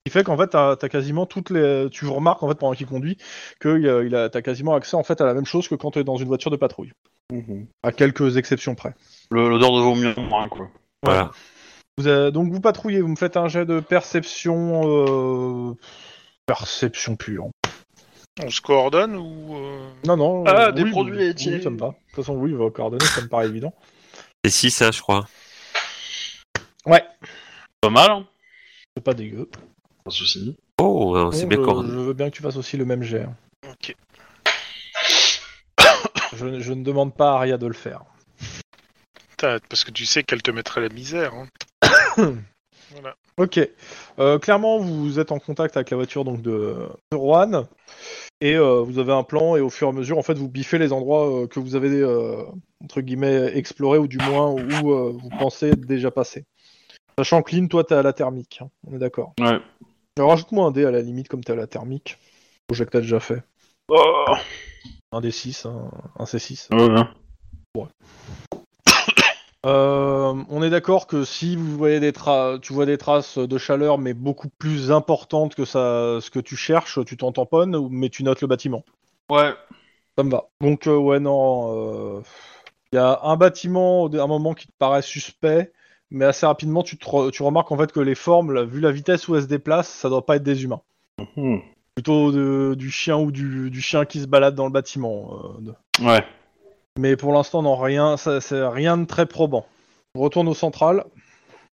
[SPEAKER 2] qui fait qu'en fait, t'as as quasiment toutes les. Tu remarques en fait pendant qu'il conduit que il a- il a- t'as quasiment accès en fait à la même chose que quand t'es dans une voiture de patrouille,
[SPEAKER 1] Mhm.
[SPEAKER 2] à quelques exceptions près.
[SPEAKER 1] Le- L'odeur de vomi en moins, quoi.
[SPEAKER 6] Voilà.
[SPEAKER 2] Vous avez- donc vous patrouillez, vous me faites un jet de perception. euh, Perception pure.
[SPEAKER 4] On se coordonne ou... euh,
[SPEAKER 2] Non, non.
[SPEAKER 1] Ah,
[SPEAKER 2] euh,
[SPEAKER 1] des
[SPEAKER 2] oui,
[SPEAKER 1] produits
[SPEAKER 2] oui,
[SPEAKER 1] laitiers.
[SPEAKER 2] oui, ça me va. De toute façon, oui, il va coordonner, ça me paraît évident.
[SPEAKER 6] C'est 6, hein, je crois.
[SPEAKER 1] Pas mal, hein
[SPEAKER 2] C'est pas dégueu.
[SPEAKER 1] Pas de soucis.
[SPEAKER 6] Oh, on s'est
[SPEAKER 2] Bon,
[SPEAKER 6] bien
[SPEAKER 2] je,
[SPEAKER 6] coordonné.
[SPEAKER 2] je veux bien que tu fasses aussi le même jet.
[SPEAKER 4] Ok.
[SPEAKER 2] Je, je ne demande pas à Aria de le faire.
[SPEAKER 4] Putain, Parce que tu sais qu'elle te mettrait la misère. hein.
[SPEAKER 2] Ok. Euh, clairement, vous êtes en contact avec la voiture donc de, de Juan et euh, vous avez un plan et au fur et à mesure, en fait, vous biffez les endroits euh, que vous avez euh, entre guillemets explorés ou du moins où euh, vous pensez être déjà passé. Sachant que Lynn, toi, t'es à la thermique. hein. on est d'accord.
[SPEAKER 1] Ouais.
[SPEAKER 2] Alors, Rajoute-moi un dé à la limite comme t'es à la thermique. Projet que t'as déjà fait.
[SPEAKER 1] Oh
[SPEAKER 2] Un des 6 un C6.
[SPEAKER 1] ouais, ouais.
[SPEAKER 2] Euh, on est d'accord que si vous voyez des tra- tu vois des traces de chaleur, mais beaucoup plus importantes que ça, ce que tu cherches, tu t'en tamponnes, ou- mais tu notes le bâtiment.
[SPEAKER 1] Ouais.
[SPEAKER 2] Ça me va. Donc euh, ouais non, euh, il y a un bâtiment au- à un moment qui te paraît suspect, mais assez rapidement tu, te re- tu remarques en fait que les formes, là, vu la vitesse où elles se déplacent, ça doit pas être des humains,
[SPEAKER 1] Mhm.
[SPEAKER 2] plutôt de- du chien ou du, du chien qui se balade dans le bâtiment. euh, de-
[SPEAKER 1] Ouais.
[SPEAKER 2] mais pour l'instant, non, rien, ça- c'est rien de très probant. On retourne au central.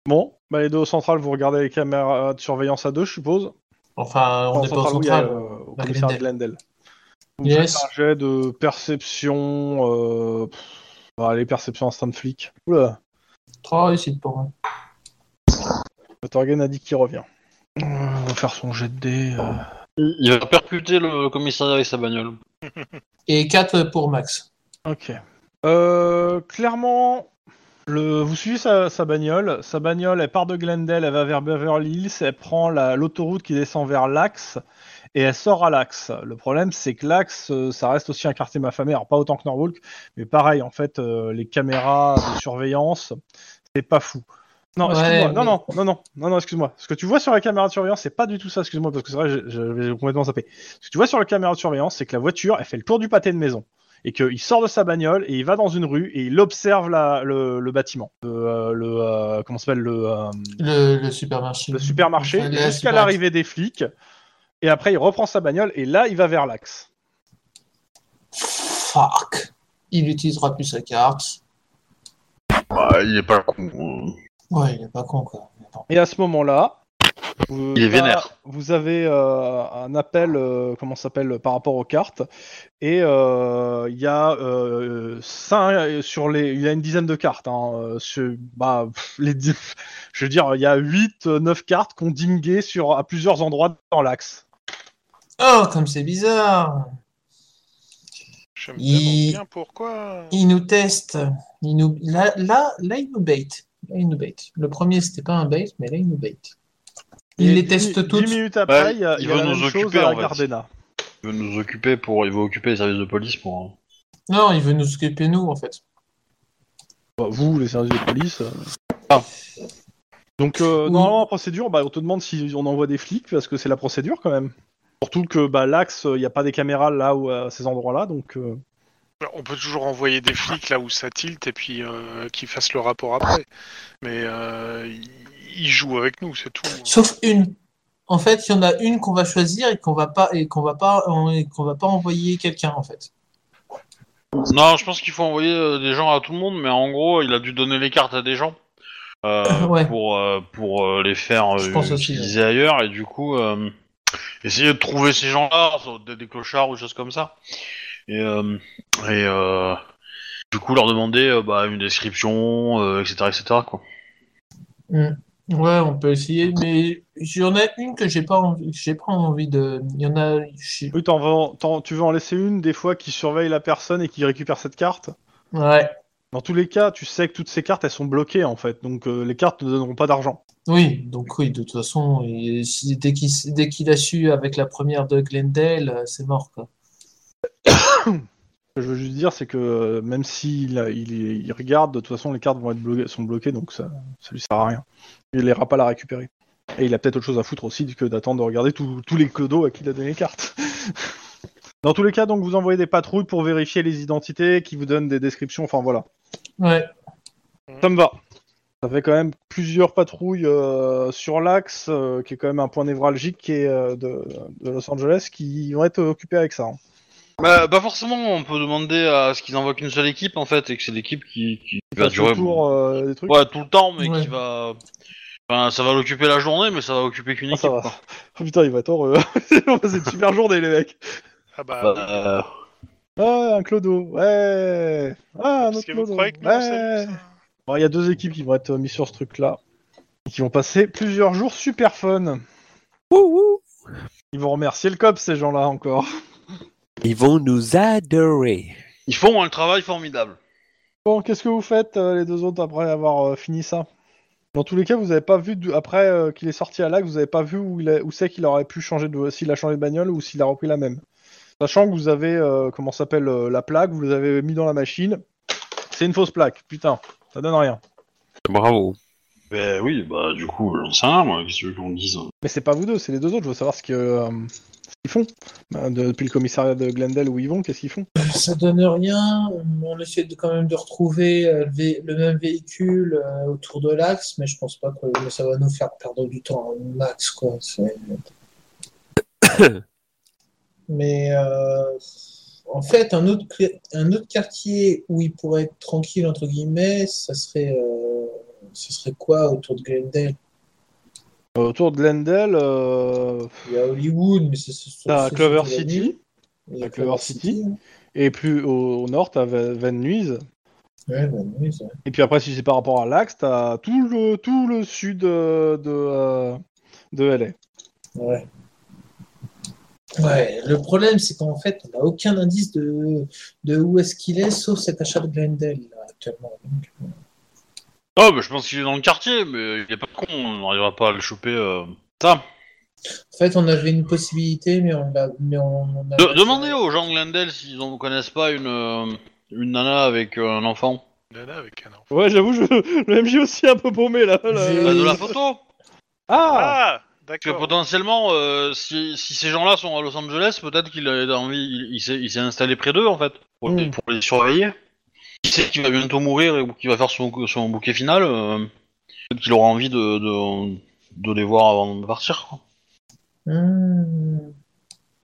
[SPEAKER 2] Bon, bah les deux au central, vous regardez les caméras de surveillance à deux, je suppose.
[SPEAKER 3] Enfin, on
[SPEAKER 2] Enfin,
[SPEAKER 3] n'est pas au
[SPEAKER 2] oui,
[SPEAKER 3] central.
[SPEAKER 2] euh, au
[SPEAKER 3] à
[SPEAKER 2] commissariat de Glendale. Vous me
[SPEAKER 3] Yes.
[SPEAKER 2] faites un jet de perception. Euh... pff, bah, les perceptions instinct de flic. Oula,
[SPEAKER 3] Trois réussites pour moi.
[SPEAKER 2] le Torgen a dit qu'il revient. Euh, On va faire son jet de dés. euh.
[SPEAKER 1] Il il va percuter le commissariat avec sa bagnole.
[SPEAKER 3] Et quatre pour Max.
[SPEAKER 2] Ok. Euh, clairement, le, vous suivez sa, sa bagnole. Sa bagnole, elle part de Glendale, elle va vers Beverly Hills, elle prend la- l'autoroute qui descend vers l'Axe et elle sort à l'Axe. Le problème, c'est que l'Axe, euh, ça reste aussi un quartier mafamé, alors pas autant que Norwalk, mais pareil, en fait, euh, les caméras de surveillance, c'est pas fou. Non,
[SPEAKER 3] Ouais,
[SPEAKER 2] excuse-moi. Non,
[SPEAKER 3] mais-
[SPEAKER 2] non, non, non, non, non, excuse-moi. Ce que tu vois sur la caméra de surveillance, c'est pas du tout ça, excuse-moi, parce que c'est vrai, j'ai- j'avais complètement zappé. Ce que tu vois sur la caméra de surveillance, c'est que la voiture, elle fait le tour du pâté de maison. Et qu'il sort de sa bagnole et il va dans une rue et il observe la- le, le bâtiment. Le, euh, le, euh, comment ça s'appelle le, euh,
[SPEAKER 3] Le, le supermarché.
[SPEAKER 2] le supermarché
[SPEAKER 3] Enfin, le
[SPEAKER 2] jusqu'à
[SPEAKER 3] supermarché.
[SPEAKER 2] l'arrivée des flics. Et après, il reprend sa bagnole et là, il va vers l'axe.
[SPEAKER 3] Fuck. Il utilisera plus sa carte.
[SPEAKER 1] Bah, il est pas con. hein.
[SPEAKER 3] Ouais, il est pas con, quoi. Mais bon.
[SPEAKER 2] Et à ce moment-là, vous, bah,
[SPEAKER 1] Il est vénère.
[SPEAKER 2] vous avez euh, un appel, euh, comment ça s'appelle, par rapport aux cartes. Et euh, il y a euh, cinq- sur les, il y a une dizaine de cartes. hein, euh, sur- bah, pff, les dix- je veux dire, il y a 8 neuf cartes qu'on dingué sur à plusieurs endroits dans l'axe.
[SPEAKER 3] Oh, comme c'est bizarre.
[SPEAKER 4] Je me
[SPEAKER 3] Il-
[SPEAKER 4] demande bien pourquoi.
[SPEAKER 3] Il nous teste. Il nous... Là, là, là, il nous bait. Là, il nous bait. Le premier, c'était pas un bait, mais là, il nous bait. Il
[SPEAKER 2] Et
[SPEAKER 3] les
[SPEAKER 2] dix-
[SPEAKER 3] teste
[SPEAKER 2] dix
[SPEAKER 3] toutes.
[SPEAKER 2] minutes après,
[SPEAKER 1] Ouais,
[SPEAKER 2] il y a,
[SPEAKER 1] il
[SPEAKER 2] il y a
[SPEAKER 1] veut
[SPEAKER 2] la
[SPEAKER 1] nous
[SPEAKER 2] même chose
[SPEAKER 1] occuper,
[SPEAKER 2] à
[SPEAKER 1] en fait.
[SPEAKER 2] Gardena.
[SPEAKER 1] Il veut nous occuper pour. Il veut occuper les services de police pour. hein.
[SPEAKER 3] Non, il veut nous occuper, nous, en fait.
[SPEAKER 2] Bah, vous, les services de police. euh. Donc, euh,
[SPEAKER 3] Oui.
[SPEAKER 2] normalement, en procédure, bah, on te demande si on envoie des flics, parce que c'est la procédure quand même. Surtout que bah, l'axe, il n'y a pas des caméras là ou à ces endroits-là, donc. euh,
[SPEAKER 4] Alors, On peut toujours envoyer des flics là où ça tilte et puis euh, qu'ils fassent le rapport après. Mais euh, ils- ils jouent avec nous, c'est tout.
[SPEAKER 3] Sauf une. En fait, il y en a une qu'on va choisir et qu'on va pas et qu'on va pas et qu'on va pas envoyer quelqu'un en fait.
[SPEAKER 1] Non, je pense qu'il faut envoyer euh, des gens à tout le monde, mais en gros, il a dû donner les cartes à des gens euh,
[SPEAKER 3] Ouais.
[SPEAKER 1] pour, euh, pour euh, les faire euh,
[SPEAKER 3] Je pense aussi,
[SPEAKER 1] utiliser ailleurs, et du coup, euh, essayer de trouver ces gens-là, ça doit être des clochards ou des choses comme ça. Et, euh, et euh, du coup, leur demander euh, bah, une description, euh, etc., etc., quoi.
[SPEAKER 3] Ouais, on peut essayer, mais il y en a une que j'ai pas envie, j'ai pas envie de. Il y en a. j'ai-
[SPEAKER 2] oui, t'en veux- t'en- tu veux en laisser une des fois qui surveille la personne et qui récupère cette carte
[SPEAKER 3] Ouais.
[SPEAKER 2] Dans tous les cas, tu sais que toutes ces cartes, elles sont bloquées en fait, donc euh, les cartes ne donneront pas d'argent.
[SPEAKER 3] Oui, donc oui, de toute façon, il- si- dès qu'il dès qu'il a su avec la première de Glendale, euh, c'est mort quoi.
[SPEAKER 2] Ce que je veux juste dire, c'est que euh, même s'il a- il, il regarde, de toute façon, les cartes vont être bloquées, sont bloquées, donc ça, ça lui sert à rien. Il n'ira pas la récupérer. Et il a peut-être autre chose à foutre aussi que d'attendre de regarder tous tous les clodos à qui il a donné les cartes. Dans tous les cas, donc, vous envoyez des patrouilles pour vérifier les identités, qui vous donnent des descriptions, enfin voilà.
[SPEAKER 3] Ouais.
[SPEAKER 2] Ça me va. Ça fait quand même plusieurs patrouilles euh, sur l'axe, euh, qui est quand même un point névralgique qui est, euh, de, de Los Angeles, qui vont être occupés avec ça. hein.
[SPEAKER 1] Bah, pas forcément, on peut demander à ce qu'ils envoient qu'une seule équipe, en fait, et que c'est l'équipe qui, qui
[SPEAKER 2] Ils
[SPEAKER 1] va
[SPEAKER 2] passent
[SPEAKER 1] durer.
[SPEAKER 2] autour, euh, des trucs.
[SPEAKER 1] Ouais, tout le temps, mais
[SPEAKER 3] Ouais.
[SPEAKER 1] qui va. Enfin, ça va l'occuper la journée, mais ça va occuper qu'une
[SPEAKER 2] Ah,
[SPEAKER 1] équipe.
[SPEAKER 2] ça va.
[SPEAKER 1] quoi.
[SPEAKER 2] Oh putain, il va être heureux. C'est une super journée, les mecs.
[SPEAKER 4] Ah bah,
[SPEAKER 1] Euh,
[SPEAKER 2] Ah, un clodo. Ouais. Ah, un
[SPEAKER 4] parce
[SPEAKER 2] autre
[SPEAKER 4] que vous
[SPEAKER 2] clodo.
[SPEAKER 4] croyez que nous, on sait
[SPEAKER 2] ouais.
[SPEAKER 4] tout ça hein.
[SPEAKER 2] Bon, il y a deux équipes qui vont être euh, mises sur ce truc-là. et Qui vont passer plusieurs jours super fun. Ils vont remercier le COP, ces gens-là, encore.
[SPEAKER 6] Ils vont nous adorer.
[SPEAKER 1] Ils font un travail formidable.
[SPEAKER 2] Bon, qu'est-ce que vous faites, euh, les deux autres, après avoir euh, fini ça Dans tous les cas, vous avez pas vu, d'où- après euh, qu'il est sorti à l'ac, vous avez pas vu où, il a- où c'est qu'il aurait pu changer de... S'il a changé de bagnole ou s'il a repris la même. Sachant que vous avez, euh, comment ça s'appelle, euh, la plaque, vous l'avez mis dans la machine. C'est une fausse plaque, putain, ça donne rien.
[SPEAKER 6] Bravo.
[SPEAKER 1] Ben oui, bah du coup, j'en sais rien, moi, qu'est-ce que tu veux qu'on dise
[SPEAKER 2] Mais c'est pas vous deux, c'est les deux autres, je veux savoir ce que, euh, ce qu'ils font. Bah, de- depuis le commissariat de Glendale où ils vont, qu'est-ce qu'ils font
[SPEAKER 3] Ça donne rien. On essaie de, quand même de retrouver euh, le, vé- le même véhicule euh, autour de l'axe, mais je pense pas que que ça va nous faire perdre du temps au max, quoi. C'est- mais euh, en fait, un autre, cl- un autre quartier où il pourrait être tranquille, entre guillemets, ça serait, euh, ça serait quoi autour de Glendale
[SPEAKER 2] Euh, Autour de Glendale, euh,
[SPEAKER 3] Il y a Hollywood, mais c'est
[SPEAKER 2] t'as
[SPEAKER 3] c'est- c'est-
[SPEAKER 2] Bah, Ah, Clover
[SPEAKER 3] c'est la
[SPEAKER 2] City. Ah,
[SPEAKER 3] nuit. Il y a
[SPEAKER 2] Clover City. Et plus au, au nord, t'as Va- Van Nuys.
[SPEAKER 3] Ouais, la nuit, ça.
[SPEAKER 2] Et puis après, si c'est par rapport à l'axe, t'as tout le, tout le sud euh, de, euh, de LA.
[SPEAKER 3] Ouais. Ouais, le problème, c'est qu'en fait, on n'a aucun indice de, de où est-ce qu'il est, sauf cet achat de Glendale, là, actuellement. Donc,
[SPEAKER 1] Oh, bah je pense qu'il est dans le quartier, mais il est pas con, on n'arrivera pas à le choper. euh, Ça.
[SPEAKER 3] en fait, on avait une possibilité, mais on l'a. mais on- on a-
[SPEAKER 1] De- demandez aux gens de Glendale s'ils en connaissent pas une, euh, une nana avec euh, un enfant.
[SPEAKER 4] Nana avec un enfant.
[SPEAKER 2] Ouais, j'avoue, je... le MJ aussi est un peu paumé là. là.
[SPEAKER 3] J'ai-
[SPEAKER 1] Bah, de la photo
[SPEAKER 2] Ah,
[SPEAKER 4] Ah,
[SPEAKER 1] Parce que
[SPEAKER 4] d'accord.
[SPEAKER 1] potentiellement, euh, si, si ces gens-là sont à Los Angeles, peut-être qu'il a envie, il, il s'est- il s'est installé près d'eux en fait, pour,
[SPEAKER 2] Mm.
[SPEAKER 1] pour les surveiller. Il sait qu'il va bientôt mourir et qu'il va faire son, son bouquet final. euh, peut-être qu'il aura envie de, de, de les voir avant de partir. quoi.
[SPEAKER 3] Hmm.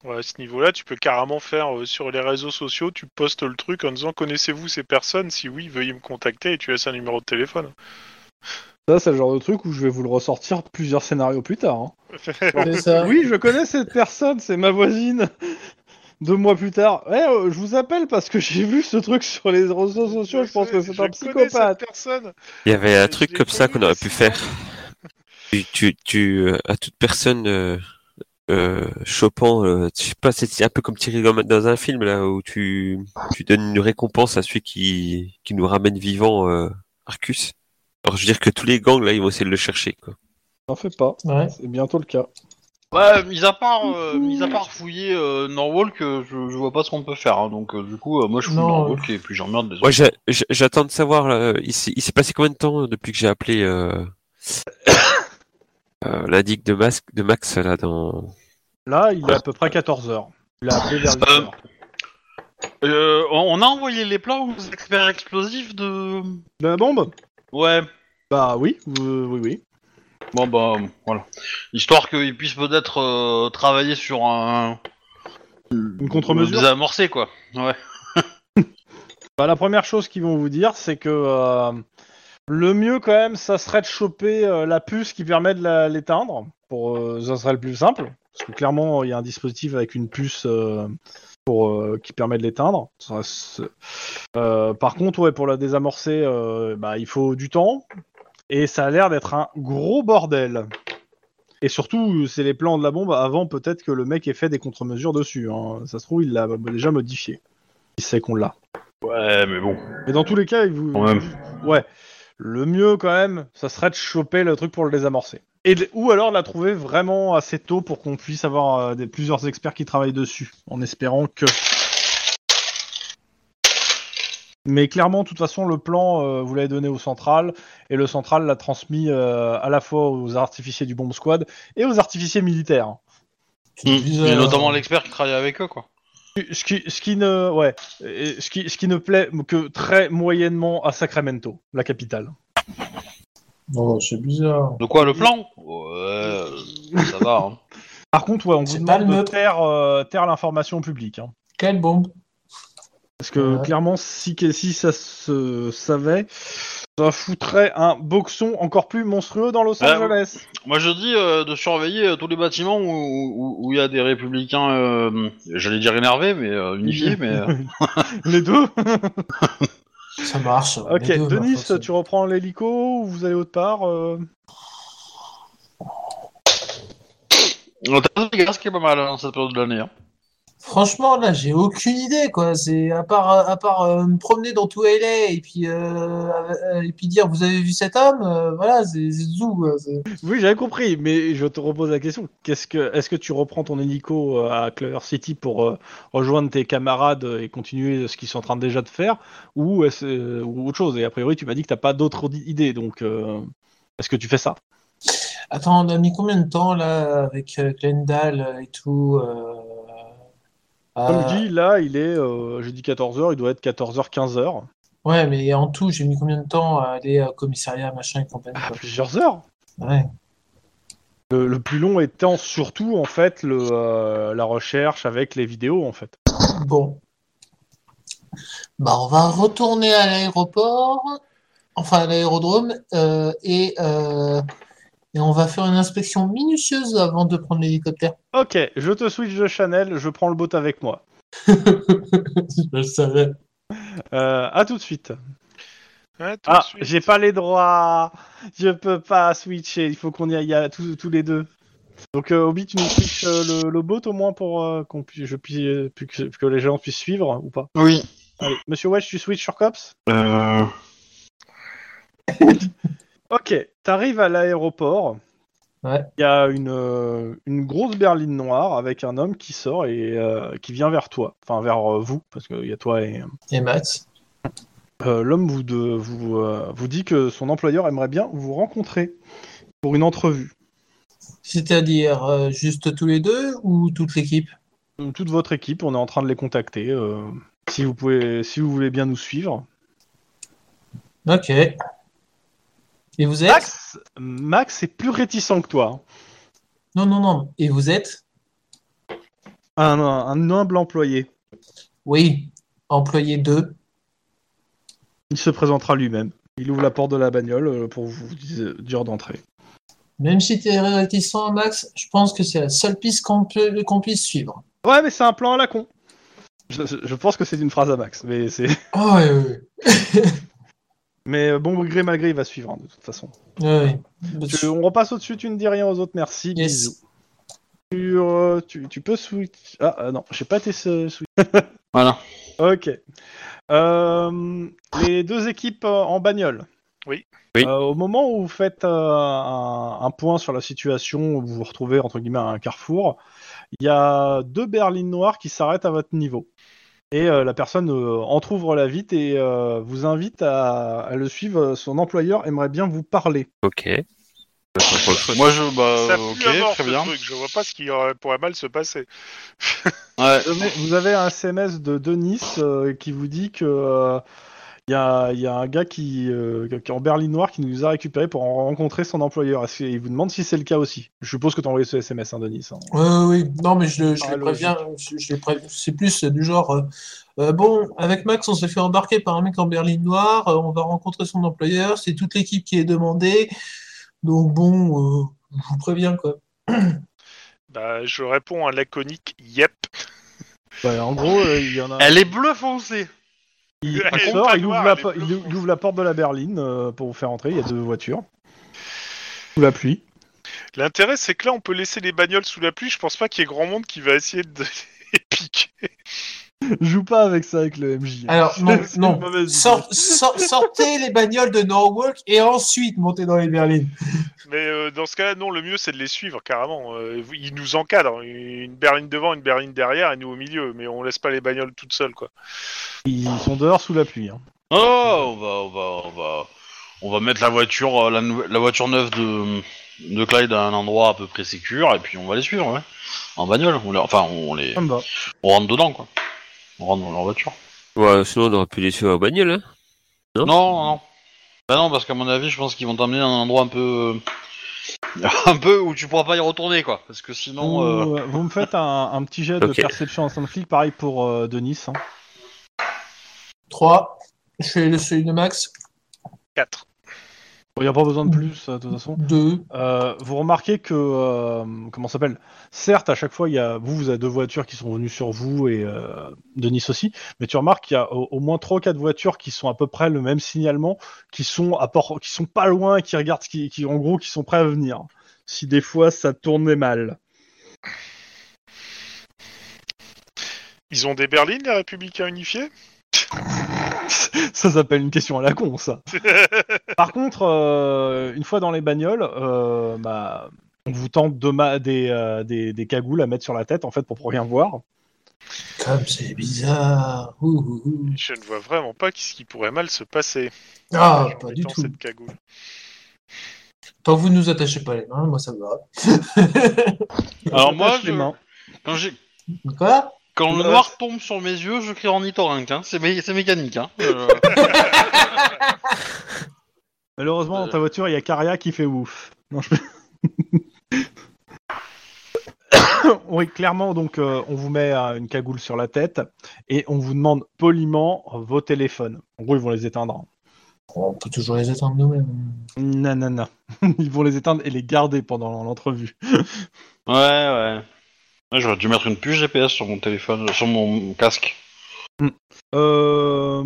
[SPEAKER 4] Ouais, à ce niveau-là, tu peux carrément faire euh, sur les réseaux sociaux, tu postes le truc en disant connaissez-vous ces personnes Si oui, veuillez me contacter et tu laisses un numéro de téléphone.
[SPEAKER 2] ça, c'est le genre de truc où je vais vous le ressortir plusieurs scénarios plus tard. hein.
[SPEAKER 3] C'est ça.
[SPEAKER 2] Oui, je connais cette personne, c'est ma voisine. Deux mois plus tard, ouais, euh, je vous appelle parce que j'ai vu ce truc sur les réseaux sociaux. Je pense que c'est un
[SPEAKER 4] connais
[SPEAKER 2] psychopathe.
[SPEAKER 4] cette personne.
[SPEAKER 6] Il y avait
[SPEAKER 4] Je-
[SPEAKER 6] un
[SPEAKER 4] je
[SPEAKER 6] truc
[SPEAKER 4] l'ai
[SPEAKER 6] comme ça
[SPEAKER 4] connu
[SPEAKER 6] qu'on aurait pu
[SPEAKER 4] récemment.
[SPEAKER 6] faire. Tu, tu, tu, euh, à toute personne euh, euh, chopant, euh, je sais pas, c'est un peu comme tirer comme dans un film là où tu, tu donnes une récompense à celui qui, qui nous ramène vivant euh, Arcus. Alors je veux dire que tous les gangs là, ils vont essayer de le chercher quoi.
[SPEAKER 2] N'en fais pas,
[SPEAKER 3] Ouais.
[SPEAKER 2] c'est bientôt le cas.
[SPEAKER 1] Ouais, mis à part, euh, mis à part fouiller euh, Norwalk, euh, je, je vois pas ce qu'on peut faire. hein. Donc euh, du coup, euh, moi je fouille
[SPEAKER 3] Non,
[SPEAKER 1] Norwalk et puis j'emmerde les
[SPEAKER 6] Ouais,
[SPEAKER 1] autres.
[SPEAKER 6] j'a- j'a- j'attends de savoir. là, il s'est il s'est passé combien de temps depuis que j'ai appelé euh, euh, l'indic de masque de Max là dans
[SPEAKER 2] Là, il est à peu près 14 heures. Il a appelé vers 8 heures.
[SPEAKER 1] Euh, on on a envoyé les plans aux experts explosifs de.
[SPEAKER 2] La Ben, bombe
[SPEAKER 1] Ouais.
[SPEAKER 2] Bah oui, euh, oui, oui.
[SPEAKER 1] Bon bah voilà. Histoire qu'ils puissent peut-être euh, travailler sur un.
[SPEAKER 2] Une contre-mesure.
[SPEAKER 1] Désamorcer quoi. Ouais.
[SPEAKER 2] Bah, la première chose qu'ils vont vous dire, c'est que euh, le mieux quand même, ça serait de choper euh, la puce qui permet de la- l'éteindre. Pour, euh, ça serait le plus simple. Parce que clairement, il y a un dispositif avec une puce euh, pour, euh, qui permet de l'éteindre. Ça, c'est- euh, par contre, ouais, pour la désamorcer, euh, bah, il faut du temps. Et ça a l'air d'être un gros bordel. Et surtout, c'est les plans de la bombe avant peut-être que le mec ait fait des contre-mesures dessus. hein. Ça se trouve, il l'a déjà modifié. Il sait qu'on l'a.
[SPEAKER 1] Ouais, mais bon.
[SPEAKER 2] Mais dans tous les cas, il vous.
[SPEAKER 1] Quand même.
[SPEAKER 2] Ouais. Le mieux, quand même, ça serait de choper le truc pour le désamorcer. Et de- Ou alors de la trouver vraiment assez tôt pour qu'on puisse avoir euh, des... plusieurs experts qui travaillent dessus, en espérant que. Mais clairement, de toute façon, le plan, euh, vous l'avez donné au central, et le central l'a transmis euh, à la fois aux artificiers du bomb squad et aux artificiers militaires.
[SPEAKER 1] Et Mmh, notamment l'expert qui travaille avec eux quoi.
[SPEAKER 2] Ce qui, ce qui ne, ouais, et ce qui, ce qui ne plaît que très moyennement à Sacramento, la capitale. Oh,
[SPEAKER 3] Non, c'est bizarre.
[SPEAKER 1] De quoi le plan Ouais. ça va. Hein.
[SPEAKER 2] Par contre, ouais, on vous
[SPEAKER 3] C'est
[SPEAKER 2] demande
[SPEAKER 3] pas le
[SPEAKER 2] de
[SPEAKER 3] neutre.
[SPEAKER 2] taire, euh, taire l'information au public. hein.
[SPEAKER 3] Quelle bombe
[SPEAKER 2] Parce que
[SPEAKER 3] Ouais.
[SPEAKER 2] clairement, si, que- si ça se savait, ça foutrait un boxon encore plus monstrueux dans Los
[SPEAKER 1] Ouais.
[SPEAKER 2] Angeles.
[SPEAKER 1] Moi je dis euh, de surveiller euh, tous les bâtiments où- où où il y a des républicains. euh, J'allais dire énervés mais euh, unifiés mais. euh,
[SPEAKER 2] Les bah, deux
[SPEAKER 3] Ça marche.
[SPEAKER 2] Ok,
[SPEAKER 3] les deux,
[SPEAKER 2] Denis,
[SPEAKER 3] ma foi,
[SPEAKER 2] tu reprends l'hélico ou vous allez autre part euh
[SPEAKER 1] On a des gaz qui est pas mal hein, dans cette période de l'année. hein.
[SPEAKER 3] Franchement, là, j'ai aucune idée, quoi. C'est à part, euh, à part euh, me promener dans tout LA et puis, euh, euh, et puis dire, vous avez vu cet homme? Euh, voilà, c'est c'est zou, quoi. C'est-
[SPEAKER 2] Oui, j'avais compris, mais je te repose la question. Qu'est-ce que, est-ce que tu reprends ton hélico euh, à Clover City pour euh, rejoindre tes camarades et continuer ce qu'ils sont en train déjà de faire, ou, est-ce, euh, ou autre chose Et a priori, tu m'as dit que t'as pas d'autres di- idées, donc euh, est-ce que tu fais ça
[SPEAKER 3] Attends, on a mis combien de temps, là, avec euh, Glendale et tout? euh,
[SPEAKER 2] Comme
[SPEAKER 3] à-
[SPEAKER 2] dit, là, il est, euh, j'ai dit 14 h il doit être 14 h 15 h
[SPEAKER 3] Ouais, mais en tout, j'ai mis combien de temps à aller au commissariat, machin et compagnie,
[SPEAKER 2] Ah,
[SPEAKER 3] quoi.
[SPEAKER 2] plusieurs heures.
[SPEAKER 3] Ouais.
[SPEAKER 2] Le, le plus long étant surtout en fait le, euh, la recherche avec les vidéos en fait.
[SPEAKER 3] Bon. Bah, on va retourner à l'aéroport, enfin à l'aérodrome, euh, et, euh, et on va faire une inspection minutieuse avant de prendre l'hélicoptère.
[SPEAKER 2] Ok, je te switch de Chanel, je prends le bot avec moi.
[SPEAKER 3] Je le savais.
[SPEAKER 2] Euh, à tout de suite.
[SPEAKER 4] Ouais, Hein, tout de
[SPEAKER 2] Ah,
[SPEAKER 4] suite.
[SPEAKER 2] j'ai pas les droits. Je peux pas switcher. Il faut qu'on y aille à tous, tous les deux. Donc euh, Obi, tu nous switches euh, le, le bot au moins pour euh, qu'on puisse, je puisse, euh, pu- que, que les gens puissent suivre hein, ou pas.
[SPEAKER 1] Oui.
[SPEAKER 2] Allez, Monsieur Wedge, tu switches sur Cops.
[SPEAKER 1] Euh...
[SPEAKER 2] Ok, t'arrives à l'aéroport.
[SPEAKER 3] Ouais.
[SPEAKER 2] Il y a une, euh, une grosse berline noire avec un homme qui sort et euh, qui vient vers toi, enfin vers euh, vous, parce qu'il y a toi et
[SPEAKER 3] Et Matt
[SPEAKER 2] Euh, L'homme vous, de- vous, euh, vous dit que son employeur aimerait bien vous rencontrer pour une entrevue.
[SPEAKER 3] C'est-à-dire euh, juste tous les deux ou toute l'équipe
[SPEAKER 2] toute votre équipe, on est en train de les contacter. euh, si, vous pouvez, si vous voulez bien nous suivre.
[SPEAKER 3] Ok. Et vous êtes
[SPEAKER 2] Max, Max est plus réticent que toi. hein.
[SPEAKER 3] Non, non, non. Et vous êtes
[SPEAKER 2] Un, un, un humble employé.
[SPEAKER 3] Oui. Employé 2.
[SPEAKER 2] Il se présentera lui-même. Il ouvre la porte de la bagnole euh, pour vous dis- dire d'entrer.
[SPEAKER 3] Même si tu es réticent, Max, je pense que c'est la seule piste qu'on peut- qu'on puisse suivre.
[SPEAKER 2] Ouais, mais c'est un plan à la con. Je, je pense que c'est une phrase à Max, mais c'est.
[SPEAKER 3] Ah oui, oui,
[SPEAKER 2] Mais euh, bon gré malgré, il va suivre hein, de toute façon.
[SPEAKER 3] oui. Ouais, ouais.
[SPEAKER 2] Tu- on repasse au-dessus, tu ne dis rien aux autres, merci.
[SPEAKER 3] Yes.
[SPEAKER 2] Bisous. Tu, euh, tu, tu peux switch. Ah, ah, non, j'ai pas tes euh, switch.
[SPEAKER 1] Voilà.
[SPEAKER 2] Ok. Euh, les deux équipes euh, en bagnole.
[SPEAKER 4] Oui.
[SPEAKER 6] Oui.
[SPEAKER 2] Euh, au moment où vous faites euh, un, un point sur la situation, où vous vous retrouvez entre guillemets à un carrefour, il y a deux berlines noires qui s'arrêtent à votre niveau. Et euh, la personne euh, entrouvre la vitre et euh, vous invite à, à le suivre. Son employeur aimerait bien vous parler.
[SPEAKER 6] Ok. pas le choix.
[SPEAKER 1] Moi, je. Bah,
[SPEAKER 4] Ça pue à
[SPEAKER 1] ok,
[SPEAKER 4] mort,
[SPEAKER 1] très
[SPEAKER 4] ce
[SPEAKER 1] bien.
[SPEAKER 4] truc. Je vois pas ce qui aurait- pourrait mal se passer.
[SPEAKER 1] Ouais.
[SPEAKER 2] Vous avez un SMS de Denis euh, qui vous dit que euh, il y, a, il y a un gars qui, euh, qui est en berline noire qui nous a récupéré pour en rencontrer son employeur. Est-ce qu'il- il vous demande si c'est le cas aussi Je suppose que t'as envoyé ce SMS, hein, Denis. hein.
[SPEAKER 3] Euh, oui, non, mais je, je
[SPEAKER 2] Ah,
[SPEAKER 3] les
[SPEAKER 2] logique.
[SPEAKER 3] préviens. Je, je les préviens. C'est plus euh, du genre. euh, euh, bon, avec Max, on s'est fait embarquer par un mec en berline noire. euh, on va rencontrer son employeur. C'est toute l'équipe qui est demandée. Donc bon, euh, je vous préviens quoi.
[SPEAKER 4] Bah, je réponds à laconique yep.
[SPEAKER 2] Bah, en gros, euh, il y en a.
[SPEAKER 1] Elle est bleu foncé.
[SPEAKER 2] Il
[SPEAKER 4] Elle est
[SPEAKER 2] sort,
[SPEAKER 4] pas
[SPEAKER 2] il ouvre,
[SPEAKER 4] noire,
[SPEAKER 2] la,
[SPEAKER 4] elle est
[SPEAKER 2] po- il
[SPEAKER 4] bleue
[SPEAKER 2] ou- il ouvre la porte de la berline euh, pour vous faire entrer. Il y a deux voitures. Sous la pluie.
[SPEAKER 4] L'intérêt, c'est que là, on peut laisser les bagnoles sous la pluie. Je pense pas qu'il y ait grand monde qui va essayer de les piquer.
[SPEAKER 2] Joue pas avec ça avec le MJ.
[SPEAKER 3] Alors non,
[SPEAKER 2] C'est une
[SPEAKER 3] non.
[SPEAKER 2] mauvaise idée.
[SPEAKER 3] Sor- sor- sortez les bagnoles de Norwalk et ensuite montez dans les berlines.
[SPEAKER 4] Mais euh, dans ce cas-là, non, le mieux, c'est de les suivre carrément. Euh, ils nous encadrent. Une berline devant, une berline derrière, et nous au milieu. Mais on laisse pas les bagnoles toutes seules, quoi.
[SPEAKER 2] Ils sont dehors sous la pluie. hein.
[SPEAKER 1] Oh, on va, on va, on va, on va mettre la voiture, euh, la, nou- la voiture neuve de, de Clyde à un endroit à peu près sécure et puis on va les suivre, ouais. En bagnole, on les- enfin, on les,
[SPEAKER 2] Ça me va.
[SPEAKER 1] on rentre dedans, quoi. On rentre dans leur voiture.
[SPEAKER 6] Ouais, sinon, on aurait pu les suivre au bagnole. Hein.
[SPEAKER 1] Non, non, non. Bah non, parce qu'à mon avis, je pense qu'ils vont t'amener à un endroit un peu, euh, un peu où tu pourras pas y retourner, quoi. Parce que sinon, euh,
[SPEAKER 2] Vous, euh, vous me faites un, un petit jet de
[SPEAKER 6] Ok.
[SPEAKER 2] perception instant flic, pareil pour euh, Denis. hein.
[SPEAKER 3] 3. Je fais le celui de Max.
[SPEAKER 4] 4.
[SPEAKER 2] Il n'y a pas besoin de plus, euh, de toute façon.
[SPEAKER 3] 2.
[SPEAKER 2] Euh, vous remarquez que, euh, comment ça s'appelle Certes, à chaque fois, il y a vous, vous avez deux voitures qui sont venues sur vous et euh, Denis aussi, mais tu remarques qu'il y a au, au moins trois, quatre voitures qui sont à peu près le même signalement, qui sont à port, qui sont pas loin, qui regardent, ce qui, qui en gros, qui sont prêts à venir. Si des fois ça tournait mal.
[SPEAKER 4] Ils ont des berlines, les républicains unifiés
[SPEAKER 2] Ça s'appelle une question à la con, ça. Par contre, euh, une fois dans les bagnoles, euh, bah, on vous tente de ma- des, euh, des, des cagoules à mettre sur la tête, en fait, pour rien voir.
[SPEAKER 3] Comme c'est bizarre. Ouh, ouh, ouh.
[SPEAKER 4] Je ne vois vraiment pas ce qui pourrait mal se passer.
[SPEAKER 3] Ah,
[SPEAKER 4] en
[SPEAKER 3] pas du
[SPEAKER 4] mettant
[SPEAKER 3] tout.
[SPEAKER 4] cette cagoule.
[SPEAKER 3] Tant que vous ne nous attachez pas les mains, moi ça me va.
[SPEAKER 1] alors moi,
[SPEAKER 2] Attache
[SPEAKER 1] je-
[SPEAKER 2] les mains.
[SPEAKER 1] quand j'ai,
[SPEAKER 3] Quoi
[SPEAKER 1] quand le
[SPEAKER 3] Ouais.
[SPEAKER 1] noir tombe sur mes yeux, je crie en ornithorynque, hein. C'est mé- c'est mécanique, hein. Euh,
[SPEAKER 2] Malheureusement,
[SPEAKER 1] Euh.
[SPEAKER 2] dans ta voiture, il y a Caria qui fait ouf. Non, je- oui, clairement, donc euh, on vous met euh, une cagoule sur la tête et on vous demande poliment vos téléphones. En gros, ils vont les éteindre.
[SPEAKER 3] On peut toujours les éteindre nous-mêmes.
[SPEAKER 2] Nanana. Ils vont les éteindre et les garder pendant l'entrevue.
[SPEAKER 1] Ouais, ouais. Ouais, J'aurais dû mettre une puce GPS sur mon téléphone, euh, sur mon casque.
[SPEAKER 2] Euh,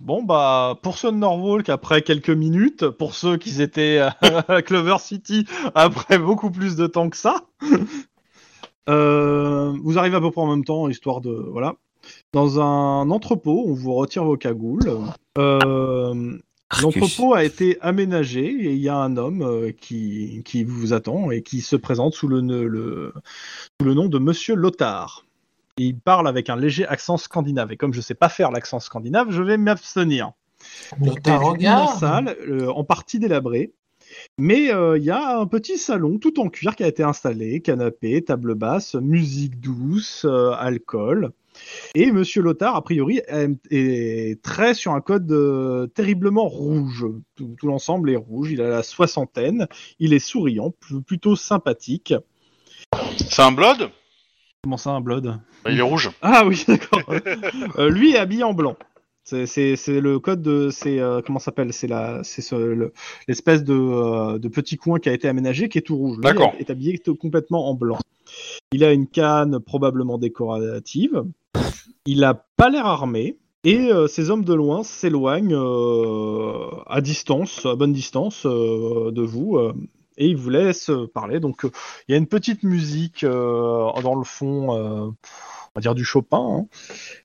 [SPEAKER 2] Bon, bah, pour ceux de Norwalk, après quelques minutes, pour ceux qui étaient à Clover City, après beaucoup plus de temps que ça, euh, vous arrivez à peu près en même temps, histoire de... Voilà. Dans un entrepôt, on vous retire vos cagoules. Euh, L'entrepôt a été aménagé et il y a un homme euh, qui, qui vous attend et qui se présente sous le, ne- le- sous le nom de Monsieur Lothar. Et il parle avec un léger accent scandinave. Et comme je ne sais pas faire l'accent scandinave, je vais m'abstenir.
[SPEAKER 3] Notre
[SPEAKER 2] C'est une immense
[SPEAKER 3] regard.
[SPEAKER 2] salle, euh, en partie délabrée. Mais euh, il y a un petit salon tout en cuir qui a été installé, canapé, table basse, musique douce, euh, alcool. Et Monsieur Lothar, a priori, aime- est très sur un code euh, terriblement rouge. Tout, tout l'ensemble est rouge, il a la soixantaine, il est souriant, pl- plutôt sympathique.
[SPEAKER 1] C'est un blood
[SPEAKER 2] Comment ça, un blood
[SPEAKER 1] Bah, Il est rouge.
[SPEAKER 2] Ah oui, d'accord. Euh, lui est habillé en blanc. C'est- C'est c'est le code de. C'est euh, comment ça s'appelle C'est la. C'est ce- le- l'espèce de, euh, de petit coin qui a été aménagé qui est tout rouge. Lui
[SPEAKER 1] D'accord.
[SPEAKER 2] Est habillé tout- complètement en blanc. Il a une canne probablement décorative. Il a pas l'air armé. Et euh, ces hommes de loin s'éloignent euh, à distance, à bonne distance euh, de vous. euh, et ils vous laissent euh, parler. Donc euh, il y a une petite musique euh, dans le fond. euh, on va dire du Chopin. hein.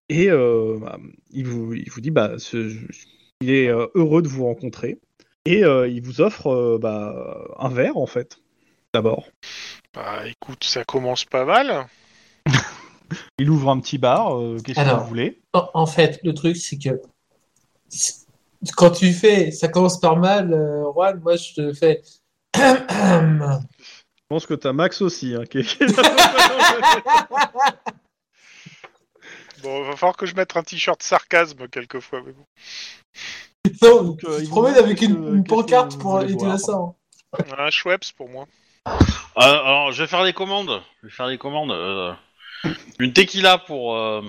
[SPEAKER 2] Et euh, bah, il, vous, il vous dit, bah, ce- il est euh, heureux de vous rencontrer. Et euh, il vous offre euh, bah, un verre, en fait, d'abord.
[SPEAKER 4] Bah, écoute, ça commence pas mal.
[SPEAKER 2] Il ouvre un petit bar, euh, qu'est-ce que
[SPEAKER 3] Alors.
[SPEAKER 2] vous voulez
[SPEAKER 3] En en fait, le truc, c'est que quand tu fais, ça commence par mal, euh, Juan, moi je te fais,
[SPEAKER 2] Je pense que t'as Max aussi. Hein, qui est-
[SPEAKER 4] Bon, va falloir que je mette un t-shirt sarcasme quelquefois. Mais bon.
[SPEAKER 3] Donc,
[SPEAKER 2] euh, il
[SPEAKER 3] il
[SPEAKER 2] vous
[SPEAKER 3] se promène
[SPEAKER 2] dit
[SPEAKER 3] avec
[SPEAKER 2] que-
[SPEAKER 3] une,
[SPEAKER 2] qu'est-ce
[SPEAKER 3] une
[SPEAKER 2] que
[SPEAKER 3] pancarte
[SPEAKER 2] vous
[SPEAKER 3] pour
[SPEAKER 2] voulez
[SPEAKER 3] éviter
[SPEAKER 2] boire
[SPEAKER 3] la sorte.
[SPEAKER 4] Un Schweppes pour moi.
[SPEAKER 1] Euh, alors, je vais faire les commandes. Je vais faire les commandes. euh, une tequila pour. euh,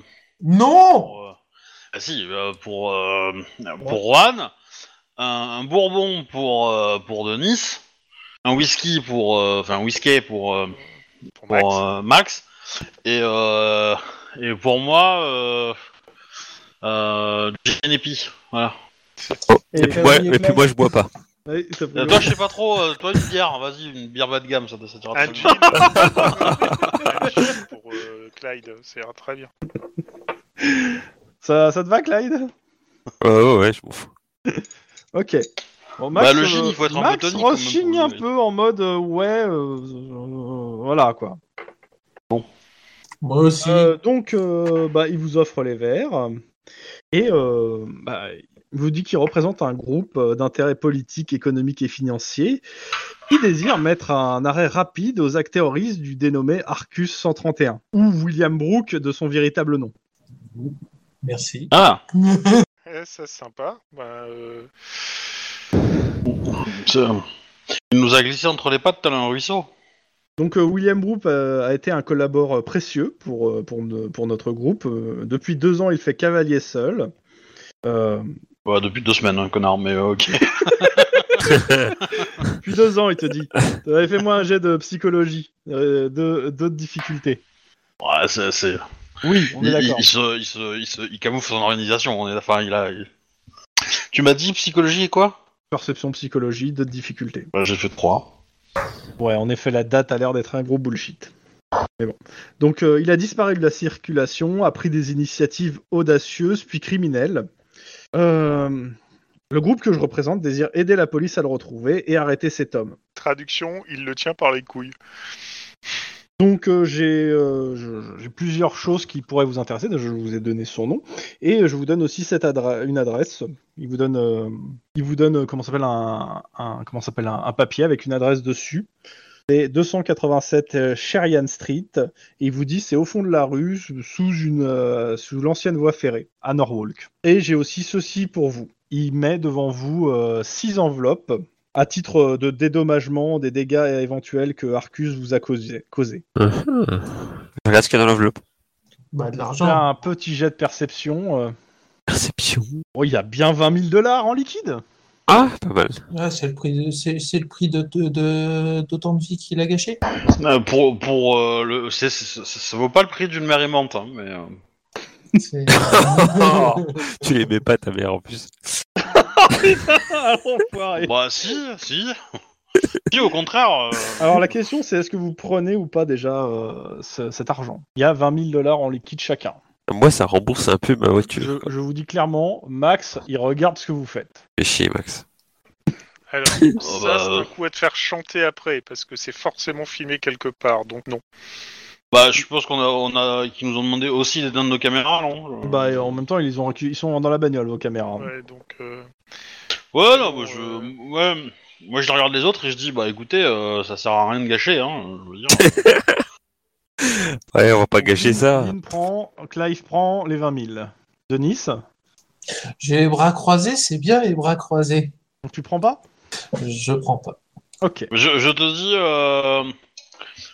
[SPEAKER 3] Non
[SPEAKER 1] pour, euh, ah si, euh, pour, euh, pour Juan, un, un bourbon pour, euh, pour Denis, un whisky pour. euh, Enfin, un whisky pour, euh,
[SPEAKER 4] Pour
[SPEAKER 1] pour,
[SPEAKER 4] Max.
[SPEAKER 1] euh, Max. Et, euh, et pour moi, euh, euh, gin épi. Voilà.
[SPEAKER 2] Et-
[SPEAKER 6] Et euh, puis, moi, et puis moi, je bois pas.
[SPEAKER 2] Ouais, ça peut-
[SPEAKER 1] Euh, toi, je sais pas trop, euh, toi, une bière, vas-y, une bière bas de gamme, ça, te- ça t'ira très
[SPEAKER 4] Un
[SPEAKER 1] bien.
[SPEAKER 4] jean. Un jean pour euh, Clyde, c'est très bien.
[SPEAKER 2] ça, ça te va, Clyde
[SPEAKER 6] Euh, ouais, ouais, je m'en fous.
[SPEAKER 2] Ok. Bon, euh,
[SPEAKER 1] Bah, le gin, il faut être un peu
[SPEAKER 2] Max
[SPEAKER 1] tonique, quand
[SPEAKER 2] rechigne
[SPEAKER 1] même,
[SPEAKER 2] un
[SPEAKER 1] pour lui,
[SPEAKER 2] peu en mode euh, ouais, euh, euh, voilà quoi.
[SPEAKER 3] Moi aussi.
[SPEAKER 2] Euh, donc, euh, bah, il vous offre les verres et euh, bah, il vous dit qu'il représente un groupe euh, d'intérêt politique, économique et financier qui désire mettre un arrêt rapide aux actes terroristes du dénommé Arcus 131 ou William Brooke de son véritable nom.
[SPEAKER 3] Merci.
[SPEAKER 1] Ah,
[SPEAKER 4] Eh, ça, c'est sympa. Bah, euh,
[SPEAKER 1] c'est- il nous a glissé entre les pattes tel un ruisseau.
[SPEAKER 2] Donc euh, William Brook euh, a été un collaborateur précieux pour, euh, pour, ne- pour notre groupe. Euh, depuis deux ans, il fait cavalier seul. Euh,
[SPEAKER 1] Bah, depuis deux semaines, hein, connard, mais euh, ok.
[SPEAKER 2] depuis deux ans, il te dit. T'avais fait moi un jet de psychologie, euh, de d'autres difficultés.
[SPEAKER 1] Ouais, c'est- c'est.
[SPEAKER 2] Oui, on
[SPEAKER 1] Il,
[SPEAKER 2] est
[SPEAKER 1] il-
[SPEAKER 2] d'accord.
[SPEAKER 1] il se, il, se, il, se, il camoufle son organisation. On est, enfin, il a. il- Tu m'as dit psychologie et quoi
[SPEAKER 2] Perception psychologie, d'autres difficultés.
[SPEAKER 1] bah, J'ai fait 3.
[SPEAKER 2] Ouais, en effet, la date a l'air d'être un gros bullshit. Mais bon. Donc, euh, il a disparu de la circulation, a pris des initiatives audacieuses, puis criminelles. Euh, le groupe que je représente désire aider la police à le retrouver et arrêter cet homme.
[SPEAKER 4] traduction, il le tient par les couilles.
[SPEAKER 2] Donc euh, j'ai euh, je- je- j'ai plusieurs choses qui pourraient vous intéresser. Je vous ai donné son nom et euh, je vous donne aussi cette adre- une adresse. Il vous donne euh, il vous donne euh, comment s'appelle un, un- comment s'appelle un, un papier avec une adresse dessus. C'est 287 euh, Sherian Street et il vous dit c'est au fond de la rue sous- sous une euh, sous l'ancienne voie ferrée à Norwalk. Et j'ai aussi ceci pour vous. Il met devant vous euh, six enveloppes à titre de dédommagement des dégâts éventuels que Arcus vous a causé- causés.
[SPEAKER 6] Uh-huh. Je regarde ce qu'il y a dans l'enveloppe.
[SPEAKER 3] Bah, de
[SPEAKER 2] Fais
[SPEAKER 3] l'argent.
[SPEAKER 2] un petit jet de perception. euh.
[SPEAKER 6] Perception.
[SPEAKER 2] Oh, il y a bien 20 000 dollars en liquide.
[SPEAKER 6] Ah, pas mal.
[SPEAKER 3] Ouais, c'est le prix, de, c'est, c'est le prix de, de- de- d'autant de vie qu'il a gâché.
[SPEAKER 1] pour pour euh, le, c'est- c'est- c'est- ça vaut pas le prix d'une mère aimante, hein, mais. euh,
[SPEAKER 3] C'est...
[SPEAKER 6] Tu les mets pas, ta mère, en plus.
[SPEAKER 2] Ah
[SPEAKER 1] Bah si, si. si, au contraire. euh,
[SPEAKER 2] Alors la question c'est est-ce que vous prenez ou pas déjà euh, ce- cet argent Il y a 20 000 dollars en liquide chacun.
[SPEAKER 6] Moi, ça rembourse un peu ma
[SPEAKER 2] Je,
[SPEAKER 6] voiture. quoi.
[SPEAKER 2] je vous dis clairement, Max, il regarde ce que vous faites.
[SPEAKER 6] Fais chier, Max.
[SPEAKER 4] Alors,
[SPEAKER 1] Oh,
[SPEAKER 4] ça,
[SPEAKER 1] bah,
[SPEAKER 4] c'est
[SPEAKER 1] euh.
[SPEAKER 4] un coup à te faire chanter après, parce que c'est forcément filmé quelque part, donc non.
[SPEAKER 1] bah, je suppose qu'on a, on a, qu'ils nous ont demandé aussi d'éteindre nos caméras, non
[SPEAKER 2] Bah, et en même temps, ils, ont recu- ils sont dans la bagnole, vos caméras.
[SPEAKER 4] Ouais, donc, euh,
[SPEAKER 1] Ouais, non, moi je,
[SPEAKER 2] euh,
[SPEAKER 1] ouais, moi je regarde les autres et je dis, bah écoutez, euh, ça sert à rien de gâcher, hein. Je veux dire.
[SPEAKER 6] Ouais, on va pas
[SPEAKER 2] Donc,
[SPEAKER 6] gâcher
[SPEAKER 2] Lynn-
[SPEAKER 6] ça.
[SPEAKER 2] Lynn prend, Clive prend les 20 000. Denis,
[SPEAKER 3] J'ai les bras croisés, c'est bien les bras croisés.
[SPEAKER 2] donc tu prends pas
[SPEAKER 3] Je prends pas.
[SPEAKER 2] Ok.
[SPEAKER 1] Je, je te dis, euh,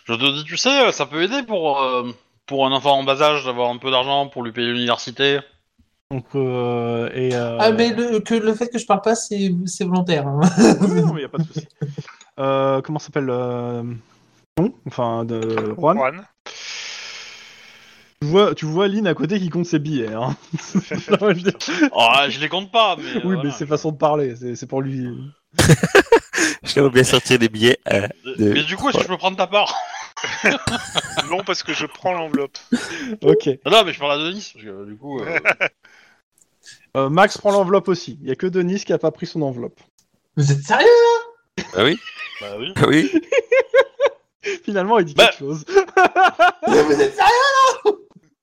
[SPEAKER 1] je te dis, tu sais, ça peut aider pour euh, pour un enfant en bas âge d'avoir un peu d'argent pour lui payer l'université.
[SPEAKER 2] Donc, euh, et, euh,
[SPEAKER 3] Ah, mais le, que, le fait que je parle pas, c'est, c'est volontaire. hein.
[SPEAKER 2] Oui, oui, non, mais y a pas de souci. Euh, comment s'appelle euh... Juan Enfin, de Juan.
[SPEAKER 4] Juan.
[SPEAKER 2] Tu vois, tu vois Lynn à côté qui compte ses billets. Hein. Non, je-
[SPEAKER 1] Oh, je les compte pas, mais. euh,
[SPEAKER 2] oui, mais
[SPEAKER 1] voilà.
[SPEAKER 2] c'est façon de parler. C'est c'est pour lui.
[SPEAKER 6] Je vais bien sortir des billets. euh, de-
[SPEAKER 1] Mais du coup, est-ce que je peux prendre ta part
[SPEAKER 4] non, parce que je prends l'enveloppe.
[SPEAKER 2] Ok.
[SPEAKER 1] Ah Non, mais je parle à Denis. Parce que, euh, du coup, euh,
[SPEAKER 2] Euh, Max prend l'enveloppe aussi. Il y a que Denis qui a pas pris son enveloppe.
[SPEAKER 3] Vous êtes sérieux?
[SPEAKER 6] Ah oui
[SPEAKER 1] bah oui.
[SPEAKER 6] Ah oui
[SPEAKER 2] Finalement, il dit
[SPEAKER 1] Bah.
[SPEAKER 2] quelque chose.
[SPEAKER 3] Vous êtes sérieux?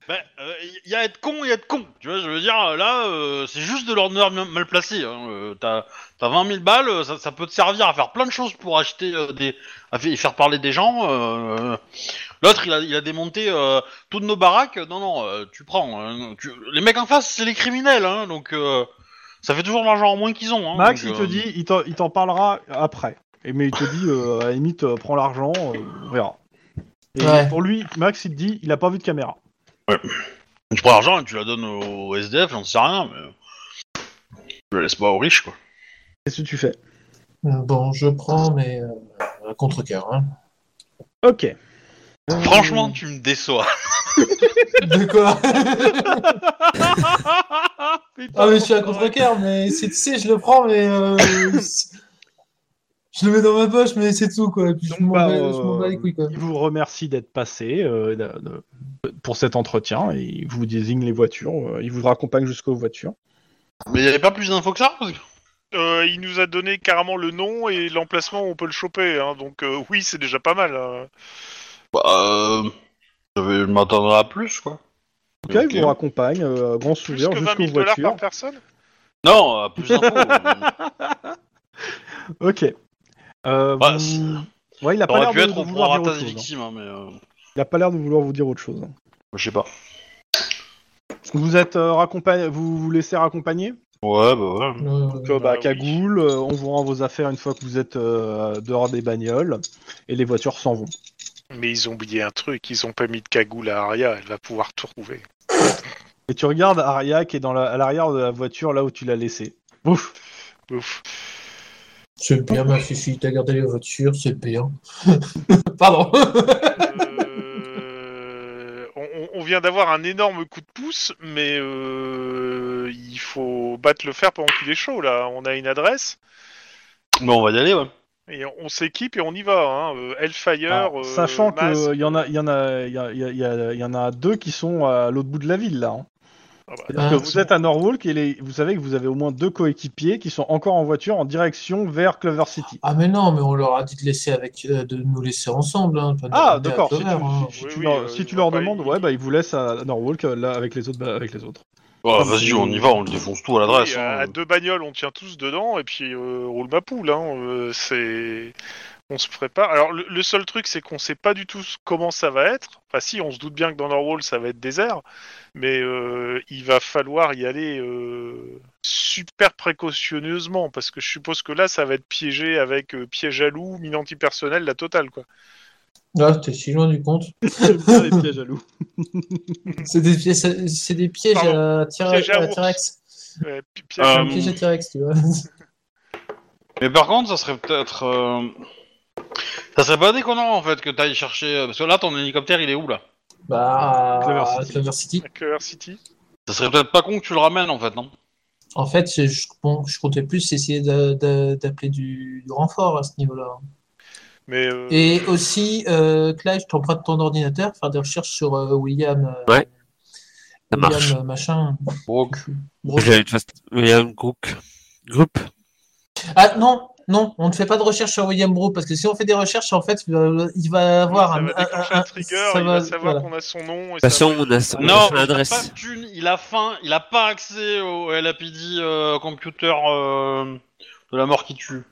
[SPEAKER 1] bah, euh, y y a être con et être con. Tu vois, je veux dire, là, euh, c'est juste de l'ordinaire mal mal placé. hein. Euh, T'as t'as 20 000 balles, euh, ça, ça peut te servir à faire plein de choses pour acheter euh, des. à fa- faire parler des gens. euh, L'autre, il a, il a démonté euh, toutes nos baraques. Non, non, euh, tu prends. hein, non, tu- Les mecs en face, c'est les criminels, hein, donc. euh, Ça fait toujours l'argent en moins qu'ils ont. Hein,
[SPEAKER 2] Max,
[SPEAKER 1] donc,
[SPEAKER 2] il te
[SPEAKER 1] euh,
[SPEAKER 2] dit, il t'en- il t'en parlera après. Et mais il te dit, euh, à la limite, euh, prends l'argent, euh, on verra. Et
[SPEAKER 3] Ouais.
[SPEAKER 2] pour lui, Max, il te dit, il a pas vu de caméra.
[SPEAKER 1] Tu prends l'argent et tu la donnes au SDF, j'en sais rien, mais. Tu la laisses pas aux riches, quoi.
[SPEAKER 2] Qu'est-ce que tu fais
[SPEAKER 3] Euh, Bon, je prends, mais euh, à contre-cœur. Hein.
[SPEAKER 2] Ok. Euh,
[SPEAKER 1] Franchement, tu me déçois.
[SPEAKER 3] De quoi Ah, mais je suis à contre-cœur, mais c'est- tu sais, je le prends, mais. euh, c'est- je le mets dans ma poche, mais c'est tout, quoi. Et Puis je
[SPEAKER 2] Donc,
[SPEAKER 3] m'en
[SPEAKER 2] bah,
[SPEAKER 3] bats-
[SPEAKER 2] euh,
[SPEAKER 3] je m'en bats les couilles, quoi.
[SPEAKER 2] Il vous remercie d'être passé euh, de- de- pour cet entretien et il vous désigne les voitures. euh, il vous raccompagne jusqu'aux voitures.
[SPEAKER 1] Mais il avait pas plus d'infos que ça parce que-
[SPEAKER 4] Euh, il nous a donné carrément le nom et l'emplacement où on peut le choper, hein, donc euh, oui, c'est déjà pas mal. hein.
[SPEAKER 1] Bah, euh, Je vais- je m'attendrai à plus, quoi.
[SPEAKER 2] En tout cas,
[SPEAKER 1] Ok.
[SPEAKER 2] il vous raccompagne, euh, grand
[SPEAKER 4] Plus
[SPEAKER 2] sourire,
[SPEAKER 4] que 20
[SPEAKER 2] jusqu'aux
[SPEAKER 4] 000 dollars
[SPEAKER 2] voitures.
[SPEAKER 4] par personne
[SPEAKER 1] Non, à plus d'infos.
[SPEAKER 2] Ok. Euh,
[SPEAKER 1] Bah,
[SPEAKER 2] vous-
[SPEAKER 1] c'est-
[SPEAKER 2] ouais, il a pas
[SPEAKER 1] T'aurais
[SPEAKER 2] l'air
[SPEAKER 1] pu
[SPEAKER 2] de,
[SPEAKER 1] être
[SPEAKER 2] de
[SPEAKER 1] au
[SPEAKER 2] vouloir dire
[SPEAKER 1] prorata
[SPEAKER 2] autre
[SPEAKER 1] des
[SPEAKER 2] chose. hein.
[SPEAKER 1] victimes, hein, mais. euh,
[SPEAKER 2] Il a pas l'air de vouloir vous dire autre chose. hein.
[SPEAKER 1] Je sais pas.
[SPEAKER 2] Vous êtes euh, raccompa- vous vous laissez raccompagner
[SPEAKER 1] Ouais, bah ouais.
[SPEAKER 3] Euh,
[SPEAKER 2] Donc, euh, bah,
[SPEAKER 4] Bah oui.
[SPEAKER 2] cagoule, euh, on vous rend vos affaires une fois que vous êtes euh, dehors des bagnoles et les voitures s'en vont.
[SPEAKER 4] Mais ils ont oublié un truc, ils ont pas mis de cagoule à Aria, elle va pouvoir tout retrouver.
[SPEAKER 2] Et tu regardes Aria qui est dans la- à l'arrière de la voiture là où tu l'as laissée. Ouf
[SPEAKER 4] Ouf.
[SPEAKER 3] C'est bien, ma fifi, t'as gardé les voitures, c'est bien. Pardon.
[SPEAKER 4] Euh, on- on, on vient d'avoir un énorme coup de pouce, mais euh, il faut battre le fer pendant qu'il est chaud, là. On a une adresse,
[SPEAKER 1] Bon, on va y aller, ouais.
[SPEAKER 4] et on, on s'équipe et on y va. Hein. Euh, Hellfire,
[SPEAKER 2] Alors,
[SPEAKER 4] euh,
[SPEAKER 2] Ah, Sachant que
[SPEAKER 4] Mask,
[SPEAKER 2] euh, il y en a, il y en a, il y, a- il y a- il y a- il y en a deux qui sont à l'autre bout de la ville là. hein.
[SPEAKER 4] Ah bah,
[SPEAKER 2] C'est-à-dire
[SPEAKER 3] Ah,
[SPEAKER 2] que
[SPEAKER 3] c'est
[SPEAKER 2] vous êtes à Norwalk et les- vous savez que vous avez au moins deux coéquipiers qui sont encore en voiture en direction vers Clover City.
[SPEAKER 3] Ah mais non, mais on leur a dit de laisser avec, euh, de nous laisser ensemble. hein, pas de
[SPEAKER 2] Ah
[SPEAKER 3] ramener à
[SPEAKER 2] d'accord. Si, tu,
[SPEAKER 3] Clover, hein.
[SPEAKER 2] si- si
[SPEAKER 4] Oui,
[SPEAKER 2] tu
[SPEAKER 4] oui,
[SPEAKER 2] leur,
[SPEAKER 4] euh,
[SPEAKER 2] si tu
[SPEAKER 4] ils
[SPEAKER 2] leur
[SPEAKER 4] vont pas-
[SPEAKER 2] demandes, ouais, bah ils vous laissent à Norwalk euh, là avec les autres, bah, avec les autres.
[SPEAKER 1] Ouais, vas-y, on y va, on le défonce tout à l'adresse.
[SPEAKER 4] Oui,
[SPEAKER 1] hein.
[SPEAKER 4] à, à deux bagnoles, on tient tous dedans et puis euh, roule ma poule. Hein, euh, c'est, on se prépare. Alors le, le seul truc, c'est qu'on sait pas du tout ce- comment ça va être. Enfin si, on se doute bien que dans Norwalk, ça va être désert, mais euh, il va falloir y aller euh, super précautionneusement parce que je suppose que là, ça va être piégé avec euh, piège à loup, mine antipersonnelle, la totale quoi.
[SPEAKER 3] Ah, t'es si loin du compte.
[SPEAKER 2] J'aime bien les pièges à loups.
[SPEAKER 3] C'est des, pièges- c'est- c'est des pièges à Tyra-
[SPEAKER 4] piège à
[SPEAKER 3] à
[SPEAKER 4] ours.
[SPEAKER 3] T-Rex.
[SPEAKER 4] Ouais, pi- piège
[SPEAKER 3] C'est
[SPEAKER 4] à
[SPEAKER 3] un
[SPEAKER 1] Euh,
[SPEAKER 4] loup.
[SPEAKER 3] piège à T-Rex, tu vois.
[SPEAKER 1] Mais par contre, ça serait peut-être. euh, Ça serait pas déconnant en fait que t'ailles chercher. euh, Parce que là, ton hélicoptère, il est où là
[SPEAKER 4] Ah,
[SPEAKER 3] Bah,
[SPEAKER 2] Clover
[SPEAKER 3] Clover
[SPEAKER 2] City.
[SPEAKER 3] City.
[SPEAKER 4] Clover City.
[SPEAKER 1] Ça serait peut-être pas con que tu le ramènes en fait, non
[SPEAKER 3] En fait, c'est- je, bon, je comptais plus essayer d'a- d'a- d'appeler du, du renfort à ce niveau-là.
[SPEAKER 4] Mais euh,
[SPEAKER 3] Et aussi, euh, Clive, je t'emprunte ton ordinateur, faire des recherches sur euh, William. euh,
[SPEAKER 6] Ouais. Ça
[SPEAKER 3] William,
[SPEAKER 6] marche.
[SPEAKER 3] euh, machin.
[SPEAKER 1] Brooke.
[SPEAKER 3] Brooke.
[SPEAKER 6] J'avais de toute façon- Il y a un groupe. Groupe.
[SPEAKER 3] Ah non, non, on ne fait pas de recherche sur William Bro parce que si on fait des recherches, en fait, euh, il va avoir
[SPEAKER 4] ça
[SPEAKER 3] un,
[SPEAKER 4] va déclencher
[SPEAKER 3] un- un-
[SPEAKER 4] un trigger,
[SPEAKER 3] ça
[SPEAKER 4] il
[SPEAKER 3] va-
[SPEAKER 4] va savoir
[SPEAKER 3] voilà.
[SPEAKER 4] qu'on a son nom. Et
[SPEAKER 6] De toute
[SPEAKER 4] ça
[SPEAKER 6] façon,
[SPEAKER 4] va-
[SPEAKER 6] Bah, on a, on a
[SPEAKER 1] Non,
[SPEAKER 6] son
[SPEAKER 1] il a pas
[SPEAKER 6] adresse.
[SPEAKER 1] de thune, il a faim, il a pas accès au LAPD euh, computer euh, de la mort qui tue.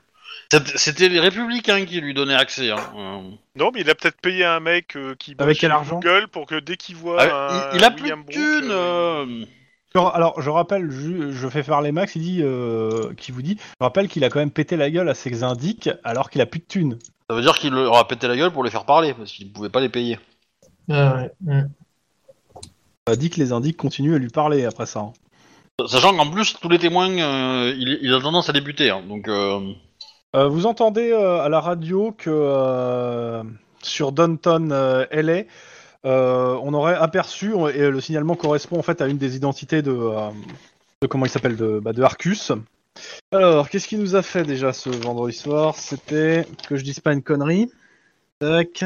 [SPEAKER 1] C'était- C'était les républicains qui lui donnaient accès. hein, euh.
[SPEAKER 4] Non, mais il a peut-être payé un mec euh, qui bosse
[SPEAKER 2] Avec quel
[SPEAKER 4] chez
[SPEAKER 2] argent
[SPEAKER 4] Google pour que dès qu'il voit
[SPEAKER 1] Ah,
[SPEAKER 4] un
[SPEAKER 1] il, il a plus
[SPEAKER 4] Bah, William
[SPEAKER 1] de thune.
[SPEAKER 4] Brooke, euh,
[SPEAKER 1] euh,
[SPEAKER 2] Alors, alors, je rappelle, je, je fais faire les max, il dit, euh, qui vous dit, je rappelle qu'il a quand même pété la gueule à ses indiques alors qu'il a plus de thunes.
[SPEAKER 1] Ça veut dire qu'il leur a pété la gueule pour les faire parler parce qu'il pouvait pas les payer.
[SPEAKER 3] Ah ouais, ouais.
[SPEAKER 2] Il a Euh, dit que les indiques continuent à lui parler après ça. hein.
[SPEAKER 1] Sachant qu'en plus tous les témoins, euh, il, il a tendance à débuter. hein, donc euh,
[SPEAKER 2] Euh, vous entendez euh, à la radio que euh, sur Downton euh, LA, euh, on aurait aperçu, et le signalement correspond en fait à une des identités de, euh, de comment il s'appelle, de, bah, de Arcus. Alors, qu'est-ce qu'il nous a fait déjà ce vendredi soir C'était que je dise pas une connerie. Tac.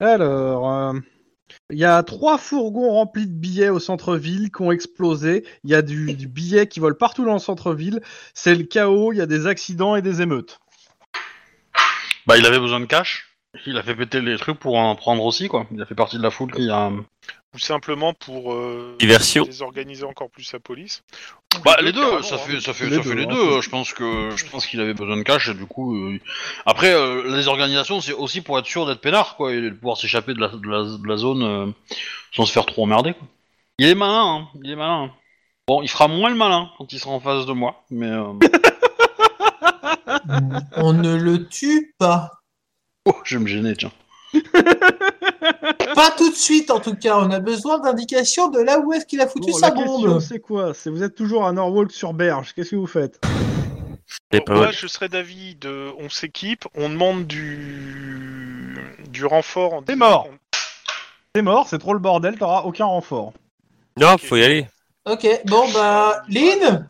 [SPEAKER 2] Alors, euh, il y a trois fourgons remplis de billets au centre-ville qui ont explosé. Il y a du, du billet qui vole partout dans le centre-ville. C'est le chaos. Il y a des accidents et des émeutes.
[SPEAKER 1] bah il avait besoin de cash. Il a fait péter les trucs pour en prendre aussi, quoi. Il a fait partie de la foule qui a.
[SPEAKER 4] Ou simplement pour euh,
[SPEAKER 6] Diversion.
[SPEAKER 4] désorganiser encore plus sa police. Ou
[SPEAKER 1] Bah les deux,
[SPEAKER 4] carrément,
[SPEAKER 1] ça
[SPEAKER 4] hein.
[SPEAKER 1] fait ça fait
[SPEAKER 2] Les
[SPEAKER 1] ça fait
[SPEAKER 2] deux,
[SPEAKER 1] les
[SPEAKER 2] hein,
[SPEAKER 1] deux. Je pense que je pense qu'il avait besoin de cash et du coup euh, après euh, les organisations c'est aussi pour être sûr d'être peinard quoi et de pouvoir s'échapper de la, de la de la zone euh, sans se faire trop emmerder. Quoi. Il est malin, hein, il est malin. hein. Bon, il fera moins le malin quand il sera en face de moi, mais euh,
[SPEAKER 3] Mm. On ne le tue pas.
[SPEAKER 1] oh, je vais me gêner tiens.
[SPEAKER 3] Pas tout de suite, en tout cas. On a besoin d'indications de là où est-ce qu'il a foutu
[SPEAKER 2] Bon,
[SPEAKER 3] sa
[SPEAKER 2] la
[SPEAKER 3] bombe.
[SPEAKER 2] question, c'est quoi C'est vous êtes toujours à Norwalk sur Berge. Qu'est-ce que vous faites
[SPEAKER 6] C'est
[SPEAKER 4] Bon,
[SPEAKER 6] pas
[SPEAKER 4] moi,
[SPEAKER 6] mal.
[SPEAKER 4] je serais d'avis de. On s'équipe, on demande du. du renfort en.
[SPEAKER 2] T'es mort. T'es mort, c'est trop le bordel, t'auras aucun renfort.
[SPEAKER 6] Non, faut y aller.
[SPEAKER 3] Ok, bon, bah, Lynn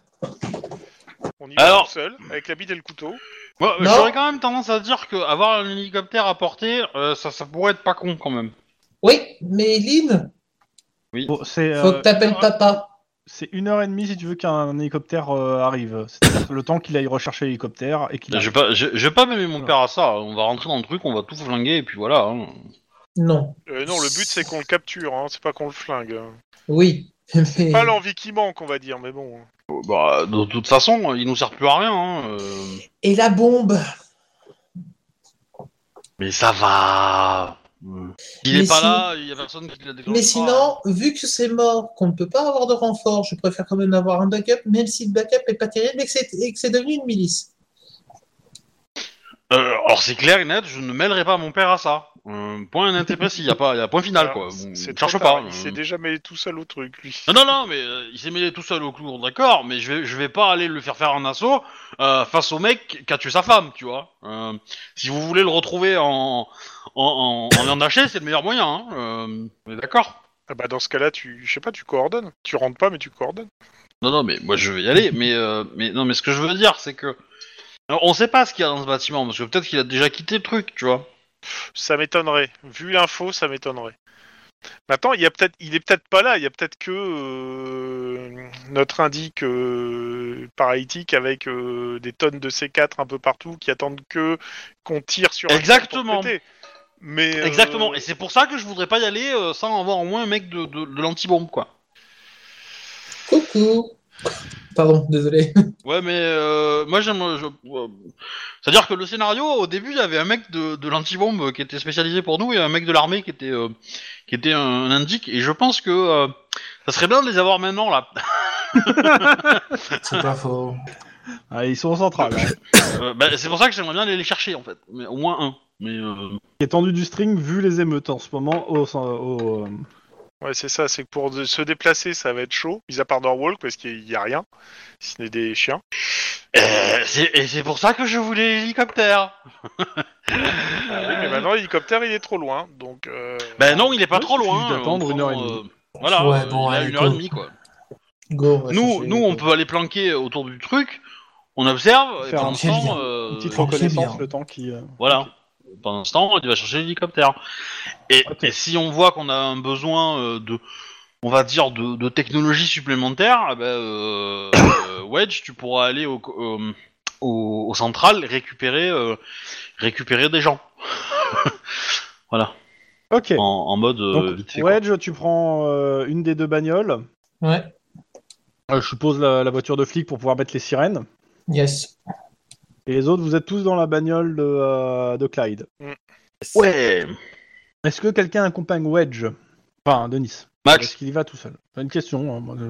[SPEAKER 4] On y
[SPEAKER 1] Alors-
[SPEAKER 4] va tout seul, avec la bite et le couteau.
[SPEAKER 1] Moi,
[SPEAKER 3] Non.
[SPEAKER 1] j'aurais quand même tendance à dire que avoir un hélicoptère à portée, euh, ça ça pourrait être pas con quand même.
[SPEAKER 3] Oui, mais Lynn,
[SPEAKER 2] Bon, c'est
[SPEAKER 3] faut
[SPEAKER 2] euh,
[SPEAKER 3] que t'appelles papa.
[SPEAKER 2] c'est une heure et demie si tu veux qu'un hélicoptère euh, arrive. C'est-à-dire le temps qu'il aille rechercher l'hélicoptère et qu'il.
[SPEAKER 1] Bah, Je vais pas je, je vais pas mêler mon père à ça. On va rentrer dans le truc, on va tout flinguer et puis voilà. hein.
[SPEAKER 3] Non,
[SPEAKER 4] Euh, non, le but c'est qu'on le capture, hein, c'est pas qu'on le flingue.
[SPEAKER 3] oui. Mais...
[SPEAKER 4] Pas l'envie qui manque, on va dire, mais bon.
[SPEAKER 1] Euh, Bah, de toute façon, il nous sert plus à rien. Hein. euh.
[SPEAKER 3] Et la bombe
[SPEAKER 1] Mais ça va. Euh, Il est
[SPEAKER 3] Mais
[SPEAKER 1] pas
[SPEAKER 3] si-
[SPEAKER 1] là, il y a personne qui l'a déclenché.
[SPEAKER 3] Mais sinon, vu que c'est mort, qu'on ne peut pas avoir de renfort, je préfère quand même avoir un backup, même si le backup est pas terrible et que c'est, et que c'est devenu une milice.
[SPEAKER 1] Euh, alors c'est clair et net, je ne mêlerai pas mon père à ça. Euh, point net et précis, il y a pas, il y a point final
[SPEAKER 4] Alors,
[SPEAKER 1] quoi.
[SPEAKER 4] c'est-
[SPEAKER 1] Bon,
[SPEAKER 4] c'est trop
[SPEAKER 1] cherche
[SPEAKER 4] tard,
[SPEAKER 1] pas.
[SPEAKER 4] Il
[SPEAKER 1] euh.
[SPEAKER 4] s'est déjà mêlé tout seul au truc, lui.
[SPEAKER 1] Non non non, mais euh, il s'est mêlé tout seul au clou, d'accord. Mais je vais, je vais pas aller le faire faire un assaut euh, face au mec qui a tué sa femme, tu vois. Euh, si vous voulez le retrouver en en en, en viande hachée, c'est le meilleur moyen. Hein. Euh, on est d'accord.
[SPEAKER 4] Ah bah, dans ce cas-là, tu, je sais pas, tu coordonnes. Tu rentres pas, mais tu coordonnes.
[SPEAKER 1] Non, non, mais moi je vais y aller, mais, euh, mais non, mais ce que je veux dire, c'est que. Alors, on sait pas ce qu'il y a dans ce bâtiment, parce que peut-être qu'il a déjà quitté le truc, tu vois.
[SPEAKER 4] Ça m'étonnerait. Vu l'info, ça m'étonnerait. Maintenant, il y a peut-être, il est peut-être pas là. Il y a peut-être que euh, notre indique euh, paralytique avec euh, des tonnes de C4 un peu partout qui attendent que qu'on tire sur. un truc pour
[SPEAKER 1] Exactement.
[SPEAKER 4] péter. Mais euh,
[SPEAKER 1] Exactement, et c'est pour ça que je voudrais pas y aller euh, sans avoir au moins un mec de, de, de l'antibombe, quoi.
[SPEAKER 3] Coucou Pardon, désolé.
[SPEAKER 1] Ouais, mais euh, moi j'aime. je- euh, C'est-à-dire que le scénario, au début, il y avait un mec de, de l'antibombe qui était spécialisé pour nous et un mec de l'armée qui était, euh, qui était un, un indique, et je pense que euh, ça serait bien de les avoir maintenant, là.
[SPEAKER 3] C'est pas faux.
[SPEAKER 2] Ah, ils sont au central. hein.
[SPEAKER 1] Euh, bah, c'est pour ça que j'aimerais bien aller les chercher, en fait. Mais au moins un. Mais. euh,
[SPEAKER 2] qui est tendu du string vu les émeutes en ce moment au, au- euh,
[SPEAKER 4] Ouais, c'est ça, c'est que pour de- se déplacer, ça va être chaud, mis à part Norwalk, parce qu'il n'y a rien, si ce n'est des chiens.
[SPEAKER 1] Euh, c'est- Et c'est pour ça que je voulais l'hélicoptère.
[SPEAKER 4] Ah oui, mais maintenant, l'hélicoptère, il est trop loin, donc... euh,
[SPEAKER 1] Ben non, il est pas
[SPEAKER 2] Ouais,
[SPEAKER 1] trop
[SPEAKER 2] il suffit
[SPEAKER 1] loin.
[SPEAKER 2] d'attendre
[SPEAKER 1] on
[SPEAKER 2] une heure et
[SPEAKER 1] prend,
[SPEAKER 2] demie.
[SPEAKER 1] euh, Voilà,
[SPEAKER 3] Ouais,
[SPEAKER 1] euh,
[SPEAKER 3] bon,
[SPEAKER 1] il a
[SPEAKER 3] allez,
[SPEAKER 1] une heure et
[SPEAKER 3] go.
[SPEAKER 1] demie quoi.
[SPEAKER 3] Go, on va
[SPEAKER 1] Nous,
[SPEAKER 3] chercher
[SPEAKER 1] nous,
[SPEAKER 3] les
[SPEAKER 1] on
[SPEAKER 3] go.
[SPEAKER 1] peut aller planquer autour du truc. On observe et
[SPEAKER 2] Faire
[SPEAKER 1] pendant
[SPEAKER 2] un
[SPEAKER 1] ce
[SPEAKER 3] petit
[SPEAKER 1] temps,
[SPEAKER 3] lien.
[SPEAKER 1] euh,
[SPEAKER 2] une petite
[SPEAKER 3] ok,
[SPEAKER 2] reconnaissance
[SPEAKER 3] bien.
[SPEAKER 2] le temps qui euh,
[SPEAKER 1] voilà. Pendant ce temps, tu vas chercher l'hélicoptère. Et,
[SPEAKER 2] Ok.
[SPEAKER 1] et si on voit qu'on a un besoin euh, de, on va dire, de, de technologie supplémentaire, eh ben, euh, euh, Wedge, tu pourras aller au, co- euh, au, au central récupérer, euh, récupérer des gens. voilà.
[SPEAKER 2] Ok.
[SPEAKER 1] en, en mode euh,
[SPEAKER 2] Donc,
[SPEAKER 1] vite fait. quoi.
[SPEAKER 2] Wedge, tu prends euh, une des deux bagnoles.
[SPEAKER 3] Ouais,
[SPEAKER 2] Euh, je suppose la, la voiture de flic pour pouvoir mettre les sirènes.
[SPEAKER 3] yes.
[SPEAKER 2] Et les autres, vous êtes tous dans la bagnole de, euh, de Clyde.
[SPEAKER 1] Ouais.
[SPEAKER 2] Est-ce que quelqu'un accompagne Wedge Enfin, Denis. Est-ce
[SPEAKER 1] Max,
[SPEAKER 2] qu'il y va tout seul C'est une question. hein, moi, je-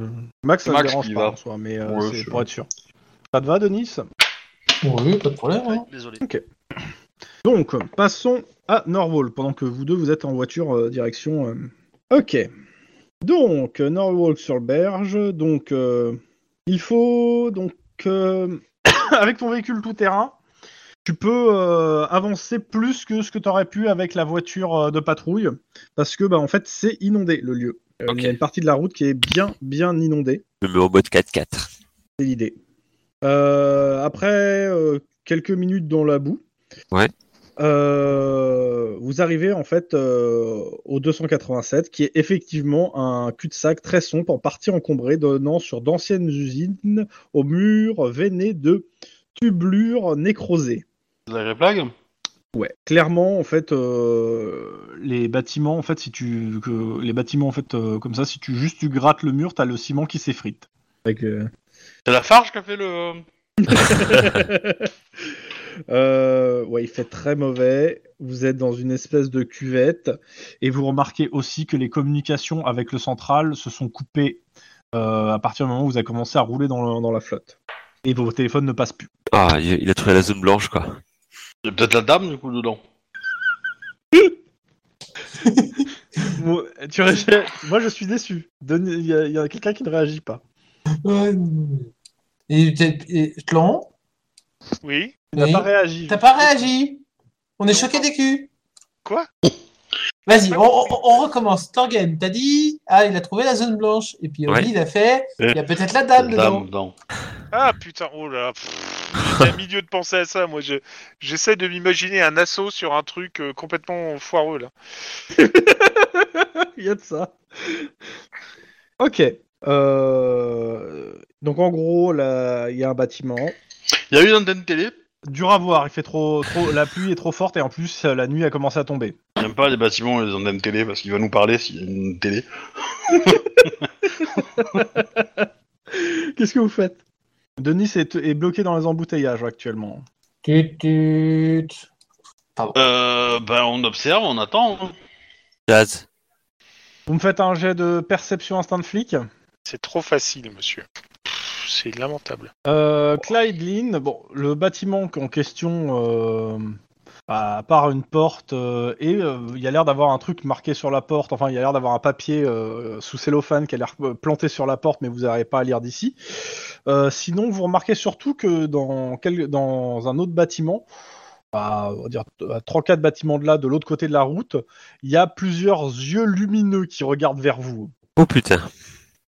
[SPEAKER 2] Max, ça ne
[SPEAKER 1] Max qui
[SPEAKER 2] dérange
[SPEAKER 1] y
[SPEAKER 2] pas
[SPEAKER 1] va.
[SPEAKER 2] en soi, mais euh,
[SPEAKER 1] Ouais,
[SPEAKER 2] c'est
[SPEAKER 1] je-
[SPEAKER 2] pour être sûr. Ça te va, Denis
[SPEAKER 3] Oui, pas de problème. hein.
[SPEAKER 1] désolé.
[SPEAKER 2] Donc, passons à Norwalk, pendant que vous deux, vous êtes en voiture euh, direction... euh, Ok. Donc, euh, Norwalk sur le berge. Donc, euh, il faut... Donc, euh, avec ton véhicule tout-terrain, tu peux euh, avancer plus que ce que tu aurais pu avec la voiture euh, de patrouille, parce que, bah, en fait, c'est inondé, le lieu. Euh,
[SPEAKER 6] Ok.
[SPEAKER 2] Il y a une partie de la route qui est bien, bien inondée.
[SPEAKER 6] Je me mets en mode 4-4.
[SPEAKER 2] C'est l'idée. Euh, après euh, quelques minutes dans la boue,
[SPEAKER 6] Ouais.
[SPEAKER 2] euh, vous arrivez en fait euh, au 287, qui est effectivement un cul-de-sac très sombre, en partie encombré, donnant sur d'anciennes usines aux murs veinés de tubulures nécrosées.
[SPEAKER 1] La vraie blague
[SPEAKER 2] Ouais, clairement en fait euh, les bâtiments en fait si tu que- les bâtiments en fait euh, comme ça si tu juste tu grattes le mur t'as le ciment qui s'effrite. Avec, euh,
[SPEAKER 1] C'est la farge qui a fait le.
[SPEAKER 2] Euh, ouais, il fait très mauvais. Vous êtes dans une espèce de cuvette et vous remarquez aussi que les communications avec le central se sont coupées euh, à partir du moment où vous avez commencé à rouler dans, le- dans la flotte et vos téléphones ne passent plus.
[SPEAKER 6] Ah, il il a trouvé la zone blanche, quoi.
[SPEAKER 1] Il y a peut-être la dame du coup dedans.
[SPEAKER 7] Bon, tu réagis- Moi, je suis déçu. Denis- Il y a, il y a quelqu'un qui ne réagit pas.
[SPEAKER 3] Ouais. Et, et, et Tlon,
[SPEAKER 4] Oui
[SPEAKER 7] Il n'a
[SPEAKER 3] Oui.
[SPEAKER 7] pas réagi.
[SPEAKER 3] t'as pas réagi On est choqué des culs
[SPEAKER 4] Quoi
[SPEAKER 3] Vas-y, on, on- on recommence. Torgen, t'as dit Ah, il a trouvé la zone blanche. Et puis Oli,
[SPEAKER 6] Ouais.
[SPEAKER 3] il a fait Il y a peut-être la dame
[SPEAKER 1] Euh, La
[SPEAKER 3] dedans.
[SPEAKER 1] dame dedans.
[SPEAKER 4] Ah putain, oh là là, pff, j'étais à milieu de penser à ça, moi je j'essaie de m'imaginer un assaut sur un truc euh, complètement foireux là.
[SPEAKER 2] il y a de ça. Ok. euh, Donc en gros, là, il y a un bâtiment.
[SPEAKER 1] Il y a eu une antenne télé.
[SPEAKER 2] Dur à voir, il fait trop, trop, la pluie est trop forte et en plus euh, la nuit a commencé à tomber.
[SPEAKER 1] J'aime pas les bâtiments et les antennes télé parce qu'il va nous parler s'il y a une télé.
[SPEAKER 2] Qu'est-ce que vous faites Denis est, est bloqué dans les embouteillages actuellement.
[SPEAKER 3] Tut, tut.
[SPEAKER 1] Euh, ben on observe, on attend. hein.
[SPEAKER 6] Jazz.
[SPEAKER 2] Vous me faites un jet de perception instinct de flic.
[SPEAKER 4] C'est trop facile, monsieur. Pff, C'est lamentable.
[SPEAKER 2] Euh, Clyde Lynn, bon, le bâtiment en question, euh, à part une porte, euh, et euh, il y a l'air d'avoir un truc marqué sur la porte, enfin il y a l'air d'avoir un papier euh, sous cellophane qui a l'air euh, planté sur la porte, mais vous n'arrivez pas à lire d'ici. Euh, sinon, vous remarquez surtout que dans, quel- dans un autre bâtiment, à, on va dire 3-4 bâtiments de là, de l'autre côté de la route, il y a plusieurs yeux lumineux qui regardent vers vous.
[SPEAKER 6] Oh putain.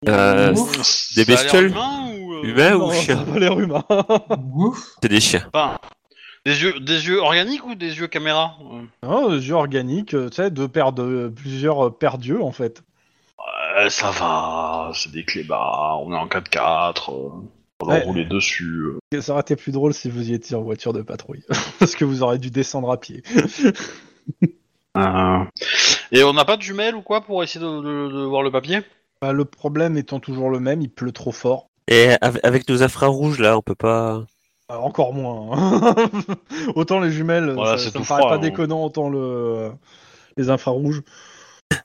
[SPEAKER 6] Euh,
[SPEAKER 1] Ouf. Ça
[SPEAKER 6] des
[SPEAKER 1] a l'air
[SPEAKER 6] bestioles
[SPEAKER 1] humain ou, euh,
[SPEAKER 6] Humain
[SPEAKER 2] Non,
[SPEAKER 6] ou
[SPEAKER 2] ça
[SPEAKER 6] chien
[SPEAKER 2] a pas l'air humain.
[SPEAKER 3] Ouf.
[SPEAKER 6] C'est des chiens.
[SPEAKER 1] enfin, des yeux, des yeux organiques ou des yeux caméra
[SPEAKER 2] Non, des yeux organiques, euh, tu sais, deux paires de plusieurs euh, paires d'yeux en fait.
[SPEAKER 1] Euh, Ça va, c'est des clébards, on est en 4x4, euh, on
[SPEAKER 2] Ouais.
[SPEAKER 1] leur rouler dessus. euh.
[SPEAKER 2] Ça aurait été plus drôle si vous y étiez en voiture de patrouille, parce que vous aurez dû descendre à pied.
[SPEAKER 1] Euh, Et on n'a pas de jumelles ou quoi pour essayer de, de- de voir le papier
[SPEAKER 2] Bah, le problème étant toujours le même, il pleut trop fort.
[SPEAKER 6] Et av- avec nos infrarouges, là, on peut pas.
[SPEAKER 2] Euh, encore moins. hein. autant les jumelles,
[SPEAKER 1] Voilà,
[SPEAKER 2] ça,
[SPEAKER 1] c'est
[SPEAKER 2] ça
[SPEAKER 1] tout
[SPEAKER 2] me paraît
[SPEAKER 1] froid,
[SPEAKER 2] pas
[SPEAKER 1] hein.
[SPEAKER 2] déconnant, autant le euh, les infrarouges.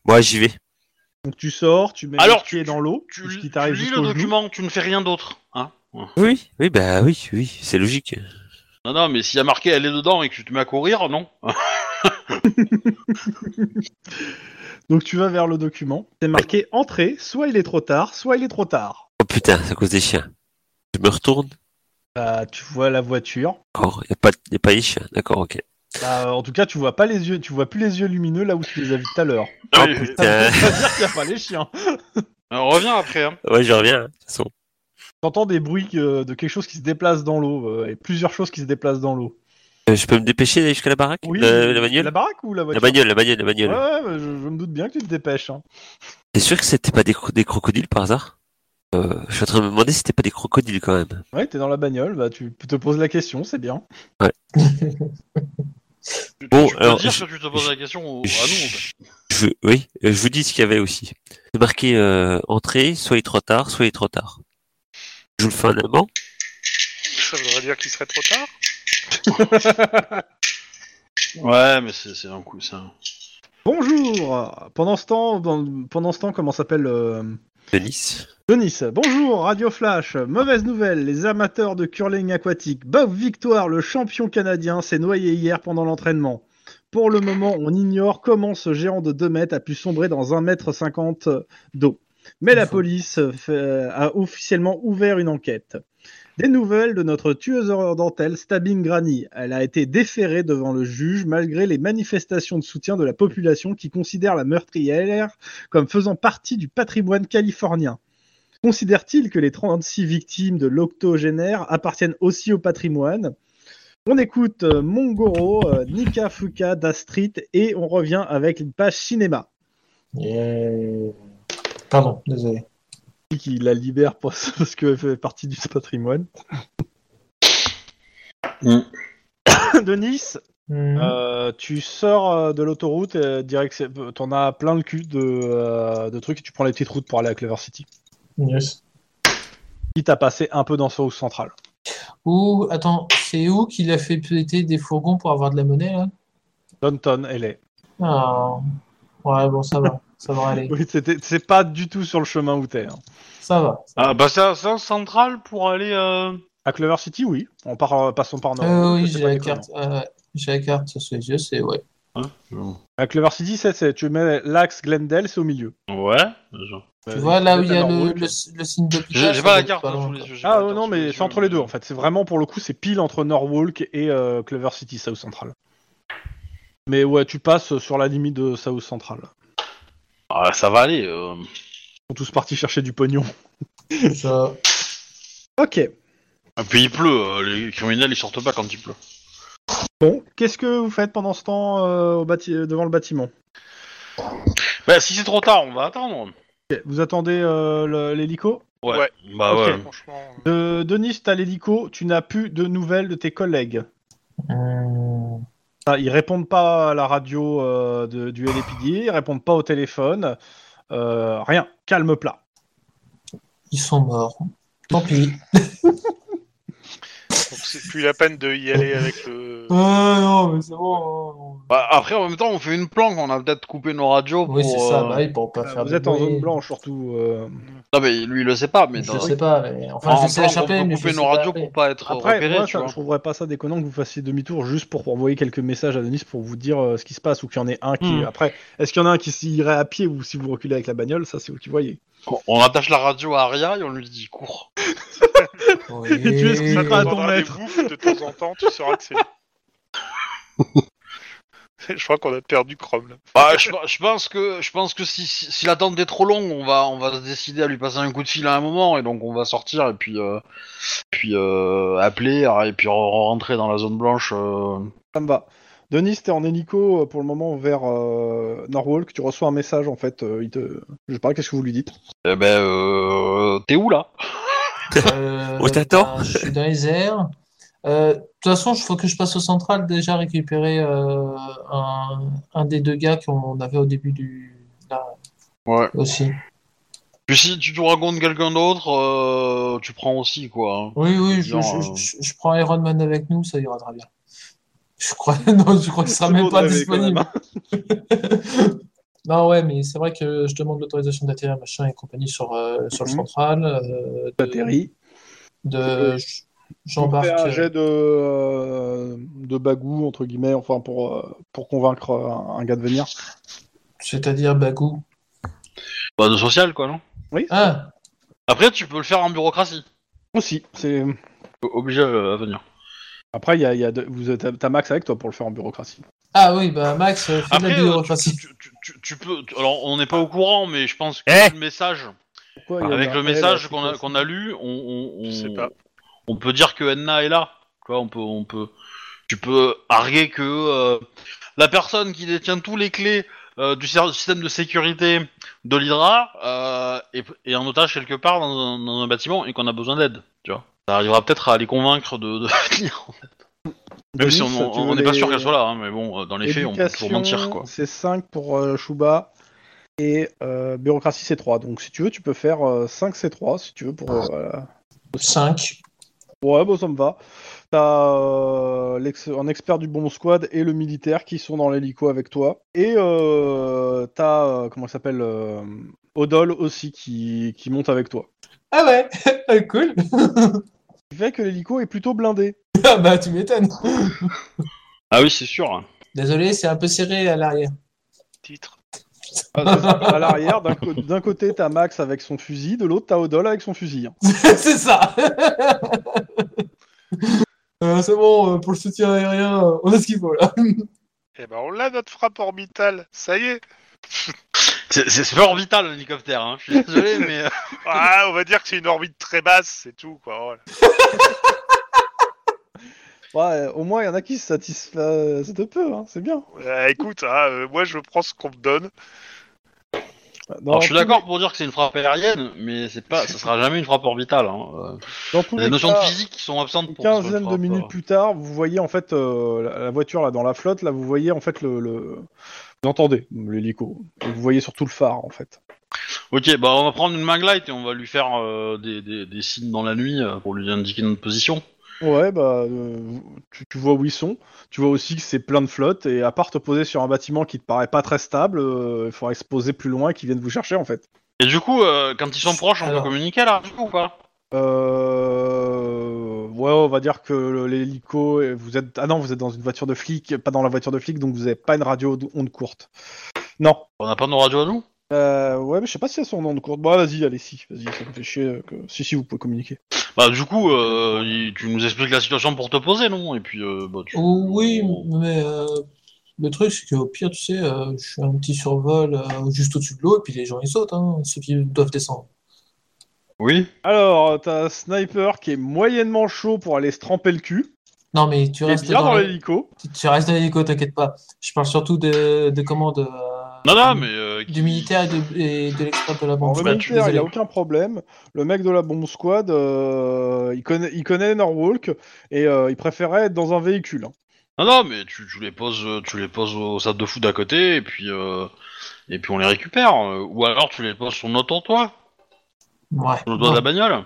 [SPEAKER 6] Moi, j'y vais.
[SPEAKER 2] Donc tu sors, tu mets
[SPEAKER 1] Alors,
[SPEAKER 2] les pieds dans l'eau,
[SPEAKER 1] Tu,
[SPEAKER 2] ce qui
[SPEAKER 1] tu
[SPEAKER 2] t'arrive
[SPEAKER 1] lis le
[SPEAKER 2] jusqu'au genou.
[SPEAKER 1] document, tu ne fais rien d'autre. Hein non,
[SPEAKER 6] Oui, oui, bah oui, oui, c'est logique.
[SPEAKER 1] non, mais s'il y a marqué elle est dedans et que tu te mets à courir, non
[SPEAKER 2] Donc tu vas vers le document. C'est marqué entrée. Soit il est trop tard, soit il est trop tard.
[SPEAKER 6] Oh putain, c'est à cause des chiens. Je me retourne.
[SPEAKER 2] Bah, tu vois la voiture.
[SPEAKER 6] Encore, il n'y a, pas- y a pas les chiens. D'accord, ok.
[SPEAKER 2] Bah, en tout cas, tu vois pas les yeux, tu vois plus les yeux lumineux là où tu les as vus tout à l'heure.
[SPEAKER 6] Oh
[SPEAKER 1] Oui, oui, oui.
[SPEAKER 2] Ça
[SPEAKER 6] putain.
[SPEAKER 2] veut dire qu'il y a pas les chiens.
[SPEAKER 1] On revient après. hein.
[SPEAKER 6] ouais, je reviens, hein, de toute façon.
[SPEAKER 2] T'entends des bruits euh, de quelque chose qui se déplace dans l'eau euh, et plusieurs choses qui se déplacent dans l'eau.
[SPEAKER 6] Euh, je peux me dépêcher d'aller jusqu'à la baraque
[SPEAKER 2] Oui.
[SPEAKER 6] Euh, La bagnole
[SPEAKER 2] La baraque ou la
[SPEAKER 6] La
[SPEAKER 2] voiture
[SPEAKER 6] bagnole, la bagnole, la bagnole.
[SPEAKER 2] Ouais, ouais, je, je me doute bien que tu te dépêches. hein.
[SPEAKER 6] T'es sûr que c'était pas des, cro- des crocodiles par hasard euh, Je suis en train de me demander si c'était pas des crocodiles quand même.
[SPEAKER 2] Ouais, t'es dans la bagnole, bah tu te poses la question, c'est bien.
[SPEAKER 1] Tu-
[SPEAKER 6] Bon,
[SPEAKER 1] tu peux
[SPEAKER 6] alors,
[SPEAKER 1] dire
[SPEAKER 6] je-
[SPEAKER 1] que tu te poses la question au- à nous. en fait.
[SPEAKER 6] Je, oui, euh, je vous dis ce qu'il y avait aussi. C'est marqué euh, entrée, soit il est trop tard, soit il est trop tard. Je vous le fais en allemand.
[SPEAKER 4] Ça voudrait dire qu'il serait trop tard
[SPEAKER 1] Ouais, mais c'est c'est un coup, ça.
[SPEAKER 2] Bonjour Pendant ce temps, dans- pendant ce temps, comment s'appelle euh,
[SPEAKER 6] De Nice.
[SPEAKER 2] Denis Bonjour Radio Flash, mauvaise nouvelle, les amateurs de curling aquatique. Bob Victoire, le champion canadien, s'est noyé hier pendant l'entraînement. Pour le moment, on ignore comment ce géant de 2 mètres a pu sombrer dans 1 mètre 50 d'eau. Mais la police euh, fait- a officiellement ouvert une enquête. Des nouvelles de notre tueuse en dentelle, Stabbing Granny. Elle a été déférée devant le juge malgré les manifestations de soutien de la population qui considère la meurtrière comme faisant partie du patrimoine californien. Considère-t-il que les 36 victimes de l'octogénaire appartiennent aussi au patrimoine On écoute euh, Mongoro, euh, Nika Fuka, Da Street et on revient avec une page cinéma
[SPEAKER 3] Yeah. euh, Pardon, désolé.
[SPEAKER 2] qui la libère pour- parce qu'elle fait partie du patrimoine.
[SPEAKER 1] Mm.
[SPEAKER 2] Denis,
[SPEAKER 3] Mhm.
[SPEAKER 8] Euh, tu sors euh, de l'autoroute, euh, direct, c'est- euh, t'en as plein le cul de, euh, de trucs, et tu prends les petites routes pour aller à Clever City.
[SPEAKER 3] Yes.
[SPEAKER 8] Quitte à passer un peu dans South Central.
[SPEAKER 3] Ou, attends, c'est où qu'il a fait péter des fourgons pour avoir de la monnaie, là
[SPEAKER 8] Downton, LA.
[SPEAKER 3] Ah. Ouais, bon, ça va. Ça va aller.
[SPEAKER 8] Oui, c'était- c'est pas du tout sur le chemin où t'es. hein.
[SPEAKER 3] Ça va.
[SPEAKER 1] Ah, bah, ça, ça central pour aller. euh,
[SPEAKER 8] À Clever City, oui. En par- euh, passant par Nord.
[SPEAKER 3] Euh, oui,
[SPEAKER 8] C'est
[SPEAKER 3] j'ai
[SPEAKER 8] pas
[SPEAKER 3] la
[SPEAKER 8] déconnant.
[SPEAKER 3] carte. euh, j'ai la carte sous les yeux, c'est ouais.
[SPEAKER 8] À Clever City, c'est, c'est- tu mets l'axe Glendale, c'est au milieu.
[SPEAKER 1] Ouais.
[SPEAKER 2] Bah,
[SPEAKER 3] Tu vois là où il y a
[SPEAKER 8] Nord
[SPEAKER 3] le,
[SPEAKER 8] Route.
[SPEAKER 3] le, le signe
[SPEAKER 1] J'ai j'ai
[SPEAKER 3] d'hôpital. ça
[SPEAKER 1] pas la
[SPEAKER 3] doit être
[SPEAKER 1] carte hein,
[SPEAKER 3] loin,
[SPEAKER 1] sous les
[SPEAKER 3] quoi.
[SPEAKER 1] yeux. j'ai
[SPEAKER 8] Ah
[SPEAKER 1] pas la
[SPEAKER 8] euh, non,
[SPEAKER 1] carte sous
[SPEAKER 8] mais
[SPEAKER 1] les
[SPEAKER 8] c'est
[SPEAKER 1] yeux,
[SPEAKER 8] entre les
[SPEAKER 1] mais-
[SPEAKER 8] deux en fait. C'est vraiment pour le coup, c'est pile entre Norwalk et euh, Clever City, South Central. Mais ouais, tu passes sur la limite de South Central. Ils
[SPEAKER 1] Ah, ça va aller. euh.
[SPEAKER 8] sont tous partis chercher du pognon.
[SPEAKER 3] Ça-
[SPEAKER 2] Ok.
[SPEAKER 1] Et puis il pleut, euh, les criminels ils sortent pas quand il pleut.
[SPEAKER 2] Bon, qu'est-ce que vous faites pendant ce temps euh, au bâti- devant le bâtiment
[SPEAKER 1] Bah, si c'est trop tard, on va attendre.
[SPEAKER 2] Ok, Vous attendez euh, le- l'hélico
[SPEAKER 1] Ouais.
[SPEAKER 4] Ouais.
[SPEAKER 1] Bah,
[SPEAKER 2] Ok.
[SPEAKER 1] ouais.
[SPEAKER 4] Franchement, euh,
[SPEAKER 2] De Denis, t'as l'hélico, tu n'as plus de nouvelles de tes collègues.
[SPEAKER 3] Hum,
[SPEAKER 2] Ah, Ils répondent pas à la radio euh, de- du LPD, ils répondent pas au téléphone. Euh, rien, calme plat.
[SPEAKER 3] ils sont morts. Tant pis.
[SPEAKER 4] donc c'est plus la peine de y aller avec euh, le.
[SPEAKER 1] Euh,
[SPEAKER 3] Ah non, mais c'est bon.
[SPEAKER 1] Bah, après, en même temps, on fait une planque, on a peut-être coupé nos radios pour.
[SPEAKER 3] Oui, c'est ça,
[SPEAKER 1] euh,
[SPEAKER 3] bah, ils pourront pas
[SPEAKER 2] Euh,
[SPEAKER 3] faire
[SPEAKER 2] vous
[SPEAKER 3] de
[SPEAKER 2] êtes en
[SPEAKER 3] bruit.
[SPEAKER 2] zone blanche surtout. euh.
[SPEAKER 1] Non, mais lui il le sait pas, mais
[SPEAKER 3] Je
[SPEAKER 1] dans-
[SPEAKER 3] sais pas, mais enfin,
[SPEAKER 1] en
[SPEAKER 3] je sais
[SPEAKER 1] planque, on
[SPEAKER 3] échapper,
[SPEAKER 1] peut
[SPEAKER 3] mais je
[SPEAKER 1] couper
[SPEAKER 3] sais
[SPEAKER 1] nos
[SPEAKER 3] pas
[SPEAKER 1] radios
[SPEAKER 3] appeler.
[SPEAKER 1] pour pas être
[SPEAKER 2] Après,
[SPEAKER 1] repérés,
[SPEAKER 2] moi,
[SPEAKER 1] tu
[SPEAKER 2] ça-
[SPEAKER 1] vois.
[SPEAKER 2] je trouverais pas ça déconnant que vous fassiez demi-tour juste pour envoyer quelques messages à Denis pour vous dire euh, ce qui se passe ou qu'il y en ait un qui.
[SPEAKER 1] Hmm.
[SPEAKER 2] Après, est-ce qu'il y en a un qui irait à pied ou si vous reculez avec la bagnole Ça, c'est vous qui voyez.
[SPEAKER 1] On- On attache la radio à Aria et on lui dit cours.
[SPEAKER 3] Oui.
[SPEAKER 2] Et tu
[SPEAKER 4] Tu
[SPEAKER 2] esquives pas à ton
[SPEAKER 4] entendras des
[SPEAKER 2] maître.
[SPEAKER 4] bouffes de temps en temps, tu sauras que c'est. Je crois qu'on a perdu Chrome là.
[SPEAKER 1] Bah, je, pe- je pense que je pense que si, si, si l'attente est trop longue, on va on va se décider à lui passer un coup de fil à un moment et donc on va sortir et puis euh, puis euh, appeler et puis re- rentrer dans la zone blanche. euh.
[SPEAKER 2] Ça me va. Denis, t'es en hélico euh, pour le moment vers euh, Norwalk. Tu reçois un message en fait. euh, il te... Je sais pas, qu'est-ce que vous lui dites
[SPEAKER 1] Eh ben euh, t'es où là
[SPEAKER 3] Euh,
[SPEAKER 6] On t'attend.
[SPEAKER 3] ben, je suis dans les airs. Euh, De toute façon, il faut que je passe au central déjà récupérer euh, un, un des deux gars qu'on avait au début du. Là
[SPEAKER 1] Ouais.
[SPEAKER 3] aussi.
[SPEAKER 1] Puis si tu te racontes quelqu'un d'autre, euh, tu prends aussi quoi. hein.
[SPEAKER 3] Oui, oui, je,
[SPEAKER 1] Genre,
[SPEAKER 3] je-
[SPEAKER 1] euh,
[SPEAKER 3] je- je prends Iron Man avec nous, ça ira très bien. Je crois, non, je crois qu'il sera
[SPEAKER 2] C'est
[SPEAKER 3] même
[SPEAKER 2] beau
[SPEAKER 3] hein.
[SPEAKER 2] de
[SPEAKER 3] pas
[SPEAKER 2] rêver,
[SPEAKER 3] disponible. non, ouais, mais c'est vrai que je demande l'autorisation d'atterrir machin et compagnie sur, euh, sur le
[SPEAKER 2] Mhm.
[SPEAKER 3] central. euh, de,
[SPEAKER 2] T'atterris.
[SPEAKER 3] de-
[SPEAKER 2] On fait
[SPEAKER 3] j'embarque.
[SPEAKER 2] un
[SPEAKER 3] euh,
[SPEAKER 2] jet de, euh, de bagou, entre guillemets, enfin pour, euh, pour convaincre euh, un, un gars de venir.
[SPEAKER 3] C'est-à-dire Bagou.
[SPEAKER 1] Bah, de social quoi non.
[SPEAKER 3] Ah,
[SPEAKER 1] Après tu peux le faire en bureaucratie.
[SPEAKER 2] Aussi. C'est...
[SPEAKER 1] Obligé euh, à venir.
[SPEAKER 2] Après, il y a, il y a de- vous êtes- t'as Max avec toi pour le faire en bureaucratie.
[SPEAKER 3] ah oui, bah Max, euh, fais de
[SPEAKER 1] Après,
[SPEAKER 3] la
[SPEAKER 1] euh,
[SPEAKER 3] bureaucratie.
[SPEAKER 1] tu, tu- tu- tu peux. tu- alors, on n'est pas au courant, mais je pense que
[SPEAKER 6] Eh
[SPEAKER 1] le message,
[SPEAKER 2] Pourquoi il y a
[SPEAKER 1] avec
[SPEAKER 2] un
[SPEAKER 1] le
[SPEAKER 2] appel,
[SPEAKER 1] message
[SPEAKER 2] c'est
[SPEAKER 1] qu'on a,
[SPEAKER 2] quoi,
[SPEAKER 1] qu'on a lu, on, on, on-
[SPEAKER 4] Je sais pas.
[SPEAKER 1] on peut dire que Enna est là. Tu vois, on peut, on peut. Tu peux arguer que euh, la personne qui détient tous les clés euh, du ser- système de sécurité de l'Hydra euh, est, est en otage quelque part dans un, dans un bâtiment et qu'on a besoin d'aide. Tu vois. Ça arrivera peut-être à les convaincre de, de venir. Même
[SPEAKER 2] Denis,
[SPEAKER 1] si on
[SPEAKER 2] tu veux
[SPEAKER 1] n'est pas
[SPEAKER 2] les-
[SPEAKER 1] sûr qu'elle soit là, hein, mais bon, euh, dans les faits, on peut toujours
[SPEAKER 2] Éducation,
[SPEAKER 1] mentir quoi.
[SPEAKER 2] C'est 5 pour euh, Chouba. Et euh, bureaucratie, c'est 3. Donc si tu veux, tu peux faire euh, 5 C3 si tu veux pour. euh, voilà.
[SPEAKER 3] 5.
[SPEAKER 2] Ouais, bon, ça me va. T'as euh, l'ex- un expert du bon squad et le militaire qui sont dans l'hélico avec toi. Et euh, t'as, euh, comment il s'appelle euh, Odol aussi qui, qui monte avec toi.
[SPEAKER 3] Ah ouais, cool.
[SPEAKER 2] Ce qui fait que l'hélico est plutôt blindé.
[SPEAKER 3] ah bah tu m'étonnes.
[SPEAKER 1] Ah oui, c'est sûr.
[SPEAKER 3] Désolé, c'est un peu serré à l'arrière.
[SPEAKER 4] Titre.
[SPEAKER 1] Ah,
[SPEAKER 2] à l'arrière, d'un co- d'un côté, t'as Max avec son fusil, de l'autre, t'as Odol avec son fusil. hein.
[SPEAKER 3] c'est ça. Euh, c'est bon, euh, pour le soutien aérien, euh, on a ce qu'il faut là.
[SPEAKER 4] Eh ben on l'a notre frappe orbitale, ça y est.
[SPEAKER 1] C'est- C'est c'est pas orbital l'hélicoptère, hein. je suis désolé, mais. euh,
[SPEAKER 4] Ah, on va dire que c'est une orbite très basse, c'est tout quoi. Oh Voilà.
[SPEAKER 2] Ouais, euh, au moins, il y en a qui se satisfait de peu, hein, c'est bien.
[SPEAKER 4] Bah, Euh, écoute, hein, euh, moi je prends ce qu'on me donne.
[SPEAKER 2] Dans
[SPEAKER 1] Alors, je suis
[SPEAKER 2] tous les-
[SPEAKER 1] d'accord pour dire que c'est une frappe aérienne, mais c'est pas, ça sera jamais une frappe orbitale. Hein. Euh,
[SPEAKER 2] Dans tous
[SPEAKER 1] il y a des
[SPEAKER 2] les
[SPEAKER 1] notions
[SPEAKER 2] cas,
[SPEAKER 1] de physique qui sont absentes
[SPEAKER 2] Une
[SPEAKER 1] pour. que ce soit une
[SPEAKER 2] quinzaine de
[SPEAKER 1] frappe,
[SPEAKER 2] minutes
[SPEAKER 1] euh.
[SPEAKER 2] plus tard, vous voyez en fait euh, la la voiture là dans la flotte, là vous voyez en fait le, le... vous entendez l'hélico, Et vous voyez surtout le phare en fait.
[SPEAKER 1] Ok, bah on va prendre une maglite et on va lui faire euh, des, des, des signes dans la nuit euh, pour lui indiquer notre position.
[SPEAKER 2] Ouais bah euh, tu, tu vois où ils sont, tu vois aussi que c'est plein de flotte et à part te poser sur un bâtiment qui te paraît pas très stable, euh, il faudrait se poser plus loin et qu'ils viennent vous chercher en fait.
[SPEAKER 1] Et du coup, euh, quand ils sont proches, on
[SPEAKER 3] Alors.
[SPEAKER 1] peut communiquer là, du coup, ou pas
[SPEAKER 2] Euh... Ouais on va dire que le- l'hélico, et vous êtes ah non vous êtes dans une voiture de flic, pas dans la voiture de flic donc vous avez pas une radio d- onde courte. Non.
[SPEAKER 1] On n'a pas nos radios à nous
[SPEAKER 2] Euh, ouais, mais je sais pas si elles sont en ondes courtes. Bon, Bah, vas-y, allez, si, vas-y, ça me fait chier. euh, Que... Si, si, vous pouvez communiquer.
[SPEAKER 1] Bah du coup, euh, il- tu nous expliques la situation pour te poser, non Et puis, euh, bah, tu...
[SPEAKER 3] Oui, mais euh, le truc, c'est qu'au pire, tu sais, euh, je fais un petit survol euh, juste au-dessus de l'eau, et puis les gens, ils sautent, hein, ceux qui doivent descendre.
[SPEAKER 1] Oui
[SPEAKER 2] Alors, t'as un sniper qui est moyennement chaud pour aller se tremper le cul.
[SPEAKER 3] Non, mais tu
[SPEAKER 2] Il est
[SPEAKER 3] restes
[SPEAKER 2] bien
[SPEAKER 3] dans
[SPEAKER 2] dans
[SPEAKER 3] les-
[SPEAKER 2] l'hélico.
[SPEAKER 3] tu- Tu restes dans l'hélico, t'inquiète pas. Je parle surtout de, de comment de, euh,
[SPEAKER 1] Non, non, mais... euh,
[SPEAKER 3] du militaire et de, et de l'exploit de la
[SPEAKER 2] En
[SPEAKER 3] banque.
[SPEAKER 2] le
[SPEAKER 3] Ouais,
[SPEAKER 1] Bah,
[SPEAKER 3] je suis
[SPEAKER 2] militaire, il
[SPEAKER 3] désolé.
[SPEAKER 2] a aucun problème. Le mec de la bombe squad, euh, il, connaît, il connaît Norwalk et euh, il préférait être dans un véhicule. hein.
[SPEAKER 1] Non, non, mais tu, tu les poses, euh, tu les poses au stade de foot d'à côté, et puis, euh, et puis on les récupère. euh, Ou alors tu les poses sur notre toi,
[SPEAKER 3] Ouais.
[SPEAKER 1] sur le doigt de la bagnole.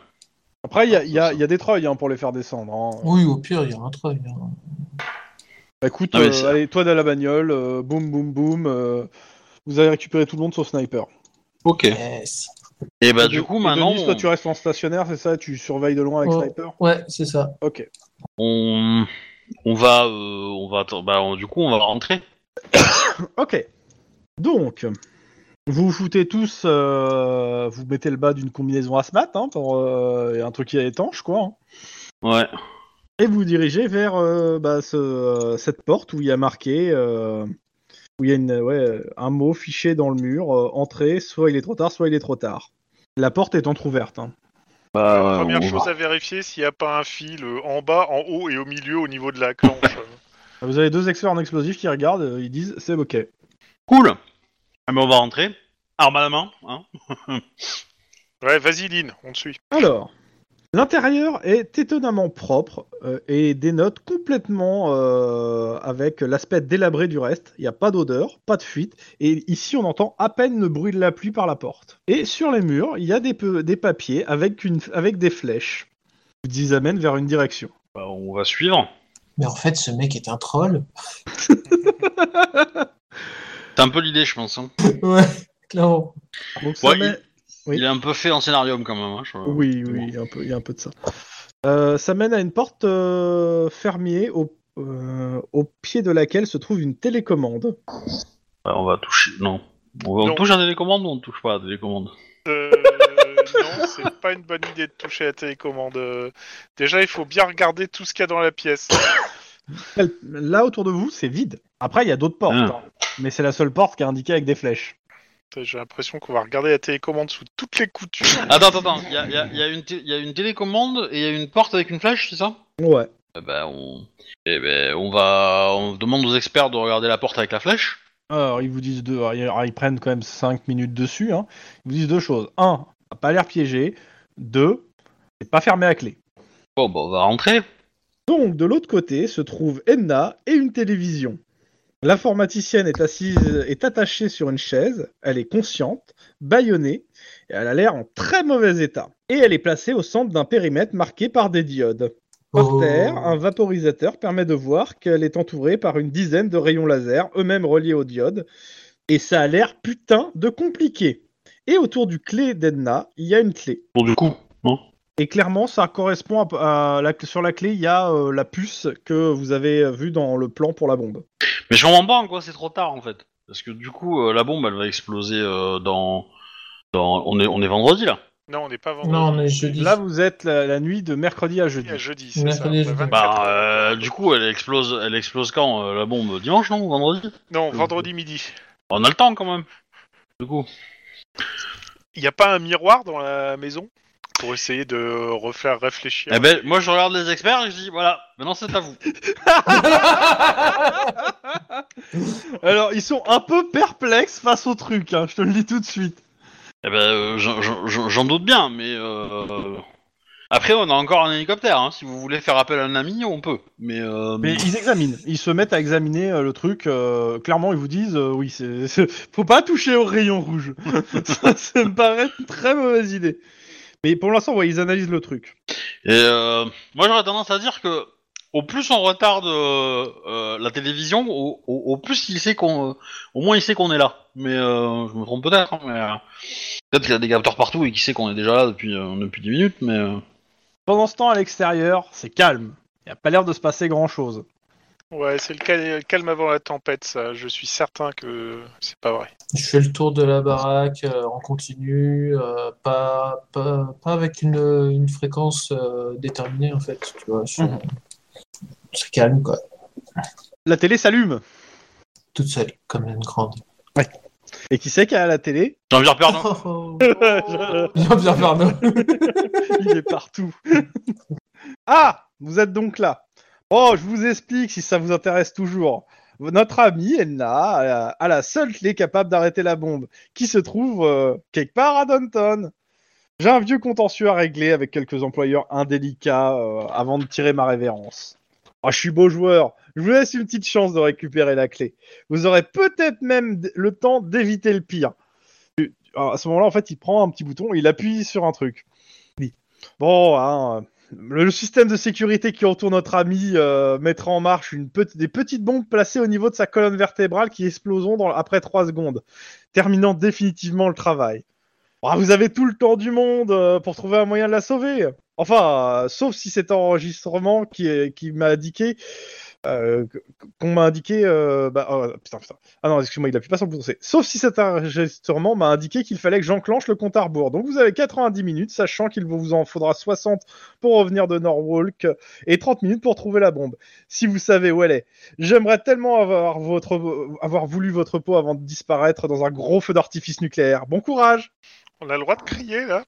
[SPEAKER 2] Après, il y a, il y a- il y a des treuils hein, pour les faire descendre. hein.
[SPEAKER 3] Oui, au pire, il y a un treuil. hein.
[SPEAKER 2] Bah, écoute,
[SPEAKER 1] Ah, mais
[SPEAKER 2] euh,
[SPEAKER 1] c'est-
[SPEAKER 2] allez, toi dans la bagnole, euh, boum, boum, boum. euh, vous avez récupéré tout le monde sauf sniper.
[SPEAKER 1] Ok.
[SPEAKER 3] Yes.
[SPEAKER 1] Et bah
[SPEAKER 2] Et
[SPEAKER 1] du
[SPEAKER 2] de-
[SPEAKER 1] coup,
[SPEAKER 2] et
[SPEAKER 1] maintenant,
[SPEAKER 2] Denis, toi,
[SPEAKER 1] on-
[SPEAKER 2] tu restes en stationnaire, c'est ça Tu surveilles de loin avec
[SPEAKER 3] Oh.
[SPEAKER 2] sniper
[SPEAKER 3] Ouais, c'est ça.
[SPEAKER 2] Ok.
[SPEAKER 1] on, on va, euh, on va, atten- bah, on- du coup, on va rentrer.
[SPEAKER 2] Ok. Donc, vous vous foutez tous, euh, vous mettez le bas d'une combinaison asmat, hein, pour, euh, et un truc qui est étanche, quoi. hein.
[SPEAKER 1] Ouais.
[SPEAKER 2] et vous vous dirigez vers euh, bah, ce, euh, cette porte où il y a marqué, euh, où il y a une, ouais, un mot fiché dans le mur, euh, entrée, soit il est trop tard, soit il est trop tard. La porte est entr'ouverte. hein.
[SPEAKER 1] Bah,
[SPEAKER 4] Première
[SPEAKER 1] on
[SPEAKER 4] chose
[SPEAKER 1] va.
[SPEAKER 4] à vérifier, s'il n'y a pas un fil euh, en bas, en haut et au milieu au niveau de la clenche.
[SPEAKER 2] Vous avez deux experts en explosifs qui regardent, euh, ils disent c'est ok.
[SPEAKER 1] Cool. Ah, mais on va rentrer. Arme à la main, hein.
[SPEAKER 4] ouais, vas-y Lynn, on te suit.
[SPEAKER 2] Alors, l'intérieur est étonnamment propre euh, et dénote complètement euh, avec l'aspect délabré du reste. Il n'y a pas d'odeur, pas de fuite, et ici on entend à peine le bruit de la pluie par la porte. Et sur les murs, il y a des, pe- des papiers avec, une, avec des flèches qui vous amènent vers une direction.
[SPEAKER 1] Bah, on va suivre.
[SPEAKER 3] Mais en fait, ce mec est un troll.
[SPEAKER 1] C'est un peu l'idée, je pense. hein.
[SPEAKER 3] Ouais, clairement.
[SPEAKER 2] Donc ça
[SPEAKER 1] Ouais,
[SPEAKER 2] met-
[SPEAKER 1] il...
[SPEAKER 2] oui.
[SPEAKER 1] il est un peu fait en scénarium quand même. hein, je-
[SPEAKER 2] Oui, oui, il y a un peu, il y a un peu de ça. Euh, ça mène à une porte euh, fermier au, euh, au pied de laquelle se trouve une télécommande.
[SPEAKER 1] Bah, on va toucher. Non. On, va- on
[SPEAKER 4] Non.
[SPEAKER 1] touche à la télécommande ou on touche pas à la télécommande
[SPEAKER 4] Euh, non, c'est pas une bonne idée de toucher la télécommande. Euh, Déjà, il faut bien regarder tout ce qu'il y a dans la pièce.
[SPEAKER 2] Là autour de vous, c'est vide. Après, il y a d'autres portes,
[SPEAKER 1] Ah.
[SPEAKER 2] hein. mais c'est la seule porte qui est indiquée avec des flèches.
[SPEAKER 4] J'ai l'impression qu'on va regarder la télécommande sous toutes les coutures.
[SPEAKER 1] Attends, attends, attends. Il y a, il y a- il y a une té- il y a une télécommande et il y a une porte avec une flèche, c'est ça
[SPEAKER 2] Ouais.
[SPEAKER 1] Eh ben, on... Eh ben, on va. On demande aux experts de regarder la porte avec la flèche.
[SPEAKER 2] Alors, ils vous disent deux. alors, ils- alors, ils prennent quand même 5 minutes dessus. hein. Ils vous disent deux choses. Un, ça a pas l'air piégé. Deux, c'est pas fermé à clé.
[SPEAKER 1] Bon, bah, on va rentrer.
[SPEAKER 2] Donc, de l'autre côté se trouve Edna et une télévision. L'informaticienne est assise, est attachée sur une chaise. Elle est consciente, bâillonnée, et elle a l'air en très mauvais état. Et elle est placée au centre d'un périmètre marqué par des diodes. Par
[SPEAKER 3] Oh.
[SPEAKER 2] terre, hein. un vaporisateur permet de voir qu'elle est entourée par une dizaine de rayons laser, eux-mêmes reliés aux diodes. Et ça a l'air putain de compliqué. Et autour du clé d'Edna, il y a une clé.
[SPEAKER 1] Bon, du coup, non
[SPEAKER 2] Et clairement, ça correspond à, à la, sur la clé, il y a euh, la puce que vous avez vue dans le plan pour la bombe.
[SPEAKER 1] Mais je comprends pas en quoi c'est trop tard en fait. Parce que du coup, euh, la bombe elle va exploser euh, dans. dans... On, est, on est vendredi là.
[SPEAKER 4] Non, on n'est pas vendredi.
[SPEAKER 3] Non, mais je dis.
[SPEAKER 2] Là, vous êtes la, la nuit de mercredi à
[SPEAKER 4] on est à
[SPEAKER 2] jeudi.
[SPEAKER 4] jeudi, c'est ça.
[SPEAKER 3] Mercredi,
[SPEAKER 4] on a
[SPEAKER 3] jeudi.
[SPEAKER 4] 24
[SPEAKER 1] Bah,
[SPEAKER 4] heures.
[SPEAKER 1] euh, du coup, elle explose, elle explose quand euh, La bombe dimanche non Vendredi
[SPEAKER 4] Non, vendredi midi.
[SPEAKER 1] On a le temps quand même. Du coup.
[SPEAKER 4] Il n'y a pas un miroir dans la maison pour essayer de refaire réfléchir.
[SPEAKER 1] Eh ben, moi je regarde les experts et je dis voilà, maintenant c'est à vous.
[SPEAKER 2] Alors, ils sont un peu perplexes face au truc, hein, je te le dis tout de suite.
[SPEAKER 1] Eh ben, euh, j'en- j'en j'en doute bien, mais euh, après, on a encore un hélicoptère. hein. Si vous voulez faire appel à un ami, on peut. Mais, euh,
[SPEAKER 2] Mais ils examinent, ils se mettent à examiner euh, le truc. euh, clairement, ils vous disent euh, oui, c'est, c'est- faut pas toucher au rayon rouge. ça, ça me paraît une très mauvaise idée. Mais pour l'instant, ouais, ils analysent le truc.
[SPEAKER 1] Et euh, moi, j'aurais tendance à dire que au plus on retarde euh, euh, la télévision, au, au- au plus il sait qu'on, euh, au moins il sait qu'on est là. Mais euh, je me trompe peut-être. hein, mais euh, peut-être qu'il y a des capteurs partout et qu'il sait qu'on est déjà là depuis euh, depuis 10 minutes. Mais euh,
[SPEAKER 2] Pendant ce temps, à l'extérieur, c'est calme. Il n'y a pas l'air de se passer grand chose.
[SPEAKER 4] Ouais, c'est le cal- calme avant la tempête, ça. Je suis certain que c'est pas vrai.
[SPEAKER 3] Je fais le tour de la baraque euh, en continu, euh, pas, pas, pas avec une, une fréquence euh, déterminée en fait, tu vois. je-
[SPEAKER 2] Mhm.
[SPEAKER 3] C'est calme quoi,
[SPEAKER 2] La télé s'allume.
[SPEAKER 3] toute seule, comme une grande.
[SPEAKER 2] Et qui c'est qui a la télé
[SPEAKER 1] j'ai envie de dire pardon.
[SPEAKER 3] Oh, oh. Bien, bien, Arnaud.
[SPEAKER 2] Il est partout. ah, vous êtes donc là. Oh, je vous explique si ça vous intéresse toujours. Notre amie Elna a la- a la seule clé capable d'arrêter la bombe, qui se trouve euh, quelque part à Downton. J'ai un vieux contentieux à régler avec quelques employeurs indélicats euh, avant de tirer ma révérence. Ah, je suis beau joueur. Je vous laisse une petite chance de récupérer la clé. Vous aurez peut-être même d- le temps d'éviter le pire. Alors, à ce moment-là, en fait, il prend un petit bouton, il appuie sur un truc. Bon, hein, euh, le système de sécurité qui entoure notre ami euh, mettra en marche une petite- des petites bombes placées au niveau de sa colonne vertébrale qui exploseront dans- après 3 secondes, terminant définitivement le travail. Ah, vous avez tout le temps du monde euh, pour trouver un moyen de la sauver. Enfin, euh, sauf si cet enregistrement qui, est- qui m'a indiqué euh, que- qu'on m'a indiqué. euh, bah, oh, putain, putain. Ah non, excuse-moi, il appuie pas sur le bouton. c'est- Sauf si cet enregistrement m'a indiqué qu'il fallait que j'enclenche le compte à rebours. Donc vous avez 90 minutes, sachant qu'il vous en faudra 60 pour revenir de Norwalk et 30 minutes pour trouver la bombe. Si vous savez où elle est. J'aimerais tellement avoir, votre, avoir voulu votre peau avant de disparaître dans un gros feu d'artifice nucléaire. Bon courage
[SPEAKER 4] On a le droit de crier, là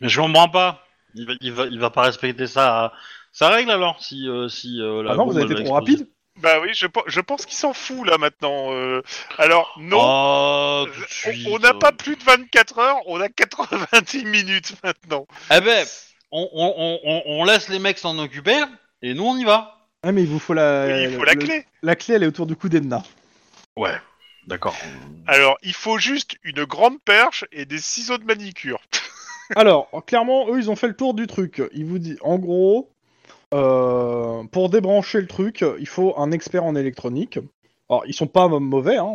[SPEAKER 1] Mais je comprends pas. Il va, il va, il va pas respecter ça. Sa règle alors si euh, si euh, la
[SPEAKER 2] Ah non,
[SPEAKER 1] bombe,
[SPEAKER 2] vous avez
[SPEAKER 1] elle
[SPEAKER 2] été
[SPEAKER 1] va
[SPEAKER 2] trop
[SPEAKER 1] exploser.
[SPEAKER 2] rapide
[SPEAKER 4] Bah oui, je, pe- je pense qu'il s'en fout, là, maintenant. euh. Alors, non,
[SPEAKER 1] Oh, tout de
[SPEAKER 4] on-
[SPEAKER 1] suite,
[SPEAKER 4] on n'a
[SPEAKER 1] euh.
[SPEAKER 4] pas plus de 24 heures, on a 90 minutes maintenant.
[SPEAKER 1] Eh ben, on, on- on- on- on laisse les mecs s'en occuper et nous on y va.
[SPEAKER 2] Ah, mais il vous faut la,
[SPEAKER 4] Et il faut la
[SPEAKER 2] le-
[SPEAKER 4] clé.
[SPEAKER 2] la clé, elle est autour du cou d'Edna.
[SPEAKER 1] Ouais, d'accord.
[SPEAKER 4] Alors, il faut juste une grande perche et des ciseaux de manicure.
[SPEAKER 2] Alors, clairement, eux, ils ont fait le tour du truc. Ils vous disent, en gros, euh, pour débrancher le truc, il faut un expert en électronique. Alors, ils sont pas mauvais, hein.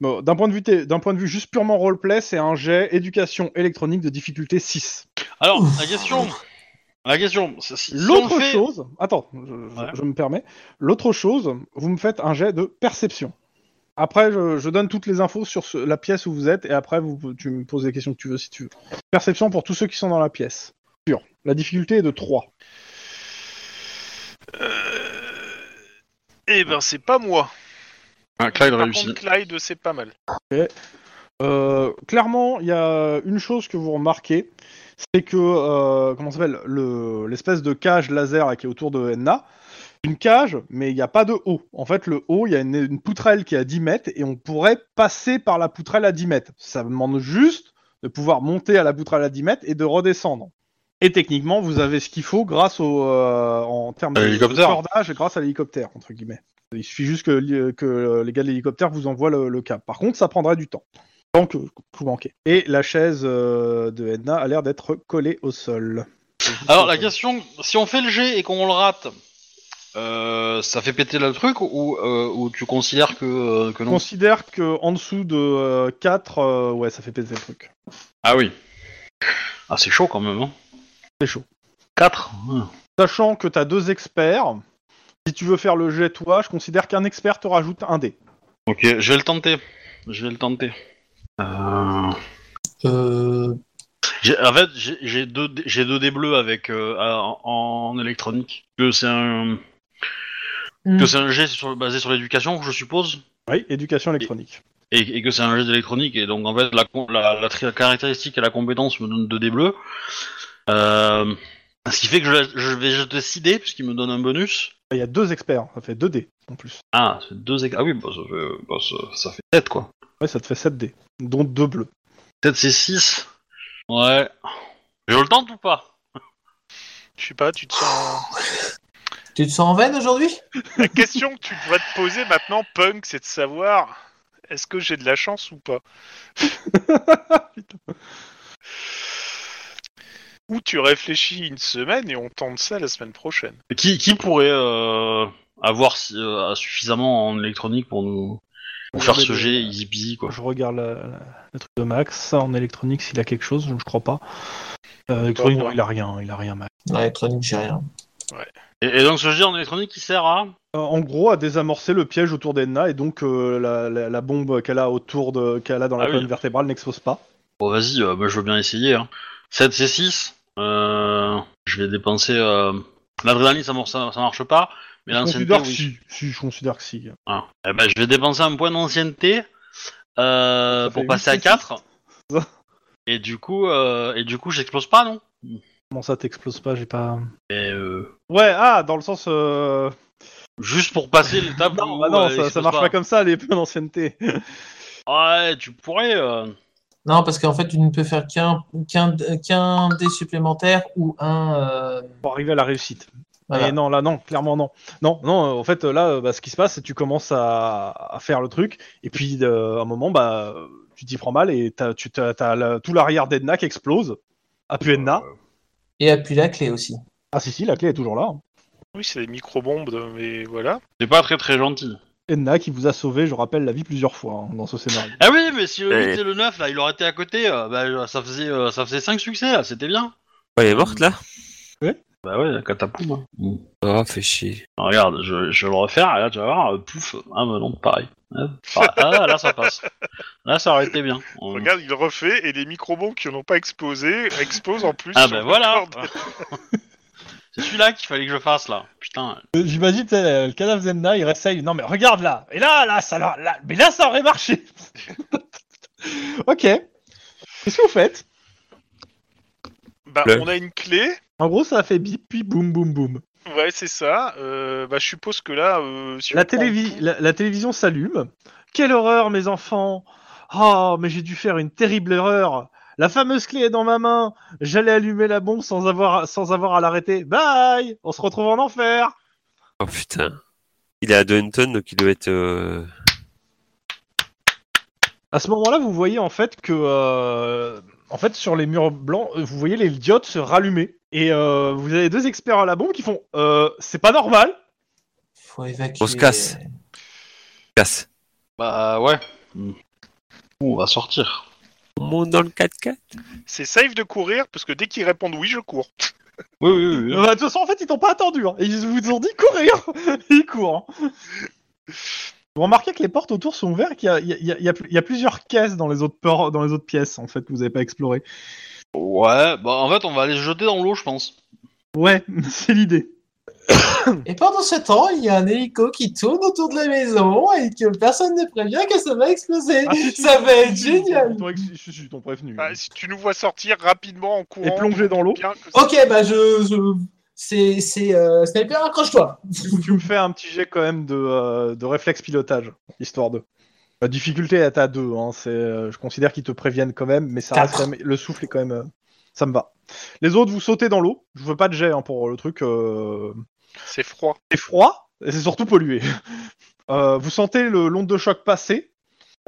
[SPEAKER 2] Mais D'un point, de vue té- d'un point de vue juste purement roleplay, c'est un jet éducation électronique de difficulté 6.
[SPEAKER 1] Alors, la question. La question. c'est- si- si
[SPEAKER 2] L'autre
[SPEAKER 1] on fait-
[SPEAKER 2] chose, attends, je, je-
[SPEAKER 1] Ouais.
[SPEAKER 2] je me permets. L'autre chose, vous me faites un jet de perception. Après, je, je donne toutes les infos sur ce- la pièce où vous êtes et après, vous, tu me poses les questions que tu veux si tu veux. Perception pour tous ceux qui sont dans la pièce. Sûr. La difficulté est de 3.
[SPEAKER 4] Eh ben, c'est pas moi.
[SPEAKER 1] Ah, Clyde
[SPEAKER 4] Par
[SPEAKER 1] réussit.
[SPEAKER 4] contre, Clyde, c'est pas mal.
[SPEAKER 2] Euh, clairement, il y a une chose que vous remarquez, c'est que euh, comment ça s'appelle le- l'espèce de cage laser là, qui est autour de Enna, une cage, mais il n'y a pas de haut. En fait, le haut, il y a une, une poutrelle qui est à 10 mètres et on pourrait passer par la poutrelle à 10 mètres. Ça demande juste de pouvoir monter à la poutrelle à 10 mètres et de redescendre. Et techniquement, vous avez ce qu'il faut grâce au euh, en termes de,
[SPEAKER 1] À l'hélicoptère.
[SPEAKER 2] de cordage, grâce à l'hélicoptère entre guillemets. Il suffit juste que, l'hi- que les gars de l'hélicoptère vous envoient le, le câble. Par contre, ça prendrait du temps. Tant que que vous manquez. Et la chaise euh, de Edna a l'air d'être collée au sol.
[SPEAKER 1] Alors, la question si on fait le G et qu'on le rate, euh, ça fait péter le truc ou, euh, ou tu considères que, euh, que
[SPEAKER 2] Je
[SPEAKER 1] non
[SPEAKER 2] considère que en dessous de 4, ouais, ça fait péter le truc.
[SPEAKER 1] Ah oui. Ah, c'est chaud quand même. Hein.
[SPEAKER 2] C'est chaud.
[SPEAKER 1] 4
[SPEAKER 2] Sachant que t'as deux experts, si tu veux faire le jet toi, je considère qu'un expert te rajoute un dé.
[SPEAKER 1] Ok, je vais le tenter. Je vais le tenter. Euh,
[SPEAKER 3] Euh,
[SPEAKER 1] j'ai- En fait, j'ai j'ai deux, dés- j'ai deux dés bleus avec, euh, en, en électronique. Que c'est un. Que c'est un jet sur- basé sur l'éducation, je suppose,
[SPEAKER 2] Oui, éducation électronique.
[SPEAKER 1] et, et que c'est un jet d'électronique, et donc en fait la, com- la, la tri- la caractéristique et la compétence me donnent 2 dés bleus. Euh, ce qui fait que je, je vais jeter 6 dés, puisqu'il me donne un bonus.
[SPEAKER 2] Il y a deux experts, ça fait deux dés en plus.
[SPEAKER 1] Ah, c'est deux éc- Ah oui, bah, ça, fait, bah, ça, ça fait 7 quoi.
[SPEAKER 2] Ouais, ça te fait 7 dés, dont deux bleus.
[SPEAKER 1] Peut-être c'est 6. Ouais. Je le tente ou pas
[SPEAKER 4] Je sais pas, tu te sens.
[SPEAKER 3] Tu te sens en veine aujourd'hui
[SPEAKER 4] La question que tu devrais te poser maintenant, Punk, c'est de savoir est-ce que j'ai de la chance ou pas Ou tu réfléchis une semaine et on tente ça la semaine prochaine.
[SPEAKER 1] qui, qui pourrait euh, avoir si- euh, suffisamment en électronique pour nous pour faire ce jet easy peasy quoi
[SPEAKER 2] Je regarde la, la- le truc de Max. Ça, en électronique, s'il a quelque chose, je ne crois pas. Euh, électronique,
[SPEAKER 4] moi.
[SPEAKER 2] non, il a rien, il a rien, Max.
[SPEAKER 3] Non, électronique, j'ai rien.
[SPEAKER 1] Et, et donc ce jet en électronique qui sert à
[SPEAKER 2] Euh, en gros, à désamorcer le piège autour d'Enna et donc euh, la, la- la bombe qu'elle a autour de qu'elle a dans la
[SPEAKER 1] Ah oui.
[SPEAKER 2] colonne vertébrale n'expose pas.
[SPEAKER 1] Bon, vas-y, euh, bah, je veux bien essayer. Hein. 7 C6. Euh, je vais dépenser. Euh... L'adrénaline, ça, mar- ça, ça marche pas. Mais
[SPEAKER 2] je
[SPEAKER 1] l'ancienneté,
[SPEAKER 2] considère que
[SPEAKER 1] oui.
[SPEAKER 2] si. Si, je considère que si.
[SPEAKER 1] Ah. Eh ben, je vais dépenser un point d'ancienneté euh,
[SPEAKER 2] Ça fait
[SPEAKER 1] pour
[SPEAKER 2] huit
[SPEAKER 1] passer à
[SPEAKER 2] C6.
[SPEAKER 1] 4. Et du coup, euh, et du coup, j'explose pas, non
[SPEAKER 2] Comment ça t'explose pas J'ai pas.
[SPEAKER 1] Et, euh,
[SPEAKER 2] Ouais, ah, dans le sens. euh,
[SPEAKER 1] Juste pour passer l'étape.
[SPEAKER 2] Non,
[SPEAKER 1] où,
[SPEAKER 2] bah non,
[SPEAKER 1] euh,
[SPEAKER 2] ça,
[SPEAKER 1] explose
[SPEAKER 2] ça marche pas comme ça, les points d'ancienneté.
[SPEAKER 1] Ouais, Ah, tu pourrais. euh,
[SPEAKER 3] Non, parce qu'en fait, tu ne peux faire qu'un qu'un qu'un dé supplémentaire ou un. euh,
[SPEAKER 2] Pour arriver à la réussite.
[SPEAKER 3] voilà.
[SPEAKER 2] Et non, là, non, clairement non. Non, non, euh, en fait, là, euh, bah, ce qui se passe, c'est que tu commences à, à faire le truc, et puis, euh, à un moment, bah, euh, tu t'y prends mal, et t'as, tu, t'as, t'as la- tout l'arrière d'Edna qui explose. Appuie Edna.
[SPEAKER 1] Euh,
[SPEAKER 3] Et appuie la clé aussi.
[SPEAKER 2] Ah, si, si, la clé est toujours là.
[SPEAKER 4] Oui, c'est des micro-bombes, mais voilà.
[SPEAKER 1] C'est pas très très gentil.
[SPEAKER 2] Edna qui vous a sauvé, je rappelle, la vie plusieurs fois hein, dans ce scénario.
[SPEAKER 1] Ah oui, mais si le
[SPEAKER 4] Eh.
[SPEAKER 6] Et-
[SPEAKER 1] 8 et le 9, là, il aurait été à côté, euh, bah, ça faisait euh, ça faisait 5 succès, là, c'était bien.
[SPEAKER 6] Ouais, Oh, elle est morte là
[SPEAKER 1] Bah ouais, la catapume. hein. Mm.
[SPEAKER 6] Oh, fait chier.
[SPEAKER 1] Ah, Regarde, je, je vais le refaire, et là tu vas voir, euh, pouf, ah bah non, pareil. Ah, par- ah, là ça passe. Là ça aurait été bien. On-
[SPEAKER 4] Regarde, il refait et les micro-bombes qui n'ont pas explosé explosent en plus.
[SPEAKER 1] Ah
[SPEAKER 4] sur
[SPEAKER 1] bah
[SPEAKER 4] le
[SPEAKER 1] voilà
[SPEAKER 4] corps
[SPEAKER 1] C'est celui-là qu'il fallait que je fasse là. Putain.
[SPEAKER 9] Euh, J'imagine, t'sais, euh, le cadavre d'Emna, il reste là, il dit, non mais regarde là, et là, là, ça, là, là, mais là, ça aurait marché.
[SPEAKER 2] ok. Qu'est-ce que vous faites
[SPEAKER 4] Bah,
[SPEAKER 6] Le-
[SPEAKER 4] on a une clé.
[SPEAKER 2] En gros, ça a fait bip, puis boum, boum, boum.
[SPEAKER 4] Ouais, c'est ça. Euh, bah, je suppose que là, euh, si
[SPEAKER 2] La,
[SPEAKER 4] on prend-
[SPEAKER 2] télévi- la, la télévision s'allume. Quelle horreur, mes enfants Oh, mais j'ai dû faire une terrible erreur. La fameuse clé est dans ma main. J'allais allumer la bombe sans avoir, sans avoir à l'arrêter. Bye On se retrouve en enfer
[SPEAKER 6] Oh putain. Il est à Dunton, donc il doit être. euh,
[SPEAKER 2] À ce moment-là, vous voyez en fait que, euh, en fait, sur les murs blancs, euh, vous voyez les diodes se rallumer. Et euh, vous avez deux experts à la bombe qui font euh, C'est pas normal
[SPEAKER 3] Faut évacuer.
[SPEAKER 6] On se casse. Casse.
[SPEAKER 1] Bah ouais. Mm. On va sortir.
[SPEAKER 6] On monte dans le 4x4.
[SPEAKER 4] C'est safe de courir parce que dès qu'ils répondent oui, je cours.
[SPEAKER 1] Oui, oui, oui.
[SPEAKER 2] Bah, De toute façon, en fait, ils t'ont pas attendu. hein. Ils vous ont dit courir. ils courent. hein. Vous remarquez que les portes autour sont ouvertes, et qu'il y a, il y a- il y a- il y a plus- il y a plusieurs caisses dans les autres por- dans les autres pièces en fait que vous n'avez pas explorées.
[SPEAKER 1] Ouais, bah en fait on va aller se jeter dans l'eau, je pense.
[SPEAKER 2] Ouais, c'est l'idée.
[SPEAKER 3] Et pendant ce temps, il y a un hélico qui tourne autour de la maison et que personne ne prévient que ça va exploser.
[SPEAKER 2] Ah,
[SPEAKER 3] ça va être génial.
[SPEAKER 2] Je t'ont
[SPEAKER 1] Mmh.
[SPEAKER 2] prévenu.
[SPEAKER 4] Ah, si tu nous vois sortir rapidement en courant.
[SPEAKER 2] Et plonger dans l'eau.
[SPEAKER 4] bien que ça-
[SPEAKER 3] Ok, bah je. je... C'est. c'est, euh, Sniper, accroche-toi.
[SPEAKER 2] Tu me fais un petit jet quand même de, euh, de réflexe pilotage, histoire de. La difficulté est à 2, hein, c'est, euh, je considère qu'ils te préviennent quand même, mais ça reste
[SPEAKER 3] Quatre.
[SPEAKER 2] quand même- le souffle est quand même. euh, ça me va. Les autres, vous sautez dans l'eau. Je veux pas de jet hein, pour le truc. euh,
[SPEAKER 4] C'est froid.
[SPEAKER 2] c'est froid et c'est surtout pollué. Euh, vous sentez le- l'onde de choc passer.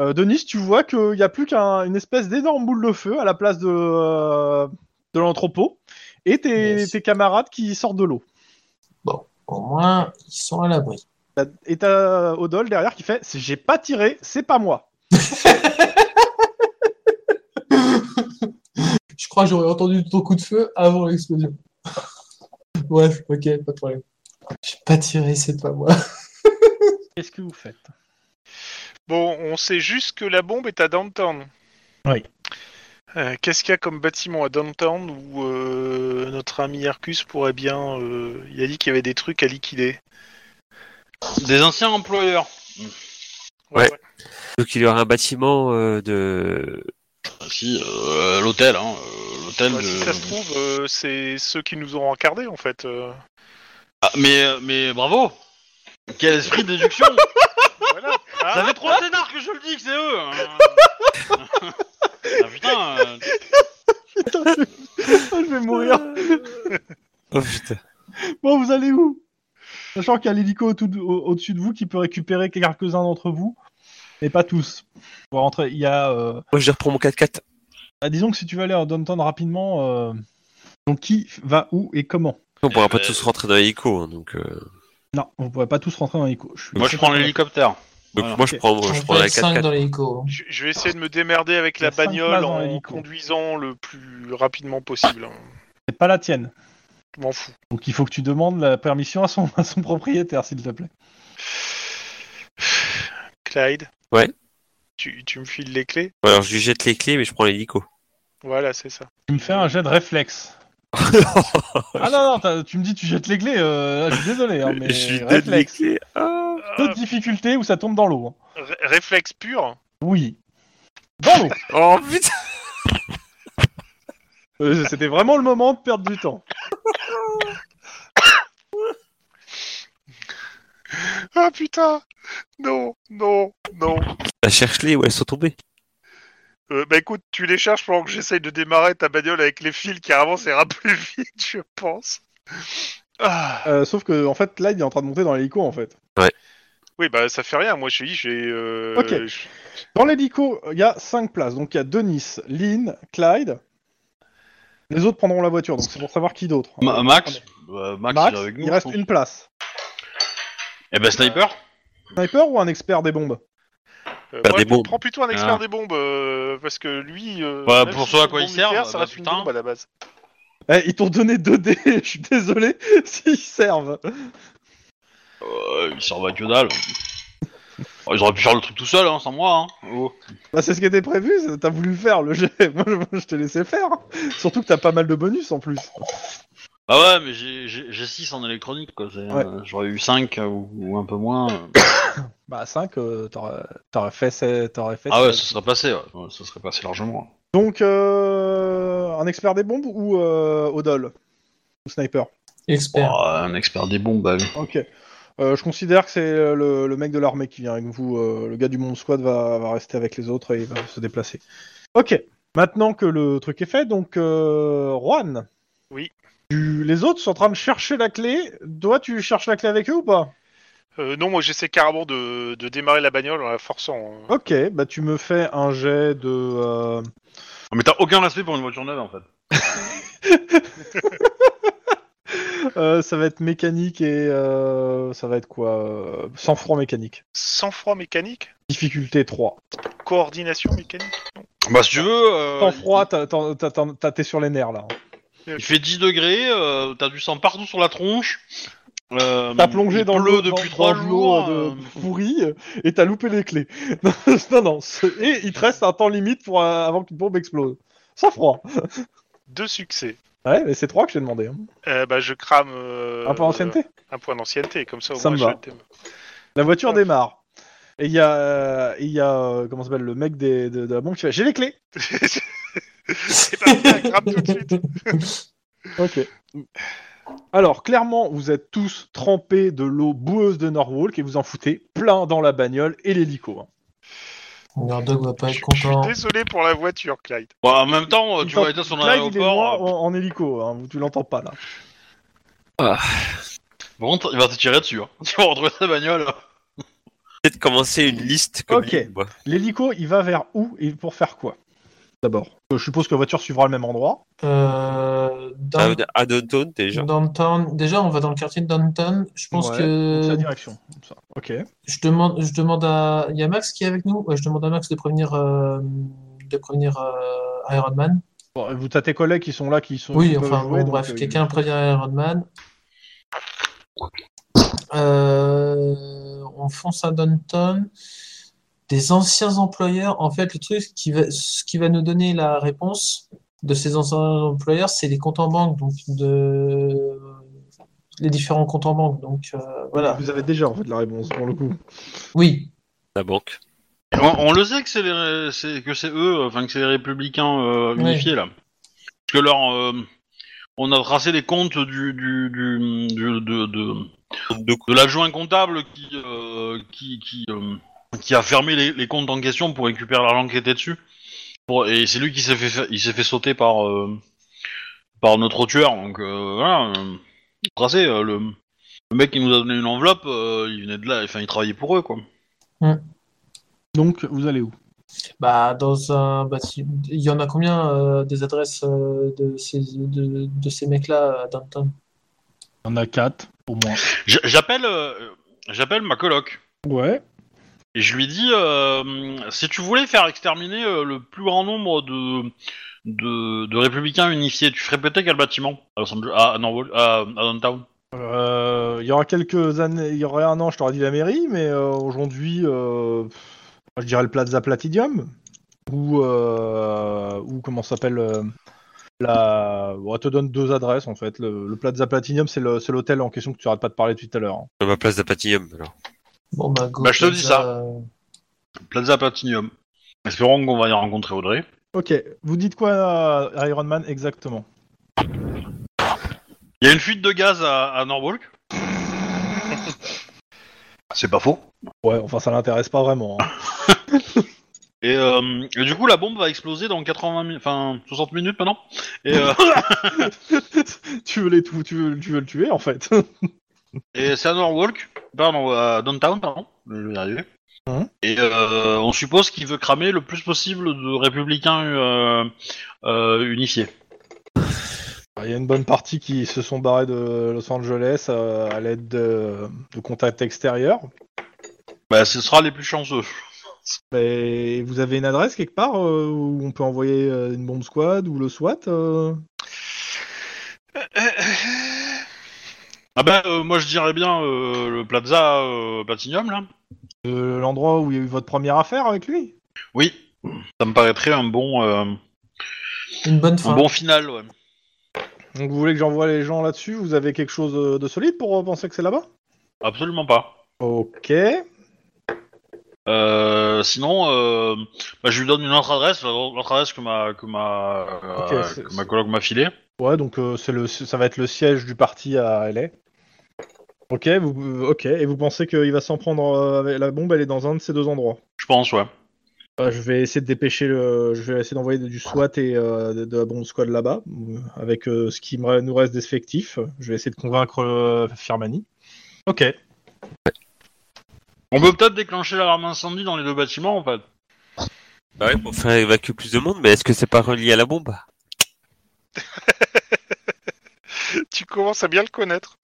[SPEAKER 2] Euh, Denis, tu vois qu'il n'y a plus qu'une espèce d'énorme boule de feu à la place de, euh, de l'entrepôt et tes,
[SPEAKER 3] Yes.
[SPEAKER 2] tes camarades qui sortent de l'eau.
[SPEAKER 3] Au moins, ils sont à l'abri.
[SPEAKER 2] T'as- Et t'as Odol derrière qui fait C'est- J'ai pas tiré, c'est pas moi.
[SPEAKER 3] Je crois que j'aurais entendu ton coup de feu avant l'explosion. Bref, ok, pas de problème. J'ai pas tiré, c'est pas moi.
[SPEAKER 2] Qu'est-ce que vous faites
[SPEAKER 4] Bon, on sait juste que la bombe est à downtown.
[SPEAKER 2] Oui.
[SPEAKER 4] Euh, Qu'est-ce qu'il y a comme bâtiment à downtown où euh, notre ami Arcus pourrait bien. euh, il a dit qu'il y avait des trucs à liquider.
[SPEAKER 1] Des anciens employeurs.
[SPEAKER 6] Ouais. Donc il y aura un bâtiment euh, de.
[SPEAKER 1] Si, euh, l'hôtel, hein. euh, l'hôtel
[SPEAKER 4] Bah, Si ça se
[SPEAKER 1] de.
[SPEAKER 4] trouve, euh, c'est ceux qui nous ont encardés en fait. euh.
[SPEAKER 1] Ah, mais, euh, mais bravo Quel esprit de déduction
[SPEAKER 4] voilà.
[SPEAKER 1] Ça
[SPEAKER 4] Ah,
[SPEAKER 1] fait trois scénars que je le dis que c'est eux hein. Ah putain
[SPEAKER 6] Oh,
[SPEAKER 2] sachant qu'il y a l'hélico tout- au- au-dessus de vous qui peut récupérer quelques-uns d'entre vous, mais pas tous. Pour rentrer, il y a. euh,
[SPEAKER 6] Moi, je reprends mon 4x4.
[SPEAKER 2] bah, disons que si tu veux aller en downtown rapidement, euh, donc qui va où et comment
[SPEAKER 6] On pourra pas
[SPEAKER 1] Euh,
[SPEAKER 6] tous rentrer dans l'hélico, hein, donc. euh,
[SPEAKER 2] Non, on ne pourrait pas tous rentrer dans l'hélico. Je suis-
[SPEAKER 1] Moi, je prends l'hélicoptère.
[SPEAKER 6] Donc
[SPEAKER 1] Voilà.
[SPEAKER 6] moi, je prends,
[SPEAKER 3] On
[SPEAKER 6] Oh, je prends
[SPEAKER 3] peut
[SPEAKER 6] la
[SPEAKER 3] être cinq
[SPEAKER 6] 4x4.
[SPEAKER 3] dans l'hélico.
[SPEAKER 4] Je, je vais essayer de me démerder avec
[SPEAKER 2] Il y a
[SPEAKER 4] la
[SPEAKER 2] cinq places
[SPEAKER 4] bagnole
[SPEAKER 2] dans
[SPEAKER 4] en
[SPEAKER 2] l'hélico.
[SPEAKER 4] conduisant le plus rapidement possible. hein.
[SPEAKER 2] C'est pas la tienne.
[SPEAKER 4] Je m'en fous.
[SPEAKER 2] Donc il faut que tu demandes la permission à son, à son propriétaire, s'il te plaît.
[SPEAKER 4] Clyde
[SPEAKER 6] Ouais.
[SPEAKER 4] Tu, tu me files les clés
[SPEAKER 6] Alors, je lui jette les clés, mais je prends l'hélico.
[SPEAKER 4] Voilà, c'est ça.
[SPEAKER 2] Tu me fais un jet de réflexe. Ah non, non, t'as- tu me dis tu jettes les clés, euh, là, je suis désolé, hein, mais
[SPEAKER 6] je suis les
[SPEAKER 2] réflexe.
[SPEAKER 6] clés. Ah.
[SPEAKER 2] Deux difficultés où ça tombe dans l'eau. hein.
[SPEAKER 4] Ré- réflexe pur Ah,
[SPEAKER 2] Oui. Dans l'eau
[SPEAKER 6] Oh putain
[SPEAKER 2] Euh, C'était vraiment le moment de perdre du temps.
[SPEAKER 4] Ah putain Non, non, non.
[SPEAKER 6] Bah, Cherche-les où elles sont tombées.
[SPEAKER 4] Euh, bah écoute, tu les cherches pendant que j'essaye de démarrer ta bagnole avec les fils, carrément, ça ira plus vite, je pense. Ah.
[SPEAKER 2] Euh, sauf que en fait là il est en train de monter dans l'hélico en fait.
[SPEAKER 4] Oui, bah ça fait rien, moi je suis, j'ai... euh,
[SPEAKER 2] Ok.
[SPEAKER 4] je-
[SPEAKER 2] Dans l'hélico, il y a 5 places. Donc il y a Denis, Lynn, Clyde. Les autres prendront la voiture, donc c'est pour savoir qui d'autre.
[SPEAKER 1] Ma- Max, euh, Max,
[SPEAKER 2] Max,
[SPEAKER 1] il est avec nous.
[SPEAKER 2] il reste
[SPEAKER 1] je
[SPEAKER 2] une place.
[SPEAKER 1] trouve. Eh ben, sniper
[SPEAKER 2] Sniper ou un expert des bombes
[SPEAKER 4] Euh, moi,
[SPEAKER 6] Faire des
[SPEAKER 4] je
[SPEAKER 6] bombes.
[SPEAKER 4] Prends plutôt un expert
[SPEAKER 1] Ah.
[SPEAKER 4] des bombes, euh, parce que lui... euh,
[SPEAKER 1] Bah,
[SPEAKER 4] même
[SPEAKER 1] pour
[SPEAKER 4] si
[SPEAKER 1] ça,
[SPEAKER 4] c'est
[SPEAKER 1] à
[SPEAKER 4] une
[SPEAKER 1] quoi
[SPEAKER 4] bombe
[SPEAKER 1] ils servent,
[SPEAKER 4] nucléaire, Ça
[SPEAKER 1] bah,
[SPEAKER 4] reste une
[SPEAKER 1] putain.
[SPEAKER 4] bombe à la base.
[SPEAKER 2] Eh, ils t'ont donné 2 dés, je suis désolé s'ils servent.
[SPEAKER 1] euh, Il sert à que dalle. Oh, Ils auraient pu faire le truc tout seul, hein, sans moi. Hein. Oh.
[SPEAKER 2] Bah, c'est ce qui était prévu, c'est- t'as voulu faire le jet. Moi je, moi, je t'ai laissé faire. Surtout que t'as pas mal de bonus en plus.
[SPEAKER 1] Ah ouais, mais j'ai- j'ai 6 en électronique, quoi. c'est, euh, J'aurais eu 5 ou, ou un peu moins. euh.
[SPEAKER 2] Bah 5, t'aurais t'aurais fait. ces- t'aurais fait
[SPEAKER 1] Ah ouais,
[SPEAKER 2] ces-
[SPEAKER 1] ça serait passé, ouais. Ouais, ça serait passé largement.
[SPEAKER 2] Donc euh, un expert des bombes ou euh, Odol Ou sniper
[SPEAKER 1] Oh,
[SPEAKER 3] Expert.
[SPEAKER 1] un expert des bombes, bah,
[SPEAKER 2] Ok. Euh, je considère que c'est euh, le, le mec de l'armée qui vient avec vous. euh, le gars du Monde Squad va, va rester avec les autres et il va se déplacer. Ok. Maintenant que le truc est fait, donc euh, Juan.
[SPEAKER 4] Oui.
[SPEAKER 2] Tu- les autres sont en train de chercher la clé. Toi, tu cherches la clé avec eux ou pas
[SPEAKER 4] Euh, non, moi j'essaie carrément de, de démarrer la bagnole en la forçant. hein.
[SPEAKER 2] Ok. Bah tu me fais un jet de. euh,
[SPEAKER 1] Mais t'as aucun respect pour une voiture neuve, en fait.
[SPEAKER 2] euh, ça va être mécanique et euh, ça va être quoi euh, Sans franc mécanique.
[SPEAKER 4] Sans froid mécanique
[SPEAKER 2] Difficulté 3.
[SPEAKER 4] Coordination mécanique
[SPEAKER 1] Bah, si tu veux, euh,
[SPEAKER 2] Sans froid, t'as- t'as- t'as- t'as- t'as- t'es sur les nerfs là.
[SPEAKER 1] il fait 10 degrés, euh, t'as du sang partout sur la tronche. Euh,
[SPEAKER 2] T'as plongé
[SPEAKER 1] il
[SPEAKER 2] dans
[SPEAKER 1] pleut
[SPEAKER 2] l'eau
[SPEAKER 1] depuis
[SPEAKER 2] dans- dans
[SPEAKER 1] 3
[SPEAKER 2] de l'eau
[SPEAKER 1] jours.
[SPEAKER 2] de-
[SPEAKER 1] euh,
[SPEAKER 2] pourrie et t'as loupé les clés. Non, non, non, ce- et il te reste un temps limite pour euh, avant qu'une bombe explose. Sans froid.
[SPEAKER 4] Deux succès.
[SPEAKER 2] Ouais, mais c'est trois que j'ai demandé. hein.
[SPEAKER 4] Euh, bah je crame... euh,
[SPEAKER 2] un point d'ancienneté.
[SPEAKER 4] Un point d'ancienneté, comme ça au
[SPEAKER 2] Ça
[SPEAKER 4] moins
[SPEAKER 2] me
[SPEAKER 4] je
[SPEAKER 2] va.
[SPEAKER 4] le démarre.
[SPEAKER 2] La voiture démarre. Et il y a, euh, et il y a euh, comment ça s'appelle le mec des- de, de la banque qui fait j'ai les clés.
[SPEAKER 4] Oh, C'est parti, elle crame ben, tout de suite.
[SPEAKER 2] Ok. Alors, clairement, vous êtes tous trempés de l'eau boueuse de Norwalk et vous en foutez plein dans la bagnole et l'hélico. hein.
[SPEAKER 3] Nerdog va pas
[SPEAKER 4] Je
[SPEAKER 3] être
[SPEAKER 4] je suis
[SPEAKER 3] content.
[SPEAKER 4] désolé pour la voiture, Clyde.
[SPEAKER 1] bah, en même temps, euh, tu
[SPEAKER 2] Tant-
[SPEAKER 1] vas être là sur
[SPEAKER 2] Clyde, il est loin
[SPEAKER 1] l'aéroport. euh,
[SPEAKER 2] en, en hélico, hein, tu l'entends pas là.
[SPEAKER 1] euh, Par contre, il va te tirer dessus. Hein. Tu vas retrouver ta bagnole.
[SPEAKER 6] Peut-être commencer une liste comme
[SPEAKER 2] Ok.
[SPEAKER 6] Lynn, moi.
[SPEAKER 2] L'hélico, il va vers où et pour faire quoi D'abord. Euh, Je suppose que la voiture suivra le même endroit.
[SPEAKER 3] Euh,
[SPEAKER 6] Ah,
[SPEAKER 3] dans-
[SPEAKER 6] à Downtown, déjà.
[SPEAKER 3] Downtown. Déjà, on va dans le quartier de Downtown. Je pense
[SPEAKER 2] Ouais, C'est la
[SPEAKER 3] que
[SPEAKER 2] direction. comme ça. Ok.
[SPEAKER 3] je demande, je demande à. Il y a Max qui est avec nous. Ouais, je demande à Max de prévenir, euh, de prévenir euh, Iron Man.
[SPEAKER 2] Bon, vous t'as tes collègues qui sont là, qui sont. qui
[SPEAKER 3] Oui,
[SPEAKER 2] peuvent
[SPEAKER 3] enfin
[SPEAKER 2] jouer,
[SPEAKER 3] bon,
[SPEAKER 2] donc,
[SPEAKER 3] bref,
[SPEAKER 2] euh,
[SPEAKER 3] quelqu'un prévient Iron Man. Euh, on fonce à Downton. Des anciens employeurs, en fait, le truc qui va, ce qui va nous donner la réponse de ces anciens employeurs, c'est les comptes en banque, donc de les différents comptes en banque. Donc euh, voilà.
[SPEAKER 2] Vous avez déjà en fait la réponse pour le coup.
[SPEAKER 3] Oui,
[SPEAKER 6] La banque.
[SPEAKER 1] On, on le sait que c'est les- c'est- que c'est eux, enfin que c'est les républicains euh,
[SPEAKER 3] Ouais.
[SPEAKER 1] unifiés là. Parce que leur, euh, on a tracé les comptes du, du, du, du- de, de,
[SPEAKER 6] Donc,
[SPEAKER 1] de l'adjoint comptable qui, euh, qui, qui, euh, qui a fermé les, les comptes en question pour récupérer l'argent qui était dessus. Pour- et c'est lui qui s'est fait, fa- il s'est fait sauter par, euh, par notre tueur. Donc euh, voilà, euh, tracé euh, le, Le mec qui nous a donné une enveloppe, euh, il venait de là, enfin il travaillait pour eux quoi.
[SPEAKER 5] Donc, vous allez où
[SPEAKER 3] Bah, dans un bâtiment. Il y en a combien euh, des adresses euh, de ces, de, de ces mecs-là à Downtown
[SPEAKER 5] Il y en a quatre, au moins.
[SPEAKER 1] J- J'appelle, euh, j'appelle ma coloc
[SPEAKER 5] Ouais.
[SPEAKER 1] et je lui dis euh, si tu voulais faire exterminer euh, le plus grand nombre de de, de républicains unifiés, tu ferais péter quel bâtiment à, Los Angeles- à, à Norwalk- à- à Downtown
[SPEAKER 2] Euh, Il y aura quelques années, il y aurait un an, je t'aurais dit la mairie, mais euh, aujourd'hui, euh, je dirais le Plaza Platidium ou euh, ou comment ça s'appelle euh, la. Bon, elle te donne deux adresses en fait. Le, le Plaza Platinum, c'est le- c'est l'hôtel en question que tu arrêtes pas de parler depuis tout à l'heure. hein.
[SPEAKER 6] À ma place d'Apatium, alors.
[SPEAKER 3] Bon, bah, go,
[SPEAKER 1] Bah, je te
[SPEAKER 3] comme
[SPEAKER 1] dis ça. Plaza Platinum. Espérons qu'on va y rencontrer Audrey.
[SPEAKER 2] Ok, vous dites quoi à à Iron Man exactement
[SPEAKER 1] Il y a une fuite de gaz à, à Norwalk. C'est pas faux.
[SPEAKER 2] Ouais, enfin ça l'intéresse pas vraiment. hein.
[SPEAKER 1] Et, euh, et du coup, la bombe va exploser dans 80 mi- enfin 60 minutes maintenant. Et, euh,
[SPEAKER 2] tu veux les tout, tu veux, tu veux le tuer en fait.
[SPEAKER 1] et c'est à Norwalk, pardon, à Downtown, pardon, je vais y arriver.
[SPEAKER 2] Mhm.
[SPEAKER 1] Et euh, on suppose qu'il veut cramer le plus possible de républicains euh, euh, unifiés.
[SPEAKER 2] Ah, Il y a une bonne partie qui se sont barrés de Los Angeles euh, à l'aide de, de contacts extérieurs.
[SPEAKER 1] Bah, ce sera les plus chanceux.
[SPEAKER 2] Mais vous avez une adresse quelque part euh, où on peut envoyer euh, une bombe squad ou le SWAT euh
[SPEAKER 1] Ah bah, euh, moi je dirais bien euh, le Plaza euh, Platinum, là.
[SPEAKER 2] Euh, L'endroit où il y a eu votre première affaire avec lui
[SPEAKER 1] Oui, ça me paraîtrait un bon, euh,
[SPEAKER 3] Une bonne fin.
[SPEAKER 1] un bon final, ouais.
[SPEAKER 2] Donc vous voulez que j'envoie les gens là-dessus Vous avez quelque chose euh, de solide pour euh, penser que c'est là-bas
[SPEAKER 1] Absolument pas.
[SPEAKER 2] Ok.
[SPEAKER 1] Euh, sinon, euh, bah, je lui donne une autre adresse, l'autre adresse que ma que ma
[SPEAKER 2] Ok,
[SPEAKER 1] euh,
[SPEAKER 2] c'est-
[SPEAKER 1] que ma coloc m'a filée.
[SPEAKER 2] Ouais, donc euh, c'est le, ça va être le siège du parti à LA. Ok, vous, euh, ok. Et vous pensez qu'il va s'en prendre euh, avec la bombe Elle est dans un de ces deux endroits.
[SPEAKER 1] Je pense, ouais.
[SPEAKER 2] Euh, je vais essayer de dépêcher le, je vais essayer d'envoyer du SWAT et euh, de, de la bombe squad là-bas euh, avec euh, ce qui me- nous reste d'effectifs. Je vais essayer de convaincre euh, Firmani. Ok.
[SPEAKER 1] On peut peut-être déclencher l'alarme incendie dans les deux bâtiments, en fait.
[SPEAKER 6] Bah oui, pour faire évacuer plus de monde, mais est-ce que c'est pas relié à la bombe
[SPEAKER 4] tu commences à bien le connaître.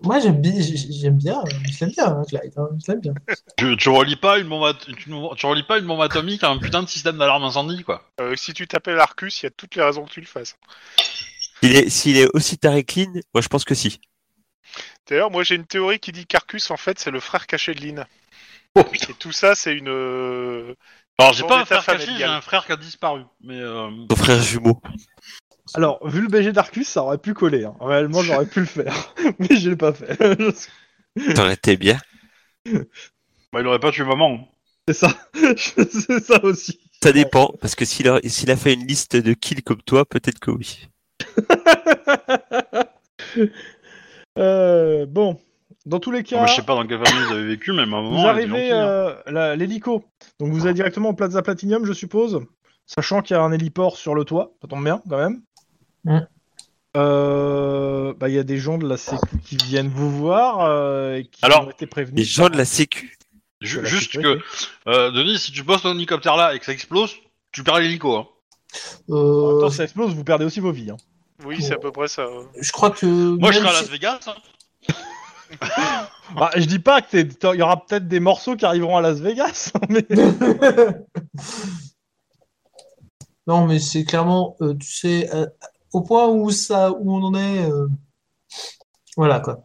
[SPEAKER 3] Moi, j'aime bien, j'aime bien, euh, je l'aime bien, hein, Clyde, hein, je l'aime bien.
[SPEAKER 1] Tu, tu relis pas une bombe, at- tu, tu relis pas une bombe atomique à un putain de système d'alarme incendie, quoi.
[SPEAKER 4] Euh, si tu t'appelles Arcus, il y a toutes les raisons que tu le fasses.
[SPEAKER 6] S'il est, s'il est aussi taré clean, moi je pense que si.
[SPEAKER 4] D'ailleurs, moi j'ai une théorie qui dit qu'Arcus, en fait, c'est le frère caché de Lynn.
[SPEAKER 1] Oh putain.
[SPEAKER 4] Et tout ça, c'est une. euh,
[SPEAKER 1] Alors j'ai
[SPEAKER 4] Ton
[SPEAKER 1] pas un
[SPEAKER 4] état
[SPEAKER 1] frère caché, j'ai
[SPEAKER 4] familial.
[SPEAKER 1] un frère qui a disparu. Mais euh,
[SPEAKER 6] Ton frère jumeau.
[SPEAKER 2] Alors, vu le BG d'Arcus, ça aurait pu coller. hein. Réellement, j'aurais pu le faire, mais je l'ai pas fait.
[SPEAKER 6] Ça aurait été bien.
[SPEAKER 1] bah, il aurait pas tué maman.
[SPEAKER 2] c'est ça. c'est ça aussi.
[SPEAKER 6] Ça dépend, parce que s'il a, s'il a fait une liste de kills comme toi, peut-être que oui.
[SPEAKER 2] Euh, bon, dans tous les
[SPEAKER 1] Non,
[SPEAKER 2] cas.
[SPEAKER 1] mais je sais pas dans quelle famille vous Ah. avez vécu, mais ma maman.
[SPEAKER 2] Vous
[SPEAKER 1] elle était
[SPEAKER 2] arrivez
[SPEAKER 1] gentille, hein.
[SPEAKER 2] euh, la- l'hélico. Donc vous allez directement au Plaza Platinum, je suppose, sachant qu'il y a un héliport sur le toit. Ça tombe bien, quand même.
[SPEAKER 3] Mm.
[SPEAKER 2] Euh, bah, Il y a des gens de la sécu qui viennent vous voir euh, et qui
[SPEAKER 1] Alors,
[SPEAKER 2] ont été prévenus.
[SPEAKER 6] Les gens de la sécu.
[SPEAKER 1] Ju-
[SPEAKER 2] de la
[SPEAKER 1] Juste que,
[SPEAKER 2] sécurité.
[SPEAKER 1] euh, Denis, si tu postes ton hélicoptère là et que ça explose, tu perds l'hélico. Hein.
[SPEAKER 2] En même
[SPEAKER 3] Euh,
[SPEAKER 2] temps, si ça explose, vous perdez aussi vos vies. hein.
[SPEAKER 4] Oui, c'est à peu près ça.
[SPEAKER 3] je crois que.
[SPEAKER 1] Moi, je
[SPEAKER 3] même
[SPEAKER 1] serai à
[SPEAKER 3] si-
[SPEAKER 1] Las Vegas. hein.
[SPEAKER 2] Bah, je dis pas que t'es- t'en- il y aura peut-être des morceaux qui arriveront à Las Vegas, mais
[SPEAKER 3] Non, mais c'est clairement, euh, tu sais, euh, au point où ça, où on en est, euh, voilà quoi.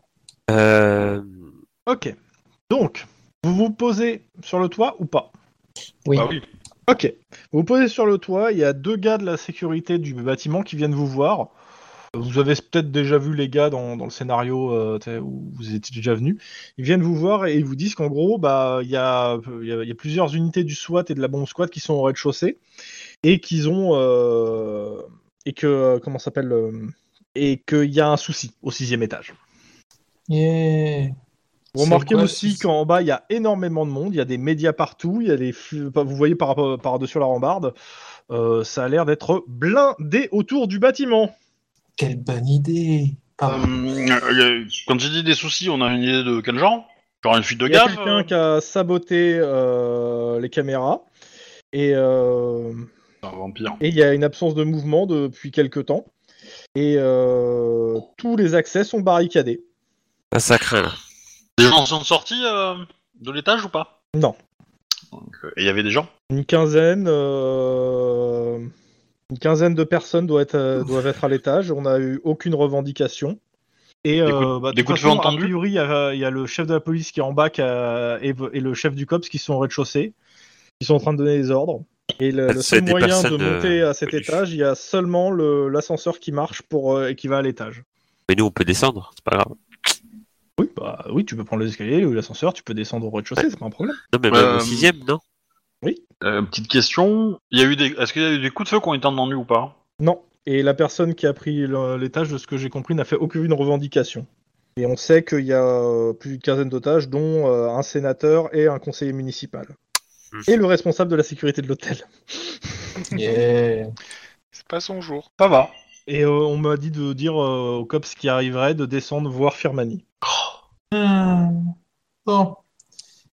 [SPEAKER 6] Euh...
[SPEAKER 2] ok. Donc, vous vous posez sur le toit ou pas
[SPEAKER 3] Oui.
[SPEAKER 1] Bah oui.
[SPEAKER 2] Ok. Vous vous posez sur le toit, il y a deux gars de la sécurité du bâtiment qui viennent vous voir. Vous avez peut-être déjà vu les gars dans, dans le scénario euh, t'sais, où vous étiez déjà venu. Ils viennent vous voir et ils vous disent qu'en gros, bah, il y, a, il y a- il y a plusieurs unités du SWAT et de la bombe squad qui sont au rez-de-chaussée et qu'ils ont euh, et que euh, comment ça s'appelle euh, et qu'il y a un souci au sixième étage.
[SPEAKER 3] Yeah.
[SPEAKER 2] Vous
[SPEAKER 3] C'est
[SPEAKER 2] remarquez
[SPEAKER 3] quoi,
[SPEAKER 2] aussi
[SPEAKER 3] c'est-
[SPEAKER 2] qu'en bas, il y a énormément de monde, il y a des médias partout, il y a des flux- vous voyez par rapport- par-dessus la rambarde, euh, ça a l'air d'être blindé autour du bâtiment.
[SPEAKER 3] Quelle bonne idée. Pardon.
[SPEAKER 1] Euh, quand j'ai dit des soucis, on a une idée de quel genre Genre une fuite de
[SPEAKER 2] Il y a
[SPEAKER 1] gaz
[SPEAKER 3] euh,
[SPEAKER 1] euh,
[SPEAKER 2] quelqu'un qui a saboté euh, les caméras. Et euh,
[SPEAKER 1] Un vampire.
[SPEAKER 2] et il y a une absence de mouvement depuis quelque temps. Et euh, tous les accès sont barricadés.
[SPEAKER 6] Ah, ça craint, là.
[SPEAKER 1] Les gens sont sortis euh, de l'étage ou pas
[SPEAKER 2] Non.
[SPEAKER 1] Donc, euh, Et il y avait des gens
[SPEAKER 2] Une quinzaine, euh, une quinzaine de personnes doivent être, euh, doivent être à l'étage. On n'a eu aucune revendication.
[SPEAKER 10] Et
[SPEAKER 1] Des coups-
[SPEAKER 10] euh, bah, de
[SPEAKER 1] des
[SPEAKER 10] toute
[SPEAKER 1] coups de feu
[SPEAKER 10] façon,
[SPEAKER 1] entendus
[SPEAKER 10] A priori, il y, a- il y a le chef de la police qui est en bas qui
[SPEAKER 2] euh,
[SPEAKER 10] a- et, et le chef du COPS qui sont au rez-de-chaussée, qui sont en train de donner des ordres.
[SPEAKER 2] Et le,
[SPEAKER 6] Ah,
[SPEAKER 2] le
[SPEAKER 6] c'est
[SPEAKER 2] seul
[SPEAKER 6] des
[SPEAKER 2] moyen de
[SPEAKER 6] personnes, euh,
[SPEAKER 2] monter à cet
[SPEAKER 6] connues.
[SPEAKER 2] étage, il y a seulement le- l'ascenseur qui marche pour, euh, et qui va à l'étage.
[SPEAKER 6] Mais nous, on peut descendre, c'est pas grave.
[SPEAKER 2] Oui, bah oui, tu peux prendre les escaliers ou l'ascenseur, tu peux descendre au rez-de-chaussée, c'est pas un problème.
[SPEAKER 6] Non, mais même
[SPEAKER 1] Euh,
[SPEAKER 6] au sixième, non
[SPEAKER 1] Euh, Petite question. Il y a eu des. Est-ce qu'il y a eu des coups de feu qui ont été entendus ou pas
[SPEAKER 2] Non. Et la personne qui a pris le- l'étage, de ce que j'ai compris, n'a fait aucune revendication. Et on sait qu'il y a euh, plus d'une quinzaine d'otages, dont euh, un sénateur et un conseiller municipal.
[SPEAKER 4] Mmh.
[SPEAKER 6] Mhm.
[SPEAKER 2] Et le responsable de la sécurité de l'hôtel.
[SPEAKER 1] Euh,
[SPEAKER 3] Yeah.
[SPEAKER 4] C'est pas son jour.
[SPEAKER 1] Ça va.
[SPEAKER 2] Et euh, on m'a dit de dire euh, aux cops qui arriveraient de descendre voir Firmani.
[SPEAKER 3] Hmm. Bon.
[SPEAKER 1] Oh.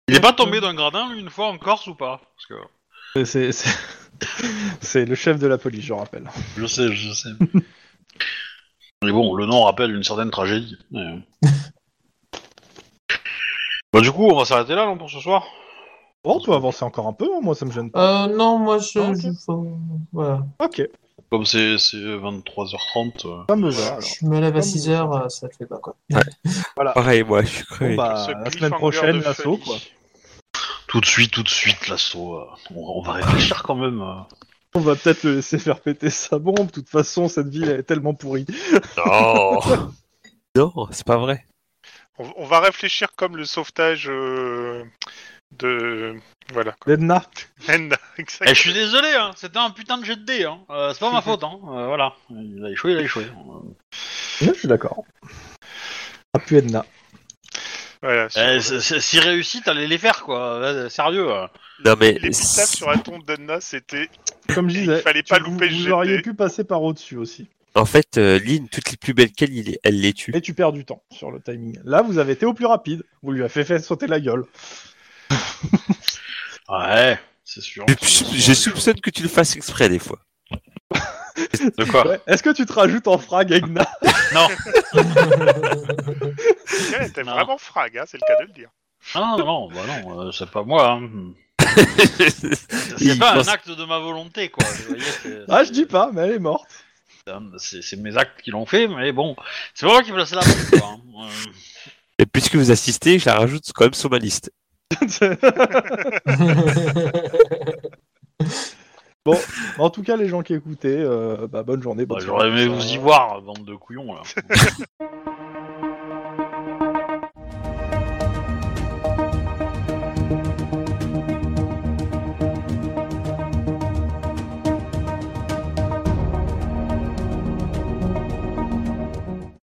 [SPEAKER 1] Il est pas tombé d'un gradin lui, une fois en Corse ou pas Parce que
[SPEAKER 2] C'est- c'est- C'est c'est le chef de la police, je rappelle.
[SPEAKER 1] je sais, je sais. Mais bon, le nom rappelle une certaine tragédie. mais- euh. bah du coup, on va s'arrêter là non, pour ce soir.
[SPEAKER 2] Bon, on peut avancer encore un peu, hein, moi ça me gêne pas.
[SPEAKER 3] Euh, non, moi je.
[SPEAKER 2] Non, ok.
[SPEAKER 3] je- faut- voilà.
[SPEAKER 2] Ok,
[SPEAKER 1] Comme c'est c'est 23h30. euh,
[SPEAKER 2] ça me va alors.
[SPEAKER 3] Je me lève à
[SPEAKER 2] Comme
[SPEAKER 3] 6 heures, euh, ça te fait pas quoi.
[SPEAKER 6] Pareil, moi, je suis
[SPEAKER 2] Bon,
[SPEAKER 6] crevé.
[SPEAKER 2] bah,
[SPEAKER 4] Ce
[SPEAKER 2] la semaine
[SPEAKER 4] cliffhanger
[SPEAKER 2] prochaine,
[SPEAKER 4] de
[SPEAKER 2] l'assaut,
[SPEAKER 4] folie.
[SPEAKER 2] quoi.
[SPEAKER 1] Tout de suite, tout de suite, l'assaut. euh, on, on va réfléchir quand même. euh.
[SPEAKER 2] On va peut-être le laisser faire péter sa bombe. De toute façon, cette ville elle est tellement pourrie.
[SPEAKER 6] Non Non, c'est pas vrai.
[SPEAKER 4] On, on va réfléchir comme le sauvetage euh, de. Voilà. quoi.
[SPEAKER 2] Ledna,
[SPEAKER 4] Enda,
[SPEAKER 1] Eh,
[SPEAKER 4] exactement.
[SPEAKER 1] je suis désolé, hein, c'était un putain de jet de dés. Hein. Euh, c'est pas ma faute, hein. euh, voilà. Il a échoué, il a échoué.
[SPEAKER 2] Ouais, je suis d'accord. Ah, puis Edna.
[SPEAKER 4] Voilà, sur-
[SPEAKER 1] Eh, c'est- c'est- si réussi, t'allais les faire, quoi. euh, sérieux. euh.
[SPEAKER 6] Non, mais.
[SPEAKER 4] L'épitaphe sur la tombe d'Anna, c'était
[SPEAKER 2] Comme je
[SPEAKER 4] Il
[SPEAKER 2] disais,
[SPEAKER 4] fallait
[SPEAKER 2] tu-
[SPEAKER 4] pas
[SPEAKER 2] vous-
[SPEAKER 4] louper le
[SPEAKER 2] vous,
[SPEAKER 4] GT.
[SPEAKER 2] auriez pu passer par au-dessus aussi.
[SPEAKER 6] En fait, euh, Lynn, toutes les plus belles qu'elle, il est- elle les tue.
[SPEAKER 2] Et tu perds du temps sur le timing. Là, vous avez été au plus rapide. Vous lui avez fait, faire sauter la gueule.
[SPEAKER 1] Ouais, c'est sûr.
[SPEAKER 6] Je, je soupçonne que tu le fasses exprès des fois.
[SPEAKER 1] De
[SPEAKER 4] Ah.
[SPEAKER 1] quoi
[SPEAKER 2] Ouais. Est-ce que tu te rajoutes en frag, Edna
[SPEAKER 1] Non,
[SPEAKER 4] Tiens, elle était
[SPEAKER 1] Non.
[SPEAKER 4] vraiment frag, hein, c'est le cas de le dire.
[SPEAKER 1] non, non, non, bah non, euh, c'est pas moi. Hein. C'est
[SPEAKER 6] Il
[SPEAKER 1] pas
[SPEAKER 6] pense-
[SPEAKER 1] un acte de ma volonté, quoi. Vous voyez, c'est-
[SPEAKER 2] Ah, je dis pas, mais elle est morte.
[SPEAKER 1] C'est c'est mes actes qui l'ont fait, mais bon, c'est pas moi qui me laissais la main, quoi. hein. Euh,
[SPEAKER 6] Et puisque vous assistez, je la rajoute quand même sur ma liste.
[SPEAKER 2] En tout cas, les gens qui écoutaient, euh, bah, bonne journée.
[SPEAKER 1] bah,
[SPEAKER 2] bonne
[SPEAKER 1] J'aurais aimé
[SPEAKER 2] soirée.
[SPEAKER 1] vous y voir, bande de couillons, là.